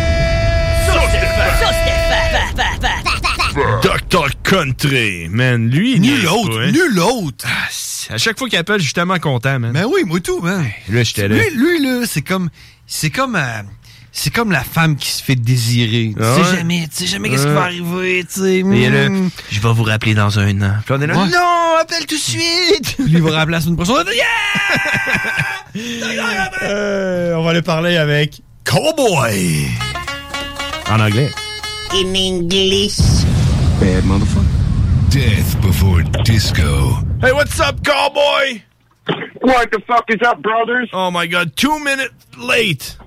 [SPEAKER 6] Dr. Country, man. Lui, il
[SPEAKER 9] Nul
[SPEAKER 6] niaise
[SPEAKER 9] autre,
[SPEAKER 6] pas, hein.
[SPEAKER 9] nul autre.
[SPEAKER 6] Ah, c'est- à chaque fois qu'il appelle, je suis tellement content, man.
[SPEAKER 9] Ben oui, moi tout, man.
[SPEAKER 6] Là, j'étais là.
[SPEAKER 9] Lui, lui, là, c'est comme. C'est comme. euh, c'est comme la femme qui se fait désirer.
[SPEAKER 6] Ah
[SPEAKER 9] tu sais
[SPEAKER 6] ouais?
[SPEAKER 9] jamais, tu sais jamais qu'est-ce
[SPEAKER 6] Ouais.
[SPEAKER 9] qui va arriver, tu sais.
[SPEAKER 6] Et
[SPEAKER 9] mm.
[SPEAKER 6] là, je vais vous rappeler dans un an. Puis on est là,
[SPEAKER 9] Ouais.
[SPEAKER 6] non, appelle tout de suite!
[SPEAKER 9] Puis lui, il va remplacer une personne. Yeah!
[SPEAKER 6] Euh, on va le parler avec Cowboy. En anglais.
[SPEAKER 10] In English.
[SPEAKER 6] Bad motherfucker.
[SPEAKER 1] Death before disco.
[SPEAKER 6] Hey, what's up, cowboy? What the fuck is up, brothers? Oh my god, two minutes late.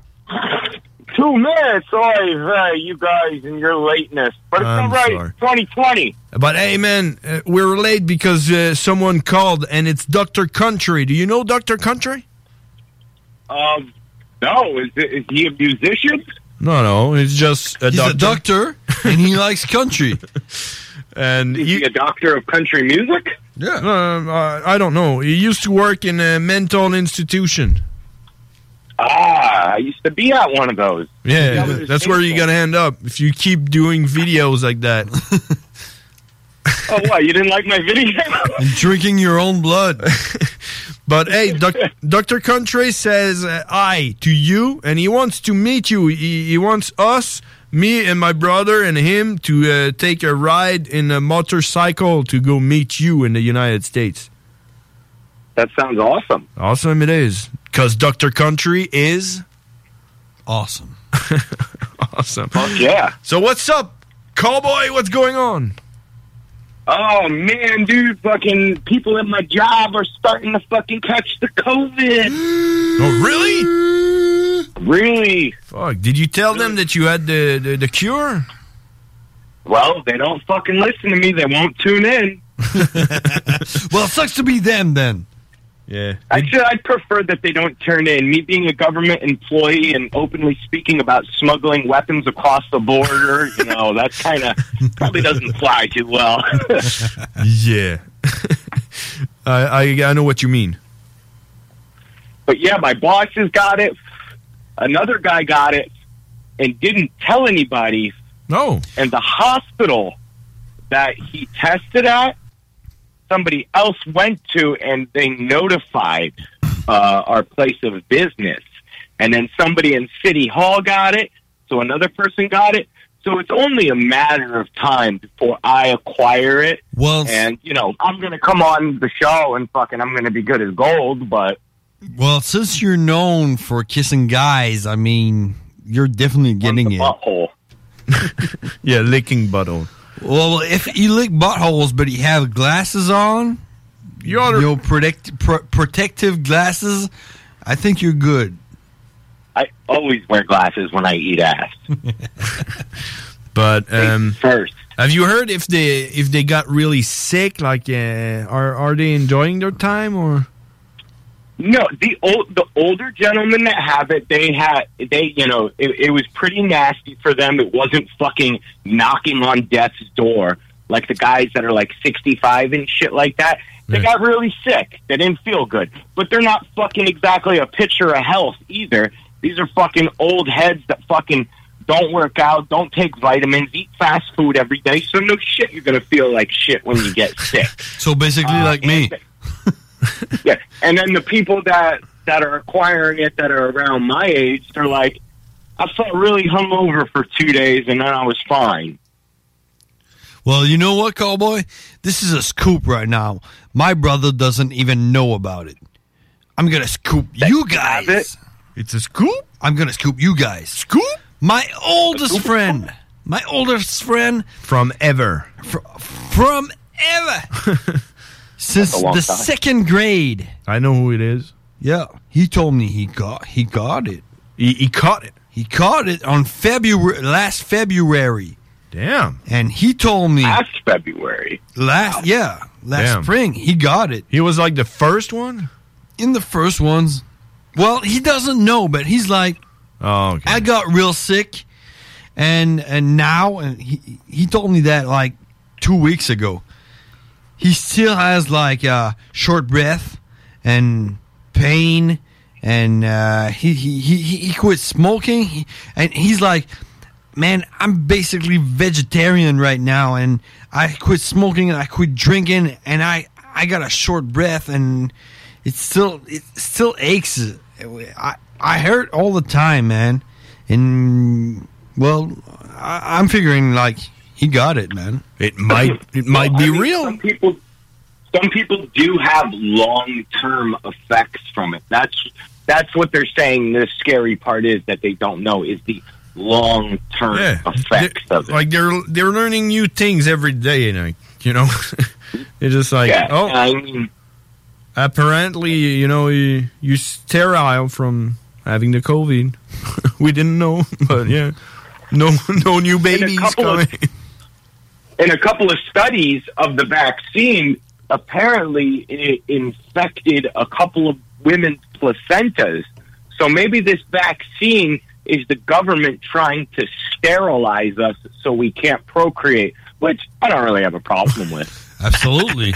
[SPEAKER 2] Two minutes. Sorry, uh, you guys and your lateness, but it's
[SPEAKER 6] I'm
[SPEAKER 2] all right.
[SPEAKER 6] sorry.
[SPEAKER 2] It's 2020.
[SPEAKER 6] But hey, man, uh, we're late because uh, someone called and it's Dr. Country. Do you know Dr. Country?
[SPEAKER 2] Um, no, is it, is he a musician?
[SPEAKER 6] No, no, it's just uh, a
[SPEAKER 2] He's
[SPEAKER 6] doctor.
[SPEAKER 2] a
[SPEAKER 6] and he likes country. And is he a doctor of country music? Yeah. No, no, I- I don't know. He used to work in a mental institution.
[SPEAKER 2] Ah, I used to be at one of those.
[SPEAKER 6] Yeah,
[SPEAKER 2] That was his
[SPEAKER 6] that's where you're
[SPEAKER 2] basement.
[SPEAKER 6] going to end up if you keep doing videos like that.
[SPEAKER 2] Oh, what? You didn't like my video?
[SPEAKER 6] and drinking your own blood. but hey, doc- Dr. Country says uh, I to you, and he wants to meet you. He, he wants us, me and my brother and him, to uh, take a ride in a motorcycle to go meet you in the United States.
[SPEAKER 2] that sounds awesome.
[SPEAKER 6] Awesome it is. Because Dr. Country is awesome. awesome.
[SPEAKER 2] yeah.
[SPEAKER 6] So what's up, cowboy? What's going on?
[SPEAKER 2] Oh man, dude, fucking people at my job are starting to fucking catch the COVID.
[SPEAKER 6] Oh, really?
[SPEAKER 2] Really?
[SPEAKER 6] Fuck. Did you tell them that you had the, the, the cure?
[SPEAKER 2] Well, they don't fucking listen to me. They won't tune in.
[SPEAKER 9] well, it sucks to be them then.
[SPEAKER 6] Yeah.
[SPEAKER 2] Actually, I'd prefer that they don't turn in. Me being a government employee and openly speaking about smuggling weapons across the border, you know, that kind of probably doesn't fly too well.
[SPEAKER 6] yeah. I, I I know what you mean.
[SPEAKER 2] but yeah, my boss has got it. Another guy got it and didn't tell anybody.
[SPEAKER 6] No.
[SPEAKER 2] And the hospital that he tested at, somebody else went to and they notified uh, our place of business. And then somebody in City Hall got it. So another person got it. So it's only a matter of time before I acquire it.
[SPEAKER 9] Well,
[SPEAKER 2] and you know, I'm going to come on the show and fucking I'm going to be good as gold, but
[SPEAKER 9] Well, since you're known for kissing guys, I mean, you're definitely getting it.
[SPEAKER 2] Butthole.
[SPEAKER 6] yeah, licking butthole.
[SPEAKER 9] Well, if he lick buttholes, but he have glasses on,
[SPEAKER 6] your
[SPEAKER 9] protect, pro- protective glasses, I think you're good.
[SPEAKER 2] I always wear glasses when I eat ass.
[SPEAKER 6] But um,
[SPEAKER 2] first,
[SPEAKER 6] have you heard if they if they got really sick? Like, uh, are are they enjoying their time or?
[SPEAKER 2] No, the old the older gentlemen that have it, they had they you know it, it was pretty nasty for them. It wasn't fucking knocking on death's door like the guys that are like sixty five and shit like that. They
[SPEAKER 14] Right.
[SPEAKER 2] got really sick. They didn't feel good, but they're not fucking exactly a picture of health either. These are fucking old heads that fucking don't work out, don't take vitamins, eat fast food every day. So no shit, you're gonna feel like shit when you get sick.
[SPEAKER 9] So basically,
[SPEAKER 2] Uh,
[SPEAKER 9] like me.
[SPEAKER 2] yeah, and then the people that that are acquiring it that are around my age, they're like, I felt really hungover for two days, and then I was fine.
[SPEAKER 9] Well, you know what, cowboy? This is a scoop right now. My brother doesn't even know about it. I'm gonna scoop you guys.
[SPEAKER 6] It's a scoop.
[SPEAKER 9] I'm gonna scoop you guys.
[SPEAKER 6] Scoop.
[SPEAKER 9] My oldest friend. My oldest friend
[SPEAKER 6] from ever.
[SPEAKER 9] from ever. Since
[SPEAKER 6] That's a long
[SPEAKER 9] the
[SPEAKER 6] time.
[SPEAKER 9] second grade.
[SPEAKER 6] I know who it is.
[SPEAKER 9] Yeah, he told me he got he got it.
[SPEAKER 6] He, he caught it.
[SPEAKER 9] He caught it on February last February.
[SPEAKER 6] Damn.
[SPEAKER 9] And he told me last
[SPEAKER 2] February.
[SPEAKER 9] Last yeah, last
[SPEAKER 6] Damn.
[SPEAKER 9] spring he got it.
[SPEAKER 6] He was like the first one.
[SPEAKER 9] In the first ones, well, he doesn't know, but he's like,
[SPEAKER 6] oh,
[SPEAKER 9] I got real sick, and and now and he he told me that like two weeks ago. He still has like uh, short breath and pain, and uh, he, he he he he quit smoking, he, and he's like, man, I'm basically vegetarian right now, and I quit smoking and I quit drinking, and I I got a short breath, and it still it still aches. I I hurt all the time, man, and well, I, I'm figuring like he got it, man.
[SPEAKER 6] It might it might
[SPEAKER 2] I mean, Some people, some people do have long term effects from it. That's that's what they're saying. The scary part is that they don't know is the long term effects of it.
[SPEAKER 6] Like they're they're learning new things every day, like you know, they're just like
[SPEAKER 2] Yeah,
[SPEAKER 6] oh.
[SPEAKER 2] I mean-
[SPEAKER 6] apparently, you know, you you sterile from having the COVID. we didn't know, but yeah, no no new babies
[SPEAKER 2] couple
[SPEAKER 6] coming.
[SPEAKER 2] of- in a couple of studies of the vaccine, apparently it infected a couple of women's placentas. So maybe this vaccine is the government trying to sterilize us so we can't procreate, which I don't really have a problem with.
[SPEAKER 9] Absolutely.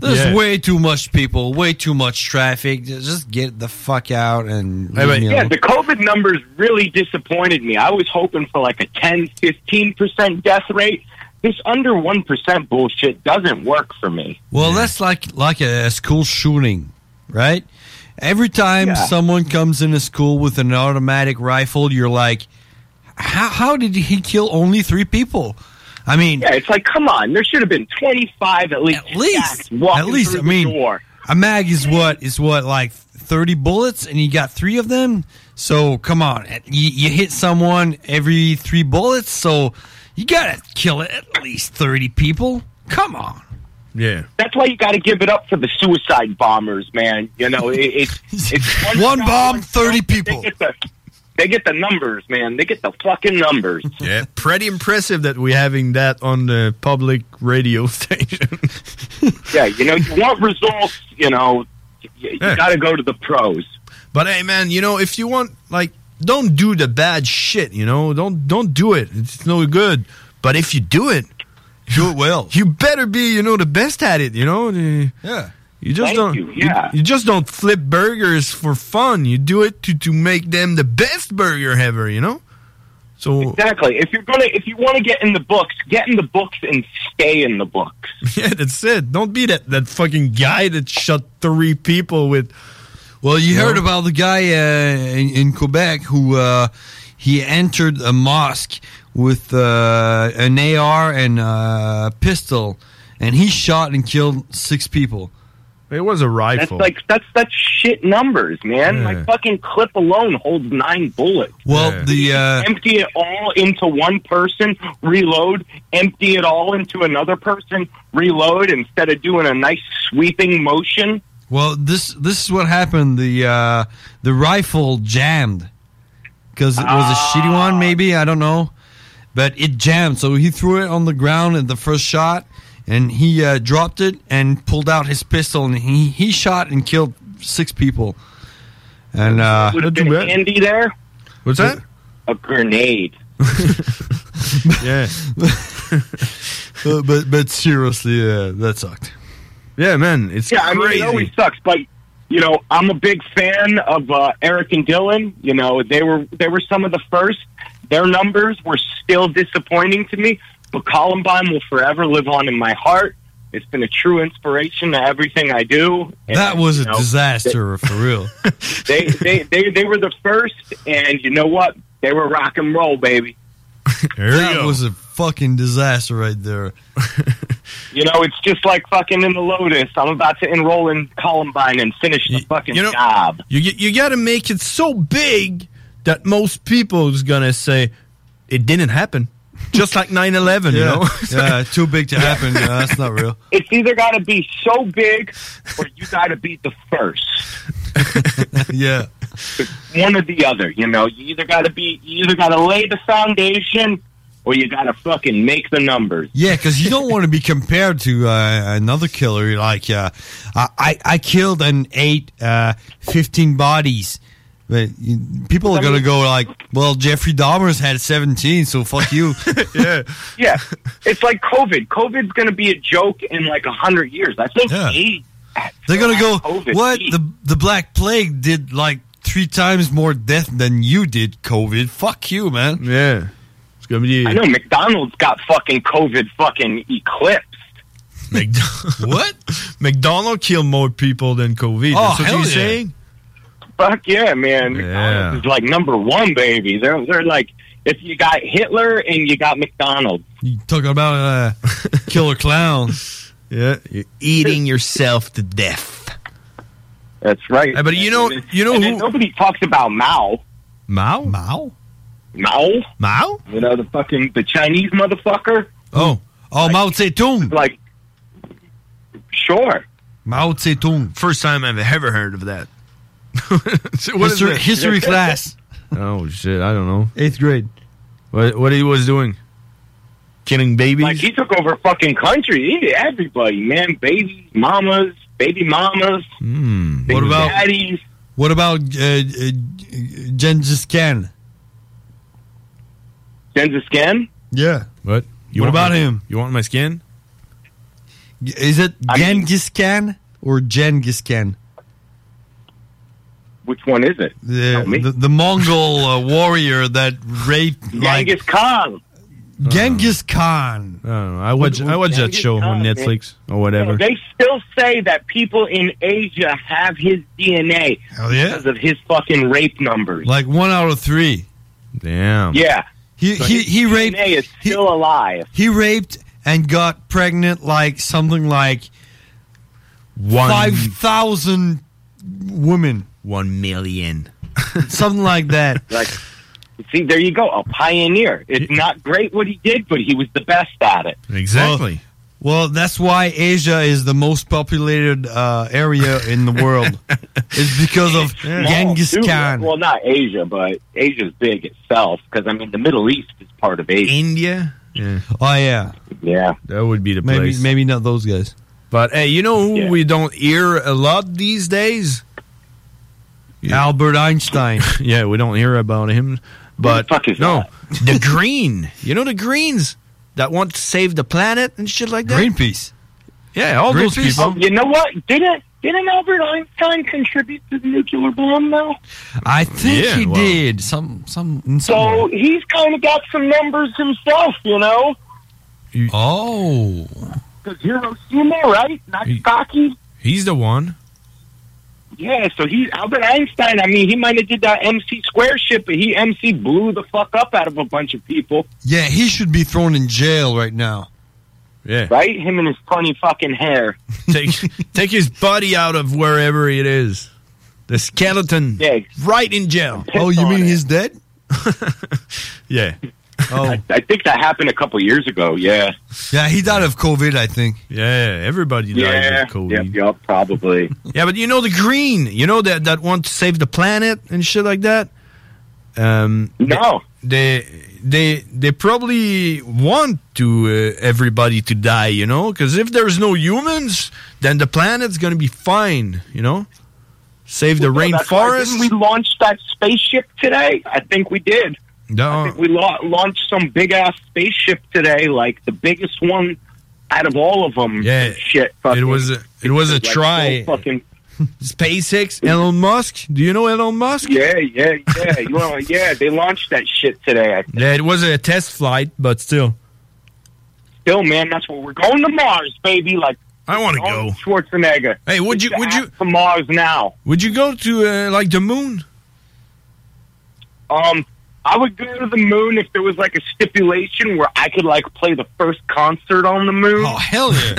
[SPEAKER 9] There's
[SPEAKER 2] Yeah.
[SPEAKER 9] way too much people, way too much traffic. Just get the fuck out and. leave me
[SPEAKER 2] yeah,
[SPEAKER 9] alone.
[SPEAKER 2] the COVID numbers really disappointed me. I was hoping for like a 10, 15% death rate. This under 1% bullshit doesn't work for me.
[SPEAKER 9] Well, that's like like a, a school shooting, right? Every time someone comes into school with an automatic rifle, you're like, how, how did he kill only three people? I mean,
[SPEAKER 2] yeah, it's like, come on, there should have been 25 at least. At least,
[SPEAKER 9] at least I mean, a mag is what is what like thirty bullets, and you got three of them. So come on, at- you, you hit someone every three bullets, so you gotta kill at least thirty people. Come on.
[SPEAKER 6] Yeah.
[SPEAKER 2] That's why you got to give it up for the suicide bombers, man. You know, it, it's it's one, bomb, thirty people. They get, the, they get the numbers, man. They get the fucking numbers.
[SPEAKER 6] Yeah, pretty impressive that we're having that on the public radio station.
[SPEAKER 2] yeah, you know, you want results. You know, you, you got to go to the pros.
[SPEAKER 6] But hey, man, you know, if you want, like, don't do the bad shit. You know, don't don't do it. It's no good. But if you do it, do it well. You better be, you know, the best at it. You know. The-
[SPEAKER 9] Yeah.
[SPEAKER 6] You just
[SPEAKER 2] Thank
[SPEAKER 6] don't.
[SPEAKER 2] you, yeah.
[SPEAKER 6] You, just don't flip burgers for fun. You do it to to make them the best burger ever. You know. So
[SPEAKER 2] Exactly. If you're gonna, if you want to get in the books, get in the books and stay in the books.
[SPEAKER 6] yeah, that's it. Don't be that that fucking guy that shot three people with.
[SPEAKER 9] Well, you
[SPEAKER 6] No.
[SPEAKER 9] heard about the guy uh, in, in Quebec who uh, he entered a mosque with uh, an AR and a pistol, and he shot and killed six people.
[SPEAKER 6] It was a
[SPEAKER 2] That's like that's that's shit numbers, man.
[SPEAKER 9] Yeah.
[SPEAKER 2] My fucking clip alone holds nine bullets.
[SPEAKER 9] Well, the uh,
[SPEAKER 2] empty it all into one person, reload, empty it all into another person, reload instead of doing a nice sweeping motion.
[SPEAKER 9] well, this this is what happened. The uh, the rifle jammed because it was a shitty one, maybe I don't know, but it jammed. So he threw it on the ground at the first shot, and he uh, dropped it and pulled out his pistol, and he he shot and killed six people. And uh,
[SPEAKER 2] Would have been handy there.
[SPEAKER 6] What's that?
[SPEAKER 2] A grenade.
[SPEAKER 6] yeah.
[SPEAKER 9] Uh, but but seriously, uh, that sucked.
[SPEAKER 6] Yeah, man, it's
[SPEAKER 2] yeah, I mean, it always sucks, but you know, I'm a big fan of uh, Eric and Dylan. You know, they were they were some of the first. Their numbers were still disappointing to me, but Columbine will forever live on in my heart. It's been a true inspiration to everything I do. And,
[SPEAKER 9] That was a
[SPEAKER 2] you know,
[SPEAKER 9] disaster for real.
[SPEAKER 2] They they, they they were the first, and you know what? They were rock and roll, baby.
[SPEAKER 9] that was a fucking disaster right there.
[SPEAKER 2] You know, it's just like fucking in the Lotus. I'm about to enroll in Columbine and finish the fucking
[SPEAKER 6] you know-
[SPEAKER 2] job.
[SPEAKER 6] You you got to make it so big that most people is gonna say it didn't happen. Just like 9-11, you
[SPEAKER 9] Yeah.
[SPEAKER 6] know.
[SPEAKER 9] Yeah, too big to happen. Yeah, that's not real.
[SPEAKER 2] It's either got to be so big or you got to be the first.
[SPEAKER 9] yeah.
[SPEAKER 2] One or the other, you know. You either got to be, you either got to lay the foundation or you got to fucking make the numbers.
[SPEAKER 9] Yeah, because you don't want to be compared to uh, another killer. You're Like, uh, I, I- I killed and ate uh, 15 bodies. But you, people are going to go like, well, Jeffrey Dahmer's had 17, so fuck you.
[SPEAKER 6] yeah.
[SPEAKER 2] Yeah. It's like COVID. COVID's going to be a joke in like a hundred years. I think
[SPEAKER 9] Yeah.
[SPEAKER 2] eight.
[SPEAKER 9] They're going to go,
[SPEAKER 2] COVID.
[SPEAKER 9] what? The, the Black Plague did like three times more death than you did, COVID. Fuck you, man.
[SPEAKER 6] Yeah. It's going to be.
[SPEAKER 2] I know McDonald's got fucking COVID fucking eclipsed.
[SPEAKER 6] what? McDonald killed more people than COVID.
[SPEAKER 2] Oh,
[SPEAKER 6] That's what
[SPEAKER 2] hell
[SPEAKER 6] you're
[SPEAKER 2] yeah.
[SPEAKER 6] saying?
[SPEAKER 2] Fuck yeah, man. McDonald's is like number one, baby. They're, they're like, if you got Hitler and you got McDonald's.
[SPEAKER 9] You talking about uh, killer clown.
[SPEAKER 6] Yeah, you're eating yourself to death.
[SPEAKER 2] That's right.
[SPEAKER 6] but you know, you know who
[SPEAKER 2] nobody talks about Mao.
[SPEAKER 6] Mao? Mao?
[SPEAKER 2] Mao?
[SPEAKER 6] Mao?
[SPEAKER 2] You know the fucking the Chinese motherfucker?
[SPEAKER 6] Oh. Oh, Mao Zedong.
[SPEAKER 2] Like Sure.
[SPEAKER 6] Mao Zedong.
[SPEAKER 1] First time I've ever heard of that. So what is
[SPEAKER 9] history
[SPEAKER 1] this?
[SPEAKER 9] history class.
[SPEAKER 6] Oh shit! I don't know.
[SPEAKER 9] Eighth grade.
[SPEAKER 6] What what he was doing? Killing babies.
[SPEAKER 2] Like he took over fucking country. He, everybody, man, babies, mamas, baby mamas,
[SPEAKER 6] Hmm.
[SPEAKER 2] baby
[SPEAKER 9] What about-
[SPEAKER 2] daddies.
[SPEAKER 9] What about uh, uh, Gengis Khan?
[SPEAKER 2] Gengis Khan?
[SPEAKER 9] Yeah.
[SPEAKER 6] What?
[SPEAKER 9] What
[SPEAKER 6] want
[SPEAKER 9] about
[SPEAKER 6] my-
[SPEAKER 9] him?
[SPEAKER 6] You want my skin?
[SPEAKER 9] Is it Genghis Khan or Genghis Khan?
[SPEAKER 2] Which one is it?
[SPEAKER 9] The, the, the Mongol uh, warrior that raped
[SPEAKER 2] Genghis Khan.
[SPEAKER 9] Genghis Khan.
[SPEAKER 6] I don't know. Oh, I watch I watch that show on
[SPEAKER 2] man.
[SPEAKER 6] Netflix or whatever.
[SPEAKER 2] They still say that people in Asia have his DNA because of his fucking rape numbers.
[SPEAKER 9] Like one out of three.
[SPEAKER 6] Damn.
[SPEAKER 2] Yeah.
[SPEAKER 9] Um, He
[SPEAKER 2] So
[SPEAKER 9] he
[SPEAKER 2] his
[SPEAKER 9] he raped.
[SPEAKER 2] DNA is still alive.
[SPEAKER 9] He raped and got pregnant like something like
[SPEAKER 6] One-
[SPEAKER 9] five thousand women,
[SPEAKER 6] One million.
[SPEAKER 9] something like that.
[SPEAKER 2] Like, see, there you go, a pioneer. It's not great what he did, but he was the best at it.
[SPEAKER 6] Exactly.
[SPEAKER 9] Well, that's why Asia is the most populated uh, area in the world. it's because of
[SPEAKER 2] Small,
[SPEAKER 9] Genghis
[SPEAKER 2] too.
[SPEAKER 9] Khan.
[SPEAKER 2] Well, not Asia, but Asia's big itself because I mean the Middle East is part of Asia.
[SPEAKER 6] India. Yeah.
[SPEAKER 9] Oh yeah,
[SPEAKER 2] Yeah,
[SPEAKER 6] That would be the
[SPEAKER 9] maybe
[SPEAKER 6] place.
[SPEAKER 9] maybe not those guys.
[SPEAKER 6] But hey, you know who
[SPEAKER 2] Yeah.
[SPEAKER 6] we don't hear a lot these days?
[SPEAKER 9] Albert Einstein.
[SPEAKER 6] Yeah, we don't hear about him. But
[SPEAKER 2] the fuck is
[SPEAKER 6] no, the green. You know the greens that want to save the planet and shit like that.
[SPEAKER 9] Greenpeace.
[SPEAKER 6] Yeah, all those
[SPEAKER 9] Greenpeace.
[SPEAKER 6] people.
[SPEAKER 2] you know what? Didn't didn't Albert Einstein contribute to the nuclear bomb though?
[SPEAKER 9] I think
[SPEAKER 6] Yeah,
[SPEAKER 9] he
[SPEAKER 6] well.
[SPEAKER 9] did some some. in some
[SPEAKER 2] So
[SPEAKER 9] way.
[SPEAKER 2] he's kind of got some numbers himself, you know.
[SPEAKER 9] oh,
[SPEAKER 2] Because Hiroshima, right? Nagasaki.
[SPEAKER 6] He's the one.
[SPEAKER 2] Yeah, so he Albert Einstein. I mean, he might have did that MC square shit, but he MC blew the fuck up out of a bunch of people,
[SPEAKER 9] yeah, he should be thrown in jail right now.
[SPEAKER 6] Yeah.
[SPEAKER 2] right? Him and his funny fucking hair.
[SPEAKER 6] take take his body out of wherever it is. The skeleton
[SPEAKER 2] Yeah,
[SPEAKER 6] right in jail.
[SPEAKER 9] Oh, you
[SPEAKER 2] on
[SPEAKER 9] mean
[SPEAKER 2] it.
[SPEAKER 9] he's dead?
[SPEAKER 6] Yeah.
[SPEAKER 9] Oh,
[SPEAKER 2] I think that happened a couple years ago. Yeah,
[SPEAKER 9] yeah, he died of COVID, I think.
[SPEAKER 6] Yeah, everybody dies of COVID.
[SPEAKER 2] yep, yep, probably.
[SPEAKER 6] Yeah, but you know the green, you know that that want to save the planet and shit like that. Um,
[SPEAKER 2] no,
[SPEAKER 6] they they they probably want to uh, everybody to die, you know, because if there's no humans, then the planet's gonna be fine, you know. Save the
[SPEAKER 2] Well, that's why-
[SPEAKER 6] rainforest.
[SPEAKER 2] didn't We launched that spaceship today. I think we did. I
[SPEAKER 6] No.
[SPEAKER 2] think we la- launched some big ass spaceship today, like the biggest one out of all of them.
[SPEAKER 6] Yeah,
[SPEAKER 2] shit. Fucking,
[SPEAKER 6] it was a, it was a
[SPEAKER 2] like,
[SPEAKER 6] try.
[SPEAKER 2] so Fucking
[SPEAKER 6] SpaceX, Elon Musk. Do you know Elon Musk?
[SPEAKER 2] yeah, yeah, yeah. you know, yeah, they launched that shit today. I think.
[SPEAKER 6] Yeah, it was a test flight, but still,
[SPEAKER 2] Still, man, that's where we're going to Mars, baby. Like
[SPEAKER 6] I want to
[SPEAKER 2] Arnold
[SPEAKER 6] go.
[SPEAKER 2] Schwarzenegger.
[SPEAKER 6] Hey, would you
[SPEAKER 2] Get
[SPEAKER 6] would
[SPEAKER 2] your
[SPEAKER 6] you
[SPEAKER 2] ass to Mars now?
[SPEAKER 6] would you go to uh, like the moon?
[SPEAKER 2] Um, I would go to the moon if there was like a stipulation where I could like play the first concert on the moon,
[SPEAKER 9] Oh hell yeah!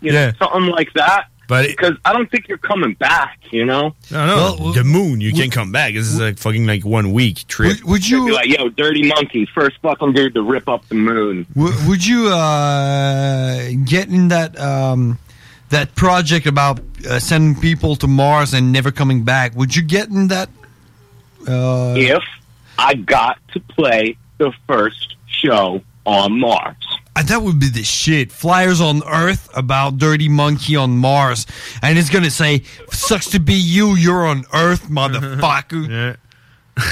[SPEAKER 2] you know,
[SPEAKER 6] yeah.
[SPEAKER 2] something like that.
[SPEAKER 6] But it,
[SPEAKER 2] Because I don't think you're coming back, you know.
[SPEAKER 6] no, no,
[SPEAKER 9] Well,
[SPEAKER 6] the moon. You can't come back. This is like fucking like one week trip.
[SPEAKER 9] would, would
[SPEAKER 2] Be
[SPEAKER 9] you
[SPEAKER 2] like, yo, dirty monkey, first fucking dude to rip up the moon.
[SPEAKER 9] would, would you uh, get in that um, that project about uh, sending people to Mars and never coming back? Would you get in that? Uh,
[SPEAKER 2] if I got to play the first show on Mars.
[SPEAKER 9] Uh, That would be the shit. Flyers on Earth about Dirty Monkey on Mars. And it's going to say, sucks to be you, you're on Earth, motherfucker.
[SPEAKER 6] Yeah.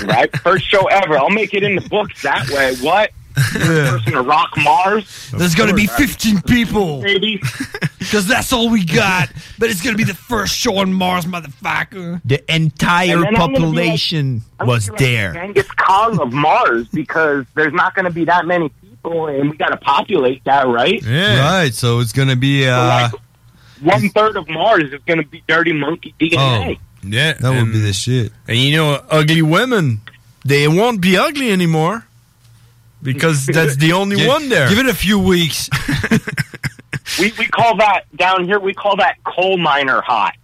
[SPEAKER 2] Right? First show ever. I'll make it in the books that way. What? First to rock Mars,
[SPEAKER 9] There's going to be 15 people
[SPEAKER 2] baby.
[SPEAKER 9] because that's all we got. But it's going to be the first show on Mars, motherfucker.
[SPEAKER 6] The entire
[SPEAKER 2] And then I'm gonna be like-
[SPEAKER 6] population
[SPEAKER 2] I'm
[SPEAKER 6] was
[SPEAKER 2] gonna be like
[SPEAKER 6] there.
[SPEAKER 2] Genghis Khan of Mars because there's not going to be that many people, and we got to populate that, right?
[SPEAKER 6] Yeah.
[SPEAKER 9] Right, so it's going to be. Uh,
[SPEAKER 2] like, One third of Mars is going to be dirty monkey DNA.
[SPEAKER 6] Yeah,
[SPEAKER 9] that would
[SPEAKER 6] and,
[SPEAKER 9] be the shit.
[SPEAKER 6] and you know, ugly women, they won't be ugly anymore because that's the only
[SPEAKER 9] Give-
[SPEAKER 6] one there.
[SPEAKER 9] Give it a few weeks.
[SPEAKER 2] We, we call that down here. We call that coal miner hot.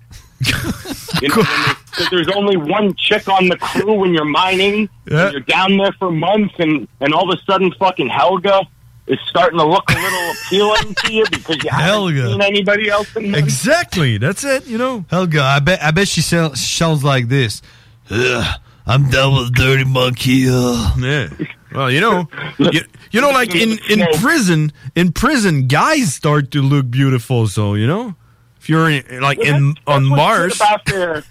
[SPEAKER 2] you know, when they- 'cause there's only one chick on the crew when you're mining.
[SPEAKER 28] Yeah.
[SPEAKER 2] and You're down there for months, and and all of a sudden, fucking Helga is starting to look a little appealing to you because you haven't
[SPEAKER 9] Helga.
[SPEAKER 2] seen anybody else in months.
[SPEAKER 9] Exactly. That's it. You know, Helga. I bet. I bet she sel- sounds like this. Ugh, I'm done with Dirty Monkey. Ugh.
[SPEAKER 29] Yeah.
[SPEAKER 6] Well, you know, you, you know, like in, in prison, in prison, guys start to look beautiful. So you know, if you're in, like
[SPEAKER 2] Well,
[SPEAKER 6] in
[SPEAKER 2] that's- that's
[SPEAKER 6] on
[SPEAKER 2] what's
[SPEAKER 6] Mars,
[SPEAKER 2] good about their-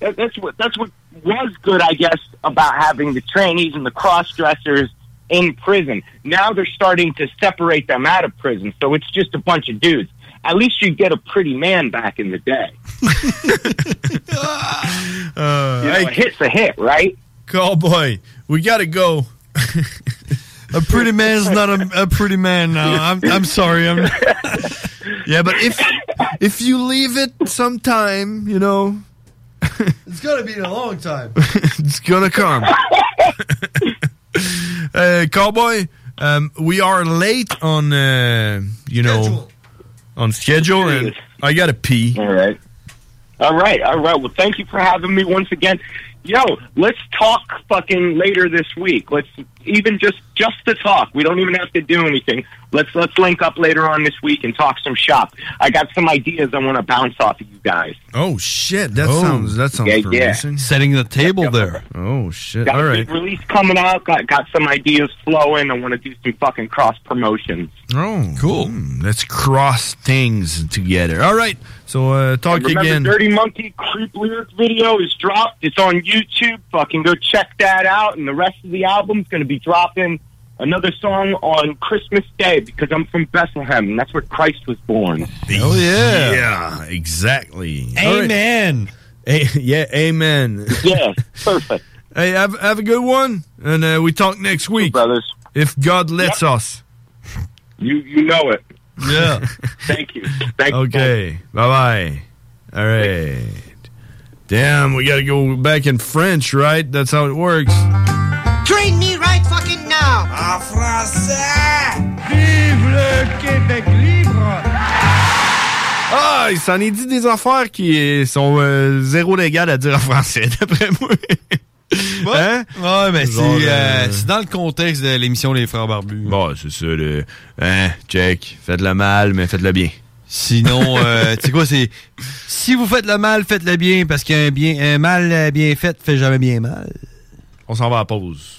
[SPEAKER 2] that- that's what that's what was good, I guess, about having the trainees and the cross dressers in prison. Now they're starting to separate them out of prison, so it's just a bunch of dudes. At least you get a pretty man back in the day.
[SPEAKER 29] Uh,
[SPEAKER 2] You know, a hit's a hit, right?
[SPEAKER 29] Cowboy, we gotta go.
[SPEAKER 9] A pretty man's not a, a pretty man. Now I'm. I'm sorry. I'm.
[SPEAKER 6] yeah. But if if you leave it sometime, you know,
[SPEAKER 9] It's gonna be a long time.
[SPEAKER 6] it's gonna come. uh, Cowboy, um, we are late on, uh, you know, on schedule, and I gotta pee.
[SPEAKER 2] All right. All right, all right. Well, thank you for having me once again. Yo, let's talk fucking later this week. Let's even just just to talk. We don't even have to do anything. Let's let's link up later on this week and talk some shop. I got some ideas I want to bounce off of you guys.
[SPEAKER 6] Oh shit! That
[SPEAKER 2] Oh.
[SPEAKER 6] sounds that sounds
[SPEAKER 2] Yeah, yeah.
[SPEAKER 6] promising. Setting the table there. Oh shit!
[SPEAKER 2] Got
[SPEAKER 6] All
[SPEAKER 2] a
[SPEAKER 6] right.
[SPEAKER 2] big release coming out. Got got some ideas flowing. I want to do some fucking cross promotions.
[SPEAKER 6] Oh, cool. let's cross things together. All right. So uh, talk
[SPEAKER 2] Remember,
[SPEAKER 6] again.
[SPEAKER 2] Dirty Monkey Creep Lyric video is dropped. It's on YouTube. Fucking go check that out. And the rest of the album's going to be dropping another song on Christmas Day because I'm from Bethlehem and that's where Christ was born.
[SPEAKER 6] Oh yeah. Yeah. Exactly. Amen. yeah. Amen.
[SPEAKER 2] Yeah. Perfect.
[SPEAKER 6] hey, have have a good one, and uh, we talk next week,
[SPEAKER 2] brothers.
[SPEAKER 6] If God lets us.
[SPEAKER 2] You you know it.
[SPEAKER 6] Yeah.
[SPEAKER 2] Thank you. Thank you.
[SPEAKER 6] okay. Bye bye. All right. Damn, we gotta go back in French, right? That's how it works.
[SPEAKER 1] Train me right fucking now. En français. Vive le Québec libre.
[SPEAKER 6] Ah, il s'en est dit des affaires qui sont euh, zéro légales à dire en français, d'après moi. Hein?
[SPEAKER 9] Ouais, mais c'est,
[SPEAKER 6] Genre,
[SPEAKER 9] euh,
[SPEAKER 6] euh,
[SPEAKER 9] c'est dans le contexte de l'émission Les Frères Barbus.
[SPEAKER 6] Bon, c'est ça, le. Hein, check. Faites-le mal, mais faites-le bien.
[SPEAKER 9] Sinon, euh, tu sais quoi, c'est si vous faites le mal, faites-le bien, parce qu'un bien, un mal euh, bien fait fait jamais bien mal.
[SPEAKER 6] On s'en va à pause.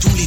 [SPEAKER 17] Tous les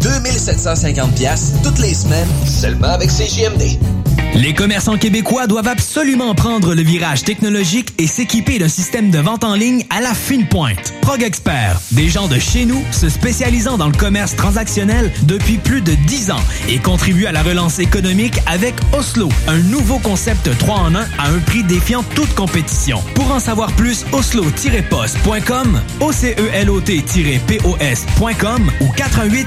[SPEAKER 17] 2750 pièces toutes les semaines, seulement avec CJMD.
[SPEAKER 27] Les commerçants québécois doivent absolument prendre le virage technologique et s'équiper d'un système de vente en ligne à la fine pointe. Prog Expert, des gens de chez nous se spécialisant dans le commerce transactionnel depuis plus de 10 ans et contribuent à la relance économique avec Oslo, un nouveau concept 3 en 1 à un prix défiant toute compétition. Pour en savoir plus, oslo-post.com, E ocelot-pos.com ou 88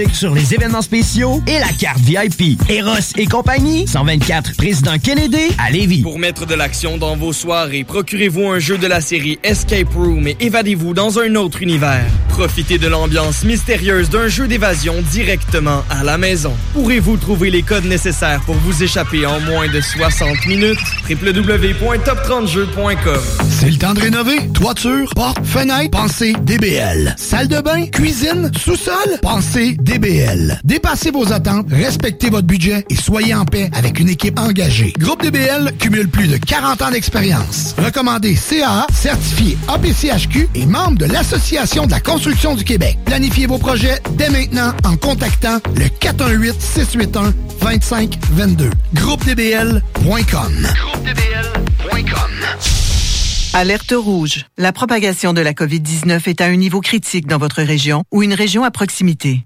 [SPEAKER 21] sur les événements spéciaux et la carte VIP. Eros et compagnie, 124 Président Kennedy à Lévis.
[SPEAKER 24] Pour mettre de l'action dans vos soirées, procurez-vous un jeu de la série Escape Room et évadez-vous dans un autre univers. Profitez de l'ambiance mystérieuse d'un jeu d'évasion directement à la maison. Pourrez-vous trouver les codes nécessaires pour vous échapper en moins de 60 minutes? www.top30jeux.com
[SPEAKER 25] C'est le temps de rénover. Toiture, porte, fenêtre, pensez DBL. Salle de bain, cuisine, sous-sol, pensez DBL. Dépassez vos attentes, respectez votre budget et soyez en paix avec une équipe engagée. Groupe DBL cumule plus de 40 ans d'expérience. Recommandé CAA, certifié APCHQ et membre de l'Association de la construction du Québec. Planifiez vos projets dès maintenant en contactant le 418-681-2522. GroupeDBL.com.
[SPEAKER 30] Alerte rouge. La propagation de la COVID-19 est à un niveau critique dans votre région ou une région à proximité.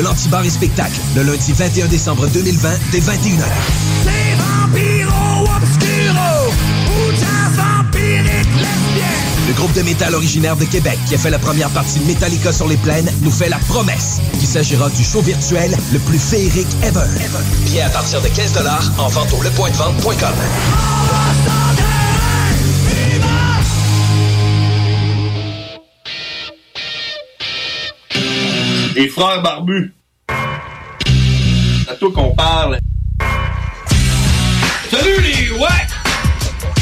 [SPEAKER 17] l'Antibar et Spectacle, le lundi 21 décembre 2020, dès 21h.
[SPEAKER 1] Les vampiros obscuros, putas vampiriques lesbiennes.
[SPEAKER 17] Le groupe de métal originaire de Québec qui a fait la première partie de Metallica sur les plaines nous fait la promesse qu'il s'agira du show virtuel le plus féerique ever. Bien à partir de 15 en vente au lepointdevente.com.
[SPEAKER 5] Les frères barbus. C'est à toi qu'on parle. Salut les ouais!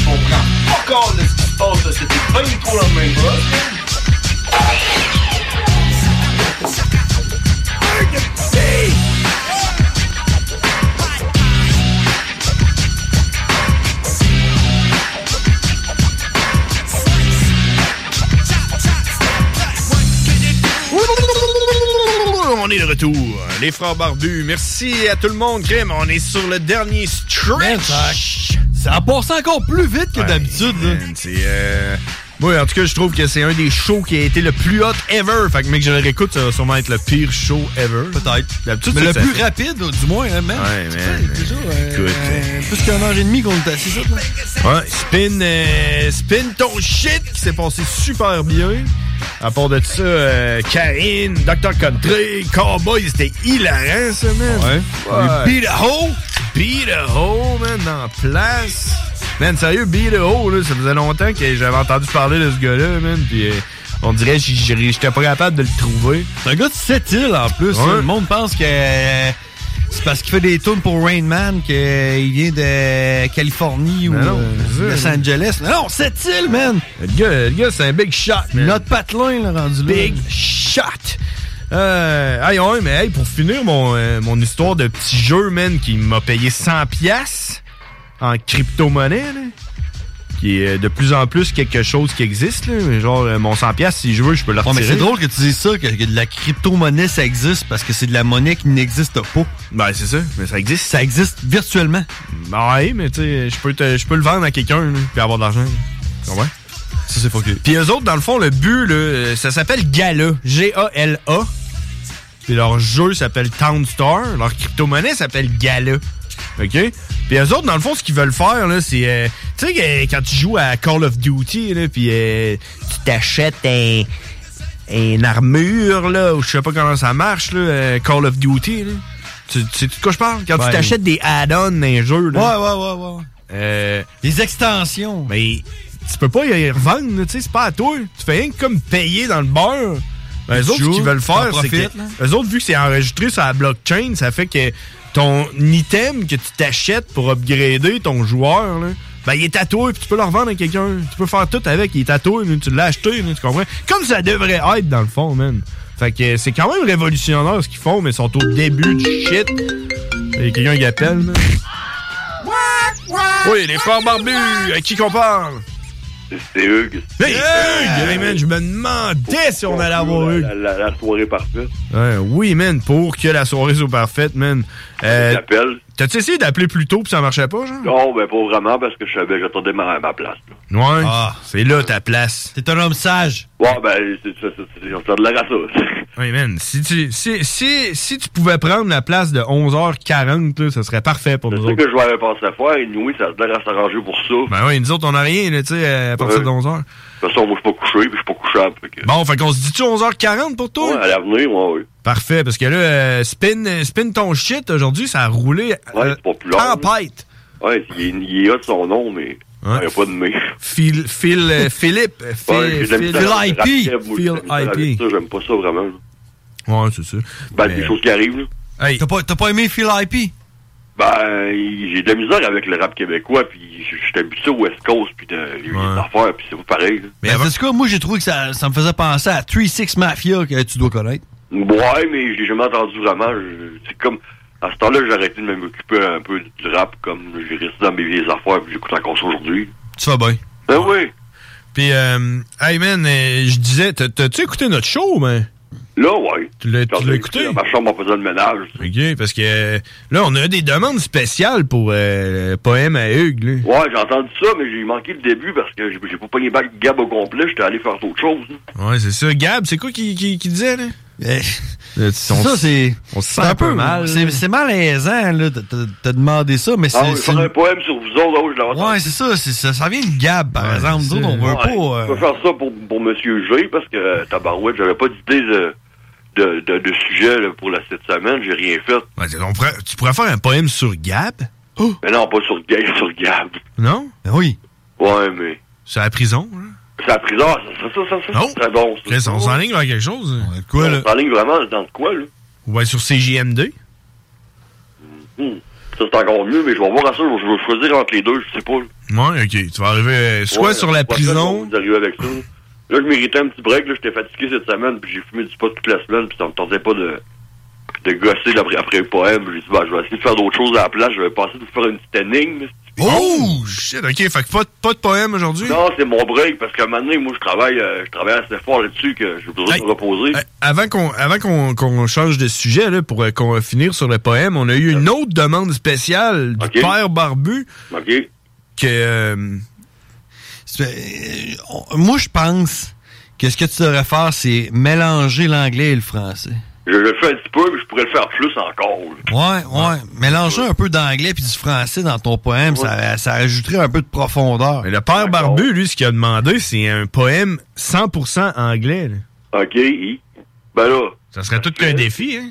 [SPEAKER 5] On prend pas compte de ce qui se passe, là. c'était pas du tout la même chose.
[SPEAKER 6] On est de retour. Les frères barbus, merci à tout le monde. Grim, on est sur le dernier stretch. Ça a passé encore plus vite que d'habitude. C'est... euh, Moi, en tout cas, je trouve que c'est un des shows qui a été le plus hot ever. Fait que, mec, je le réécoute, ça va sûrement être le pire show ever. Peut-être. D'habitude,
[SPEAKER 9] Mais
[SPEAKER 6] c'est
[SPEAKER 9] le
[SPEAKER 6] ça.
[SPEAKER 9] plus rapide, du moins, hein, man.
[SPEAKER 6] Ouais, man.
[SPEAKER 9] Déjà, euh,
[SPEAKER 6] Écoute.
[SPEAKER 9] euh, plus qu'un heure et demie qu'on est assis, ça. là.
[SPEAKER 6] Ouais, spin, euh, spin ton shit qui s'est passé super bien. À part de ça, euh, Karine, Dr. Country, Cowboy, c'était hilarant, ça, man.
[SPEAKER 31] Ouais.
[SPEAKER 6] Beat a hole, beat a hole, man, en place. Man, sérieux, beat a hole, là, ça faisait longtemps que j'avais entendu parler de ce gars-là, man, puis euh, on dirait que j'- j'étais pas capable de le trouver. C'est un gars de cette île, en plus.
[SPEAKER 9] Tout ça, Le monde pense que euh, c'est parce qu'il fait des tunes pour Rain Man qu'il vient de Californie
[SPEAKER 6] Mais
[SPEAKER 9] ou
[SPEAKER 6] non,
[SPEAKER 9] euh,
[SPEAKER 6] c'est ça.
[SPEAKER 9] Los Angeles. Mais non, c'est il, man!
[SPEAKER 6] Le gars, le gars, c'est un big shot, man.
[SPEAKER 9] Notre patelin, là, rendu là.
[SPEAKER 6] Big shot! Euh, aïe, ouais, mais hey, pour finir mon, euh, mon histoire de petit jeu, man, qui m'a payé 100 pièces en crypto-monnaie, là, qui est euh, de plus en plus quelque chose qui existe, là, mais genre euh, mon 100 pièces, si je veux, je peux le
[SPEAKER 9] Ouais, mais
[SPEAKER 6] retirer.
[SPEAKER 9] c'est drôle que tu dises ça, que, que de la crypto-monnaie, ça existe parce que c'est de la monnaie qui n'existe pas.
[SPEAKER 6] Ben, c'est ça, mais ça existe. Ben,
[SPEAKER 9] Ça existe virtuellement.
[SPEAKER 6] Ouais, mais tu sais, je peux, te- je peux le vendre à quelqu'un, là, puis avoir de l'argent. là. Ouais.
[SPEAKER 9] Ça, c'est fucké.
[SPEAKER 6] Puis eux autres, dans le fond, le but, là, euh, ça s'appelle Gala. G-A-L-A. Puis leur jeu s'appelle Town Star. Leur crypto-monnaie s'appelle Gala. OK? Puis eux autres, dans le fond, ce qu'ils veulent faire, là, c'est. euh, tu sais, que quand tu joues à Call of Duty, là, puis euh, tu t'achètes un. Une armure, là, ou je sais pas comment ça marche, là, euh, Call of Duty, là. Tu, tu sais de quoi je parle? Quand
[SPEAKER 9] Ouais.
[SPEAKER 6] tu t'achètes des add-ons dans un jeu, là. Euh,
[SPEAKER 9] Ouais, ouais, ouais, ouais.
[SPEAKER 6] Les extensions. Mais tu peux pas y revendre, là, tu sais, c'est pas à toi. Tu fais rien que comme payer dans le beurre. Ben, eux autres, ce
[SPEAKER 9] joues,
[SPEAKER 6] qu'ils veulent
[SPEAKER 9] t'en
[SPEAKER 6] faire, c'est
[SPEAKER 9] profites,
[SPEAKER 6] que.
[SPEAKER 9] là.
[SPEAKER 6] Eux autres, vu que c'est enregistré sur la blockchain, ça fait que ton item que tu t'achètes pour upgrader ton joueur, là, ben, il est tatoué, puis tu peux le revendre à quelqu'un. Tu peux faire tout avec, il est tatoué, là, tu l'as acheté, là, tu comprends? Comme ça devrait être, dans le fond, man. Fait que euh, c'est quand même révolutionnaire ce qu'ils font, mais ils sont au début du shit. Il y a quelqu'un qui appelle, là. Oui, les frères barbus, à qui qu'on parle?
[SPEAKER 20] C'est Hugues.
[SPEAKER 6] Hey, Hugues! Hey, man, je me demandais si on allait avoir Hugues.
[SPEAKER 20] La, la- la soirée parfaite.
[SPEAKER 6] Ouais, oui, man, pour que la soirée soit parfaite, man. Euh, T'as-tu essayé d'appeler plus tôt puis ça marchait pas, genre?
[SPEAKER 20] Non, ben pas vraiment, parce que je savais, j'attendais ma, ma place. là.
[SPEAKER 6] Ouais. C'est là ta place.
[SPEAKER 16] T'es un homme sage.
[SPEAKER 20] Ouais, ben, c'est ça, ça, ça, ça de l'air à ça.
[SPEAKER 6] Oui, man, si tu, si, si, si tu pouvais prendre la place de 11h40, là, ça serait parfait pour nous
[SPEAKER 20] C'est
[SPEAKER 6] autres.
[SPEAKER 20] que je vais penser à faire, et oui, ça a l'air à s'arranger pour ça.
[SPEAKER 6] Ben oui, nous autres, on a rien, là, tu sais, à partir
[SPEAKER 20] Ouais.
[SPEAKER 6] de 11h.
[SPEAKER 20] De toute façon, moi, je suis pas couché, puis je suis pas couchable. fait que-
[SPEAKER 6] Bon, fait qu'on se dit-tu 11h40 pour toi?
[SPEAKER 20] Ouais, à l'avenir, ouais, ouais.
[SPEAKER 6] Parfait, parce que là, euh, spin, euh, spin ton shit, aujourd'hui, ça a roulé
[SPEAKER 20] Ouais, c'est pas plus long.
[SPEAKER 6] euh, Tempête.
[SPEAKER 20] Ouais, il, est- il est hot son nom, mais il n'y a pas de mais.
[SPEAKER 6] Phil, Phil, euh, Philippe, euh, Phil,
[SPEAKER 20] Ouais, j'ai de la
[SPEAKER 6] Phil,
[SPEAKER 20] misère avec le
[SPEAKER 6] Phil
[SPEAKER 20] rap,
[SPEAKER 6] IP.
[SPEAKER 20] moi, j'ai de la misère avec ça, J'aime pas ça vraiment.
[SPEAKER 6] Ouais, c'est ça.
[SPEAKER 20] Ben, des choses qui arrivent, là.
[SPEAKER 16] T'as pas, t'as pas aimé Phil IP?
[SPEAKER 20] Ben, j'ai de la misère avec le rap québécois, puis je je suis habitué au West Coast, puis de, les affaires, puis c'est pas pareil. là.
[SPEAKER 16] Mais Ben, en tout cas, moi, j'ai trouvé que ça, ça me faisait penser à 3-6 Mafia que tu dois connaître.
[SPEAKER 20] Ouais, mais je l'ai jamais entendu vraiment. Je- C'est comme. À ce temps-là, j'ai arrêté de m'occuper un peu du rap, comme j'ai resté dans mes vieilles affaires, puis j'écoute encore ça aujourd'hui.
[SPEAKER 6] Tu vas bien.
[SPEAKER 20] Ben oui.
[SPEAKER 6] Puis, euh, hey man, euh, je disais, t'as- t'as-tu écouté notre show, man?
[SPEAKER 20] Là, ouais.
[SPEAKER 6] Tu l'as tu l'as écouté?
[SPEAKER 20] Ma chambre en faisant le ménage.
[SPEAKER 6] Ok, parce que euh, là, on a des demandes spéciales pour euh, le poème à Hugues, là.
[SPEAKER 20] Ouais, j'ai entendu ça, mais j'ai manqué le début parce que j'ai j'ai pas pogné bac Gab au complet, j'étais allé faire d'autres choses. là.
[SPEAKER 6] Ouais, c'est ça. Gab, c'est quoi qui, qui, qui disait, là?
[SPEAKER 16] ça, c'est.
[SPEAKER 6] Euh, On se
[SPEAKER 16] c'est
[SPEAKER 6] sent un peu mal.
[SPEAKER 16] C'est, c'est malaisant, là. T'as, t'as- t'as demandé ça, mais c'est.
[SPEAKER 20] Ah, oui,
[SPEAKER 16] c'est-
[SPEAKER 20] faire un poème sur vous autres, oh, je l'avais
[SPEAKER 16] Ouais, c'est ça, c'est ça. Ça vient de Gab, par exemple. Nous autres, on veut pas. euh,
[SPEAKER 20] Je vais faire ça pour, pour Monsieur G, parce que euh, tabarouette, j'avais pas d'idée de, de, de, de sujet là, pour la, cette semaine, j'ai rien fait.
[SPEAKER 6] On pourrait- tu pourrais faire un poème sur Gab?
[SPEAKER 20] Mais non, pas sur Gay, sur Gab.
[SPEAKER 6] Non? Ben oui.
[SPEAKER 20] Ouais, mais...
[SPEAKER 6] C'est à la prison, là.
[SPEAKER 20] C'est la prison, ça, ça, ça, ça, c'est très bon. ça.
[SPEAKER 6] Chris, on s'enligne vers quelque chose. On quoi,
[SPEAKER 20] On s'enligne vraiment dans de quoi, là?
[SPEAKER 6] Ouais, sur CJMD.
[SPEAKER 20] Hmm. Ça, c'est encore mieux, mais je vais voir à ça, je vais choisir entre les deux, je sais pas. là.
[SPEAKER 6] Ouais, ok. Tu vas arriver euh, soit
[SPEAKER 20] Ouais,
[SPEAKER 6] sur la
[SPEAKER 20] prochaine,
[SPEAKER 6] prison.
[SPEAKER 20] Vous arrivez avec ça. Là, je méritais un petit break. Là, j'étais fatigué cette semaine, puis j'ai fumé du pot toute la semaine, puis ça me tentait pas de, de gosser après, après un poème. J'ai dit, bah, je vais essayer de faire d'autres choses à la place. Je vais passer de vous faire une petite énigme.
[SPEAKER 6] Oh, shit, ok. Fait que pas, de- pas de poème aujourd'hui.
[SPEAKER 20] Non, c'est mon break, parce qu'à un moment donné, moi, je travaille, euh, je travaille assez fort là-dessus que j'ai besoin de me reposer.
[SPEAKER 6] Avant qu'on avant qu'on qu'on change de sujet, là, pour euh, qu'on euh, finir sur le poème, on a eu une autre demande spéciale du père Barbu.
[SPEAKER 20] OK.
[SPEAKER 6] Que. euh,
[SPEAKER 16] c'est- euh, on- moi, je pense que ce que tu devrais faire, c'est mélanger l'anglais et le français.
[SPEAKER 20] Je, je le fais un petit peu, mais je pourrais le faire plus encore. là.
[SPEAKER 16] Ouais, ouais. Mélanger un peu d'anglais puis du français dans ton poème, ça, ça ajouterait un peu de profondeur.
[SPEAKER 6] Mais le père Barbu, lui, ce qu'il a demandé, c'est un poème 100% anglais. là.
[SPEAKER 20] OK? hi. Ben là. Euh,
[SPEAKER 6] Ça serait tout qu'un défi, hein?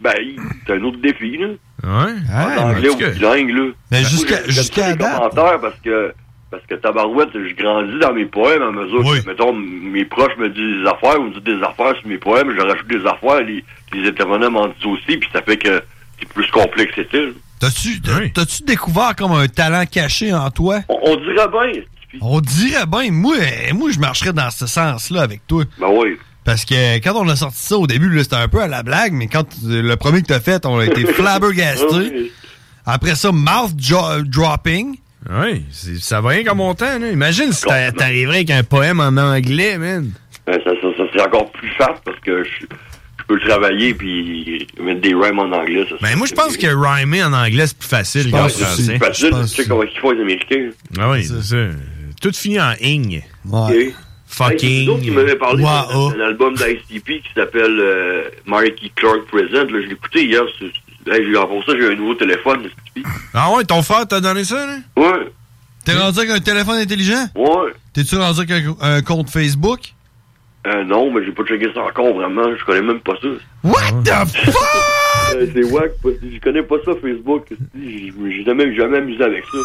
[SPEAKER 20] Ben, hi, c'est un autre défi, là.
[SPEAKER 6] Ouais.
[SPEAKER 20] en
[SPEAKER 6] Ah,
[SPEAKER 20] anglais
[SPEAKER 6] mais en
[SPEAKER 20] ou
[SPEAKER 6] tout cas,
[SPEAKER 20] bilingue, là.
[SPEAKER 6] Ben,
[SPEAKER 20] Moi,
[SPEAKER 6] jusqu'à-
[SPEAKER 20] j'aime ça,
[SPEAKER 6] jusqu'à
[SPEAKER 20] les
[SPEAKER 6] date.
[SPEAKER 20] commentaires parce que, parce que tabarouette, je grandis dans mes poèmes à mesure que, mettons, m- mes proches me disent des affaires, ou me disent des affaires sur mes poèmes, je rajoute des affaires, les, les intervenants m'en disent aussi, puis ça fait que c'est plus complexe et tout.
[SPEAKER 16] T'as-tu t'as- t'as-tu découvert comme un talent caché en toi?
[SPEAKER 20] On, on dirait bien.
[SPEAKER 16] On dirait bien. Moi, euh, moi je marcherais dans ce sens-là avec toi.
[SPEAKER 20] Ben oui.
[SPEAKER 16] Parce que quand on a sorti ça au début, là, c'était un peu à la blague, mais quand euh, le premier que t'as fait, on a été flabbergasté. Après ça, mouth jo- dropping.
[SPEAKER 6] Oui, ça va rien comme mon temps, là. Imagine si t'a- t'arriverais avec un poème en anglais, man.
[SPEAKER 20] Ben, ça, ça, ça c'est encore plus fat parce que je, je peux le travailler puis mettre des rhymes en anglais. Ça,
[SPEAKER 6] Ben, moi, je pense que rhymer en anglais, c'est plus facile qu'en
[SPEAKER 20] Ouais, c'est
[SPEAKER 6] français.
[SPEAKER 20] plus facile, tu sais comment ils font les Américains.
[SPEAKER 6] Ah oui, c'est ça. Tout finit en ing.
[SPEAKER 20] Ouais. Hey, c'est
[SPEAKER 6] Fucking.
[SPEAKER 20] d'autres qui
[SPEAKER 16] euh,
[SPEAKER 20] m'avaient parlé
[SPEAKER 6] Ouah,
[SPEAKER 20] d'un
[SPEAKER 16] oh.
[SPEAKER 20] d'un album d'ICP qui s'appelle euh, Marky Clark Present. Là, je l'ai écouté hier. c'est- c'est- Hey, j'ai- pour ça, j'ai un nouveau téléphone.
[SPEAKER 6] Ah ouais, ton frère t'a donné ça, là?
[SPEAKER 20] Ouais.
[SPEAKER 16] T'es rendu avec un téléphone intelligent?
[SPEAKER 20] Ouais.
[SPEAKER 16] T'es-tu rendu avec un, un compte Facebook?
[SPEAKER 20] Euh, non, mais j'ai pas checké ça encore, vraiment. Je connais même pas ça. Ah.
[SPEAKER 16] What the fuck?
[SPEAKER 20] c'est wack. parce que Je connais pas ça, Facebook. J'ai j'ai jamais, jamais amusé avec ça.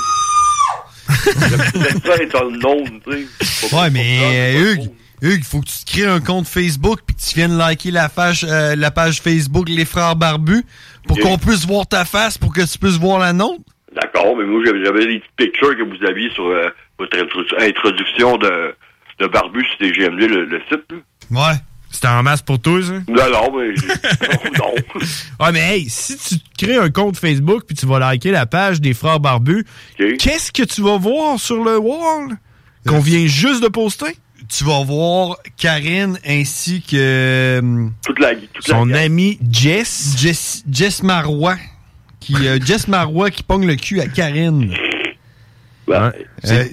[SPEAKER 20] La petite affaire est en onde, tu sais.
[SPEAKER 16] Ouais, mais euh, Hugues,
[SPEAKER 9] Hugues, faut que tu te crées un compte Facebook puis que tu viennes liker la page, euh, la page Facebook Les Frères Barbus pour qu'on puisse voir ta face, pour que tu puisses voir la nôtre.
[SPEAKER 20] D'accord, mais moi, j'avais j'avais des petites pictures que vous aviez sur euh, votre introdu- introduction de, de Barbu sur TGMD, le, le site. là.
[SPEAKER 32] Ouais. C'était en masse pour tous, hein?
[SPEAKER 20] Non, non, mais... non, non.
[SPEAKER 6] Ouais, Ah, mais hey, si tu te crées un compte Facebook puis tu vas liker la page des frères barbus, qu'est-ce que tu vas voir sur le wall qu'on vient juste de poster?
[SPEAKER 9] Tu vas voir Karine ainsi que euh,
[SPEAKER 20] toute la,
[SPEAKER 9] son ami Jess. Jess Marois qui euh, Jess Marois qui pogne le cul à Karine. Euh,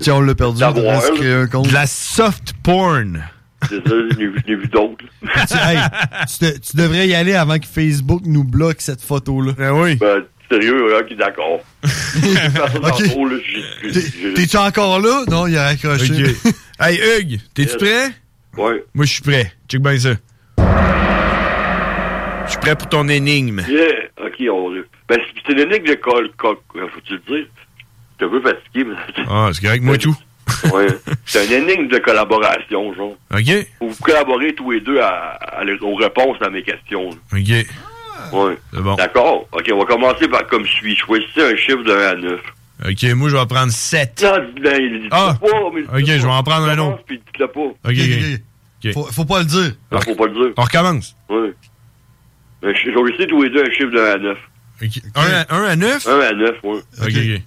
[SPEAKER 9] tiens, on l'a perdu.
[SPEAKER 32] D'avoir,
[SPEAKER 9] on se crée un compte.
[SPEAKER 6] De la soft porn.
[SPEAKER 20] C'est ça, je n'ai vu- je n'ai vu d'autres.
[SPEAKER 9] tu, hey, tu te- tu devrais y aller avant que Facebook nous bloque cette photo-là.
[SPEAKER 6] oui.
[SPEAKER 20] Ben, sérieux, ok, d'accord.
[SPEAKER 9] Ok.
[SPEAKER 20] T'es-tu
[SPEAKER 9] encore là? Non, il a raccroché.
[SPEAKER 6] Hey, Hugues, t'es-tu prêt?
[SPEAKER 20] Ouais.
[SPEAKER 6] Hein? Moi, je suis prêt. Check bien ça. Je suis prêt pour ton énigme.
[SPEAKER 20] Yeah, ok, on Ben, c'est- c'est l'énigme de Col... Col... euh, Faut-tu le dire? Je suis un peu fatigué, mais...
[SPEAKER 6] Ah, c'est correct, moi tout.
[SPEAKER 20] ouais. C'est une énigme de collaboration, genre.
[SPEAKER 6] OK?
[SPEAKER 20] Vous collaborez tous les deux à, à- aux réponses à mes questions.
[SPEAKER 6] OK. Ah.
[SPEAKER 20] Ouais. D'accord. OK, on va commencer par comme suit. Choisissez un chiffre de 1 à 9.
[SPEAKER 6] OK, moi, je vais en prendre 7.
[SPEAKER 20] Non, ben, il dit
[SPEAKER 6] Ah!
[SPEAKER 20] pas, mais
[SPEAKER 6] OK, je vais en prendre un autre.
[SPEAKER 20] puis dites-le pas. OK,
[SPEAKER 6] OK, OK.
[SPEAKER 9] Faut, pas le dire.
[SPEAKER 20] Non, Ah, faut pas le dire. Ben,
[SPEAKER 6] On recommence.
[SPEAKER 20] Ouais. Un chi- Choisissez tous les deux un chiffre de 1 à 9.
[SPEAKER 6] OK. 1 à, un à 9?
[SPEAKER 20] 1 à 9, oui.
[SPEAKER 6] OK, OK.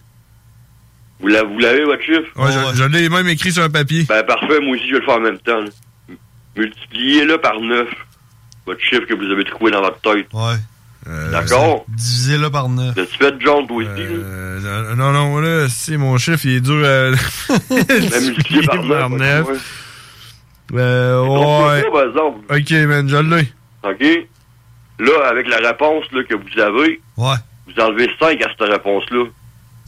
[SPEAKER 20] Vous l'avez, vous l'avez, votre chiffre?
[SPEAKER 6] Ouais, je, je l'ai même écrit sur un papier.
[SPEAKER 20] Ben, parfait, moi aussi, je vais le faire en même temps. là. M- Multipliez-le par 9. Votre chiffre que vous avez trouvé dans votre tête.
[SPEAKER 9] Ouais.
[SPEAKER 20] D'accord?
[SPEAKER 9] Divisez-le par 9.
[SPEAKER 20] T'as-tu fait John, toi aussi?
[SPEAKER 6] Euh, non, non, là, si, mon chiffre, il est dur euh, à...
[SPEAKER 20] multiplié par
[SPEAKER 6] par
[SPEAKER 20] neuf, ouais.
[SPEAKER 6] Euh,
[SPEAKER 20] Trompez
[SPEAKER 6] ouais.
[SPEAKER 20] pas, par exemple.
[SPEAKER 6] OK, man, je l'ai.
[SPEAKER 20] OK? Là, avec la réponse là, que vous avez,
[SPEAKER 9] Ouais.
[SPEAKER 20] vous enlevez 5 à cette réponse-là.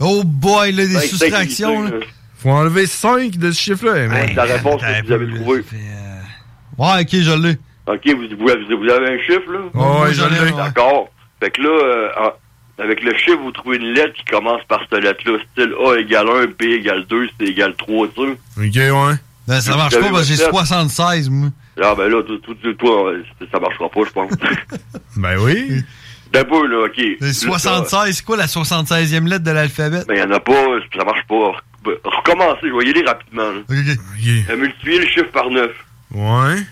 [SPEAKER 9] Oh boy, là, des
[SPEAKER 20] Ben, Cinq, cinq
[SPEAKER 9] soustractions.
[SPEAKER 20] unités,
[SPEAKER 9] là.
[SPEAKER 6] Faut enlever 5 de ce chiffre-là. eh, man.
[SPEAKER 20] C'est la réponse que vous avez trouvée.
[SPEAKER 9] Ouais, OK, je l'ai.
[SPEAKER 20] OK, vous, vous- vous avez un chiffre, là?
[SPEAKER 9] Ouais, ouais, j'en ai, ouais.
[SPEAKER 20] D'accord. Fait que là, euh, en- avec le chiffre, vous trouvez une lettre qui commence par cette lettre-là, style A égale 1, B égale 2, C égale 3, tu sais.
[SPEAKER 6] OK, ouais.
[SPEAKER 9] Ben, ça marche
[SPEAKER 20] Vous
[SPEAKER 9] pas
[SPEAKER 20] avez
[SPEAKER 9] parce que j'ai
[SPEAKER 20] votre
[SPEAKER 9] 76, moi.
[SPEAKER 20] Ah, ben là, tout, tout, tout, toi, euh, ça marchera pas, je pense.
[SPEAKER 6] ben oui.
[SPEAKER 20] D'un peu, là, OK.
[SPEAKER 9] Les 76, c'est quoi la 76e lettre de l'alphabet?
[SPEAKER 20] Ben, il en a pas, ça marche pas. Re- Recommencez, je vais y aller rapidement, là. Euh, multipliez le chiffre par 9.
[SPEAKER 6] Ouais.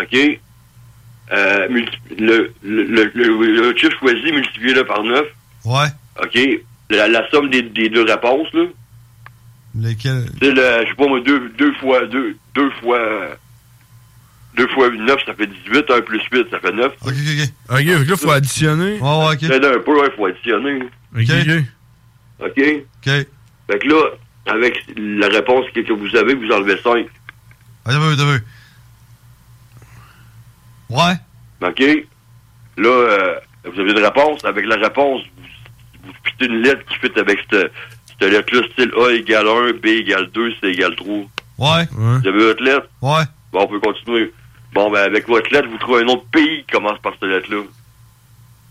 [SPEAKER 20] OK? Euh, multi- le, le, le, le- le chiffre choisi, multipliez-le par 9.
[SPEAKER 9] Ouais.
[SPEAKER 20] OK? La, la somme des, des deux réponses, là.
[SPEAKER 9] Lequel?
[SPEAKER 20] C'est le, je sais pas moi, 2 fois 2, 2 fois... 2 fois 9, ça fait 18. 1 plus 8, ça fait 9.
[SPEAKER 9] OK,
[SPEAKER 6] OK.
[SPEAKER 9] OK,
[SPEAKER 6] OK, fait que là, faut additionner.
[SPEAKER 9] Ouais, ouais, OK.
[SPEAKER 20] Ah, C'est un peu, il faut additionner.
[SPEAKER 6] OK, OK.
[SPEAKER 20] OK?
[SPEAKER 9] OK.
[SPEAKER 20] Fait que là, avec la réponse que, que vous avez, vous enlevez 5.
[SPEAKER 9] Attends, attends, attends. Ouais.
[SPEAKER 20] OK? Là, euh, vous avez une réponse. Avec la réponse, vous, vous pitez une lettre qui fit avec cette, cette lettre-là, style A égale 1, B égale 2, C égale 3.
[SPEAKER 9] Ouais.
[SPEAKER 20] Vous avez votre lettre?
[SPEAKER 9] Ouais.
[SPEAKER 20] Bon, on peut continuer. Bon, ben, avec votre lettre, vous trouvez un autre pays qui commence par cette lettre-là.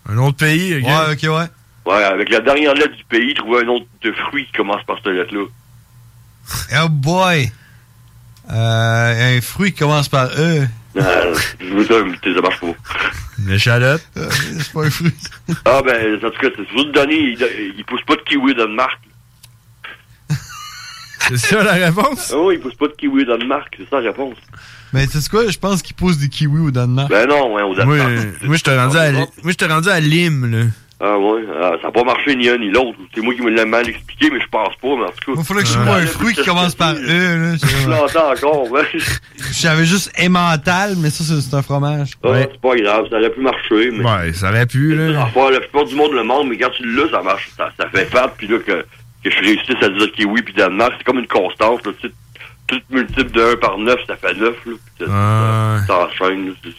[SPEAKER 6] Un autre pays, OK?
[SPEAKER 9] Ouais, OK, ouais.
[SPEAKER 20] Ouais, avec la dernière lettre du pays, trouvez un autre de fruit qui commence par cette lettre-là.
[SPEAKER 9] Oh boy. Euh, un fruit qui commence par E.
[SPEAKER 20] Euh, je vous dis, ça marche pas.
[SPEAKER 6] Une échalote.
[SPEAKER 9] Euh, c'est pas un fruit.
[SPEAKER 20] Ah, ben, en tout cas, c'est vous le donner, il, il pousse pas de kiwi au Danemark.
[SPEAKER 6] C'est ça la réponse?
[SPEAKER 20] Non, Ah il pousse pas de kiwi au Danemark, c'est ça la réponse.
[SPEAKER 9] Mais tu sais quoi? Je pense qu'ils poussent des kiwis au Danemark.
[SPEAKER 20] Ben non, ouais, au
[SPEAKER 6] Ah. Moi,
[SPEAKER 20] Danemark.
[SPEAKER 6] euh, moi je t'ai rendu, à Li- moi, je t'ai rendu à Lime, là.
[SPEAKER 20] Ah ouais, ah, ça n'a pas marché ni un ni l'autre. C'est moi qui me l'ai mal expliqué, mais je pense pas, mais en tout cas.
[SPEAKER 9] Il faudrait que je trouve un fruit qui commence par E. Là.
[SPEAKER 20] Je l'entends encore, ouais.
[SPEAKER 9] J'avais juste emmental, mais ça, c'est c'est un fromage.
[SPEAKER 20] Ah, C'est pas grave, ça aurait pu marcher, mais.
[SPEAKER 6] Ouais, ça aurait pu, là.
[SPEAKER 20] Enfin, la plupart du monde le monde, mais quand tu l'as, ça marche. Ça, ça fait fat, puis là, que, que je réussisse à dire kiwi puis Danemark, c'est comme une constance, là, tu sais. Tout multiple de 1 par 9, ça fait 9, là, puis ça,
[SPEAKER 6] Ah.
[SPEAKER 20] ça enchaîne, là. C'est-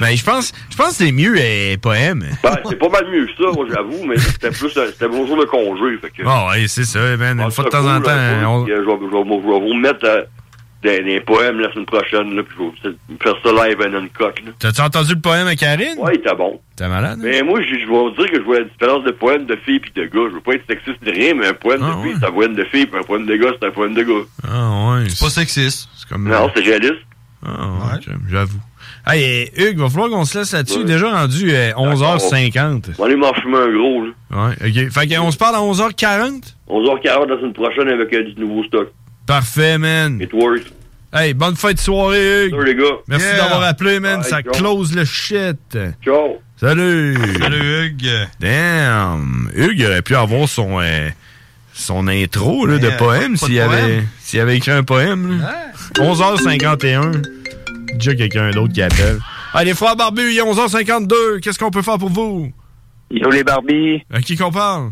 [SPEAKER 6] Ben, je pense, je pense que c'est mieux, euh, poème.
[SPEAKER 20] Ben, c'est pas mal mieux que ça, moi, j'avoue, mais c'était plus, un- c'était mon jour de congé, fait que.
[SPEAKER 6] Ah ouais, c'est ça, man. Une fois de
[SPEAKER 20] Ça
[SPEAKER 6] temps en
[SPEAKER 20] coule un peu,
[SPEAKER 6] temps, on-
[SPEAKER 20] puis, euh, Je vais je vais- je vais vous remettre euh, des, des poèmes la semaine prochaine, là, puis je vais vous- vous faire ça live en une cote.
[SPEAKER 6] T'as-tu entendu le poème à Karine?
[SPEAKER 20] Ouais, il était bon.
[SPEAKER 6] T'es malade? hein?
[SPEAKER 20] Mais moi, je je vais vous dire que je vois la différence de poèmes de filles et de gars. Je veux pas être sexiste ni rien, mais un poème
[SPEAKER 6] Ah,
[SPEAKER 20] de filles, c'est un poème de filles, puis un poème de gars, c'est un poème de gars.
[SPEAKER 6] Ah ouais. C'est
[SPEAKER 9] pas sexiste.
[SPEAKER 6] C'est comme.
[SPEAKER 20] Non, c'est réaliste.
[SPEAKER 6] Ah, ouais, J'avoue. Hey, eh, Hugues, va falloir qu'on se laisse là-dessus. Déjà rendu euh, 11h50.
[SPEAKER 20] On va aller m'en fumer un gros, là.
[SPEAKER 6] Ouais, OK. Fait qu'on se parle à 11h40?
[SPEAKER 20] 11h40 la semaine prochaine avec euh, du nouveau stock.
[SPEAKER 6] Parfait, man.
[SPEAKER 20] It works.
[SPEAKER 6] Hey, bonne fête de soirée, Hugues.
[SPEAKER 20] les gars.
[SPEAKER 6] Merci
[SPEAKER 20] Yeah.
[SPEAKER 6] d'avoir appelé, man.
[SPEAKER 20] Bye,
[SPEAKER 6] Ça
[SPEAKER 20] ciao.
[SPEAKER 6] close le shit.
[SPEAKER 20] Ciao.
[SPEAKER 6] Salut.
[SPEAKER 9] Salut, Hugues.
[SPEAKER 6] Damn. Hugues aurait pu avoir son, euh, son intro là,
[SPEAKER 33] Mais,
[SPEAKER 6] de
[SPEAKER 33] euh, pas-
[SPEAKER 6] poème
[SPEAKER 33] pas de
[SPEAKER 6] s'il avait,
[SPEAKER 33] poème.
[SPEAKER 6] s'il avait écrit un poème. là. 11h51. Déjà quelqu'un d'autre qui appelle. Allez, les frères barbus, il est 11h52. Qu'est-ce qu'on peut faire pour vous?
[SPEAKER 8] Yo, les barbies.
[SPEAKER 6] À qui qu'on parle?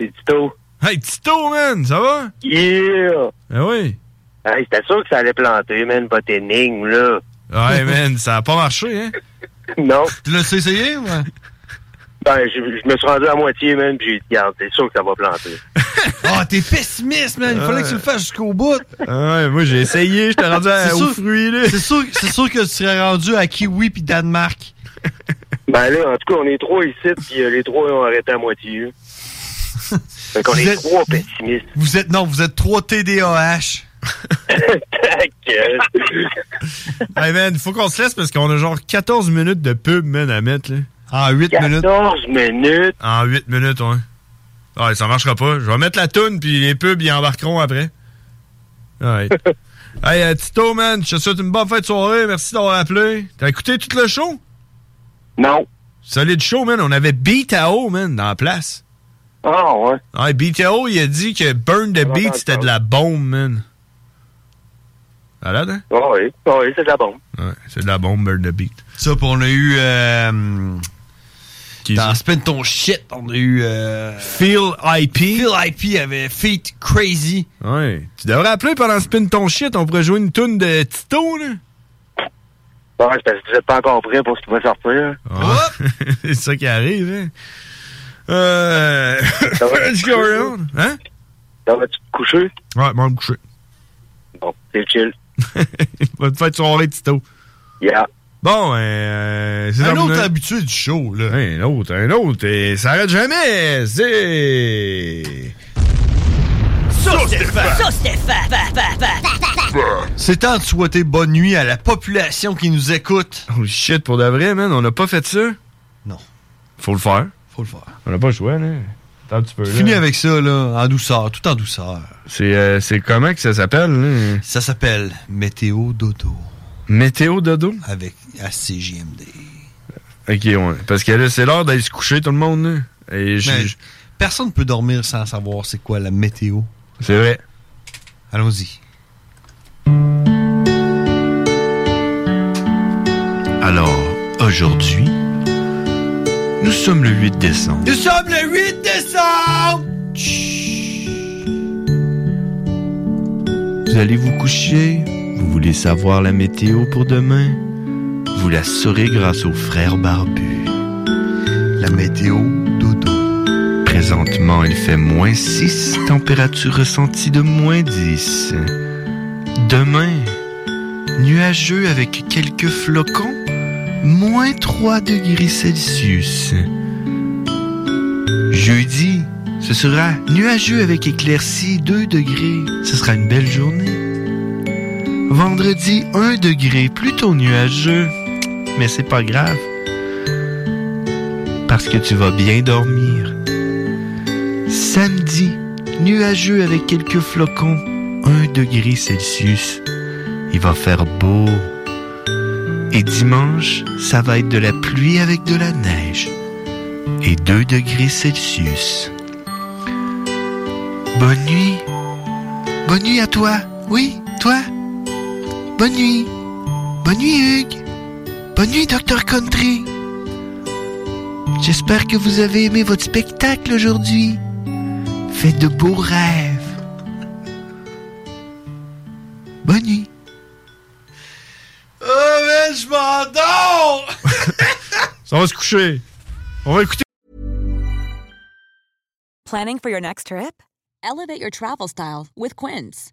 [SPEAKER 8] C'est Tito.
[SPEAKER 6] Hey, Tito, man, ça va?
[SPEAKER 8] Yeah!
[SPEAKER 6] Ah oui?
[SPEAKER 8] Hey, j'étais sûr que ça allait planter, man, votre énigme, là.
[SPEAKER 6] Ouais, man, ça a pas marché, hein?
[SPEAKER 8] Non.
[SPEAKER 9] Tu l'as essayé, ouais?
[SPEAKER 8] Ben, je, je me suis rendu à moitié, man, puis j'ai dit, regarde, c'est sûr que ça va planter.
[SPEAKER 9] Ah, t'es pessimiste, man. Il fallait que tu le fasses jusqu'au bout.
[SPEAKER 6] Ah ouais, moi, j'ai essayé. J'étais rendu à- aux
[SPEAKER 9] fruits, là. C'est sûr, c'est sûr que tu serais rendu à Kiwi puis Danemark.
[SPEAKER 8] ben là, en tout cas, on est trois ici, puis euh, les trois ont arrêté à moitié. là. fait qu'on
[SPEAKER 9] Vous
[SPEAKER 8] est
[SPEAKER 9] êtes-
[SPEAKER 8] trois pessimistes.
[SPEAKER 9] Vous êtes, non, vous êtes trois TDAH.
[SPEAKER 8] Ta gueule.
[SPEAKER 6] hey, man, faut qu'on se laisse parce qu'on a genre 14 minutes de pub, man, à mettre, là. En 8 minutes.
[SPEAKER 8] 14 minutes?
[SPEAKER 6] En 8 minutes, ouais. Ouais, ça marchera pas. Je vais mettre la toune, puis les pubs, ils embarqueront après. Ouais. hey, euh, Tito, man, je te souhaite une bonne fête de soirée. Merci d'avoir appelé. T'as écouté tout le show?
[SPEAKER 8] Non.
[SPEAKER 6] Solide show, man. On avait BTO, man, dans la place.
[SPEAKER 8] Ah, ouais.
[SPEAKER 6] Ouais, BTO, il a dit que Burn the Beat, c'était de la bombe, man. Malade, hein?
[SPEAKER 8] Ah oui, ah oui, c'est de la bombe.
[SPEAKER 6] Ouais, c'est de la bombe, Burn the Beat.
[SPEAKER 9] Ça, puis on a eu. Euh, dans Spin Ton Shit, on a eu. euh,
[SPEAKER 6] Phil IP.
[SPEAKER 9] Phil IP avait Feet Crazy.
[SPEAKER 6] Ouais. Tu devrais appeler pendant Spin ton shit. On pourrait jouer une toune de Tito, là.
[SPEAKER 8] Bon, c'est parce que vous êtes pas encore prêts pour ce qui va sortir.
[SPEAKER 6] c'est ça qui arrive, hein? Euh. Let's go around. Hein?
[SPEAKER 8] Ça va-tu te coucher?
[SPEAKER 6] Ouais, moi, me coucher.
[SPEAKER 8] Bon, c'est chill.
[SPEAKER 6] Bonne fête de soirée, Tito.
[SPEAKER 8] Yeah.
[SPEAKER 6] Bon, euh,
[SPEAKER 8] Un autre
[SPEAKER 6] habitué du show, là. Un autre, un autre. Et ça arrête jamais. C'est.
[SPEAKER 26] Sauce
[SPEAKER 6] Stéphane.
[SPEAKER 26] Sauce Stéphane.
[SPEAKER 9] C'est temps de souhaiter bonne nuit à la population qui nous écoute.
[SPEAKER 6] Holy Oh, shit, pour de vrai, man. On n'a pas fait ça?
[SPEAKER 9] Non.
[SPEAKER 6] Faut le faire.
[SPEAKER 9] Faut le faire.
[SPEAKER 6] On n'a pas le choix, là. Attends un petit peu, là.
[SPEAKER 9] Fini avec ça, là, en douceur, tout en douceur.
[SPEAKER 6] C'est, euh, c'est comment que ça s'appelle, là?
[SPEAKER 9] Ça s'appelle Météo Dodo.
[SPEAKER 6] Météo Dodo?
[SPEAKER 9] Avec ACJMD.
[SPEAKER 6] Ok, ouais. Parce que là, c'est l'heure d'aller se coucher, tout le monde, là. Et je-
[SPEAKER 9] Mais
[SPEAKER 6] je-
[SPEAKER 9] Personne ne peut dormir sans savoir c'est quoi la météo.
[SPEAKER 6] C'est vrai.
[SPEAKER 9] Allons-y.
[SPEAKER 25] Alors, aujourd'hui, nous sommes le 8 décembre.
[SPEAKER 26] Nous sommes le 8 décembre.
[SPEAKER 25] Vous allez vous coucher, vous voulez savoir la météo pour demain, vous la saurez grâce aux frères barbus. La météo dodo. Présentement, il fait moins 6, température ressentie de moins 10. Demain, nuageux avec quelques flocons, moins 3 degrés Celsius. Jeudi, ce sera nuageux avec éclaircies 2 degrés. Ce sera une belle journée. Vendredi, 1 degré, plutôt nuageux. Mais c'est pas grave. Parce que tu vas bien dormir. Samedi, nuageux avec quelques flocons, 1 degré Celsius. Il va faire beau. Et dimanche, ça va être de la pluie avec de la neige et 2 degrés Celsius. Bonne nuit. Bonne nuit à toi. Oui, toi. Bonne nuit. Bonne nuit, Hugues. Bonne nuit, Dr. Country. J'espère que vous avez aimé votre spectacle aujourd'hui. Faites de beaux rêves. Bonne nuit.
[SPEAKER 26] Oh, mais je m'endors!
[SPEAKER 6] Ça va se coucher. On va écouter.
[SPEAKER 11] Planning for your next trip? Elevate your travel style with Quince.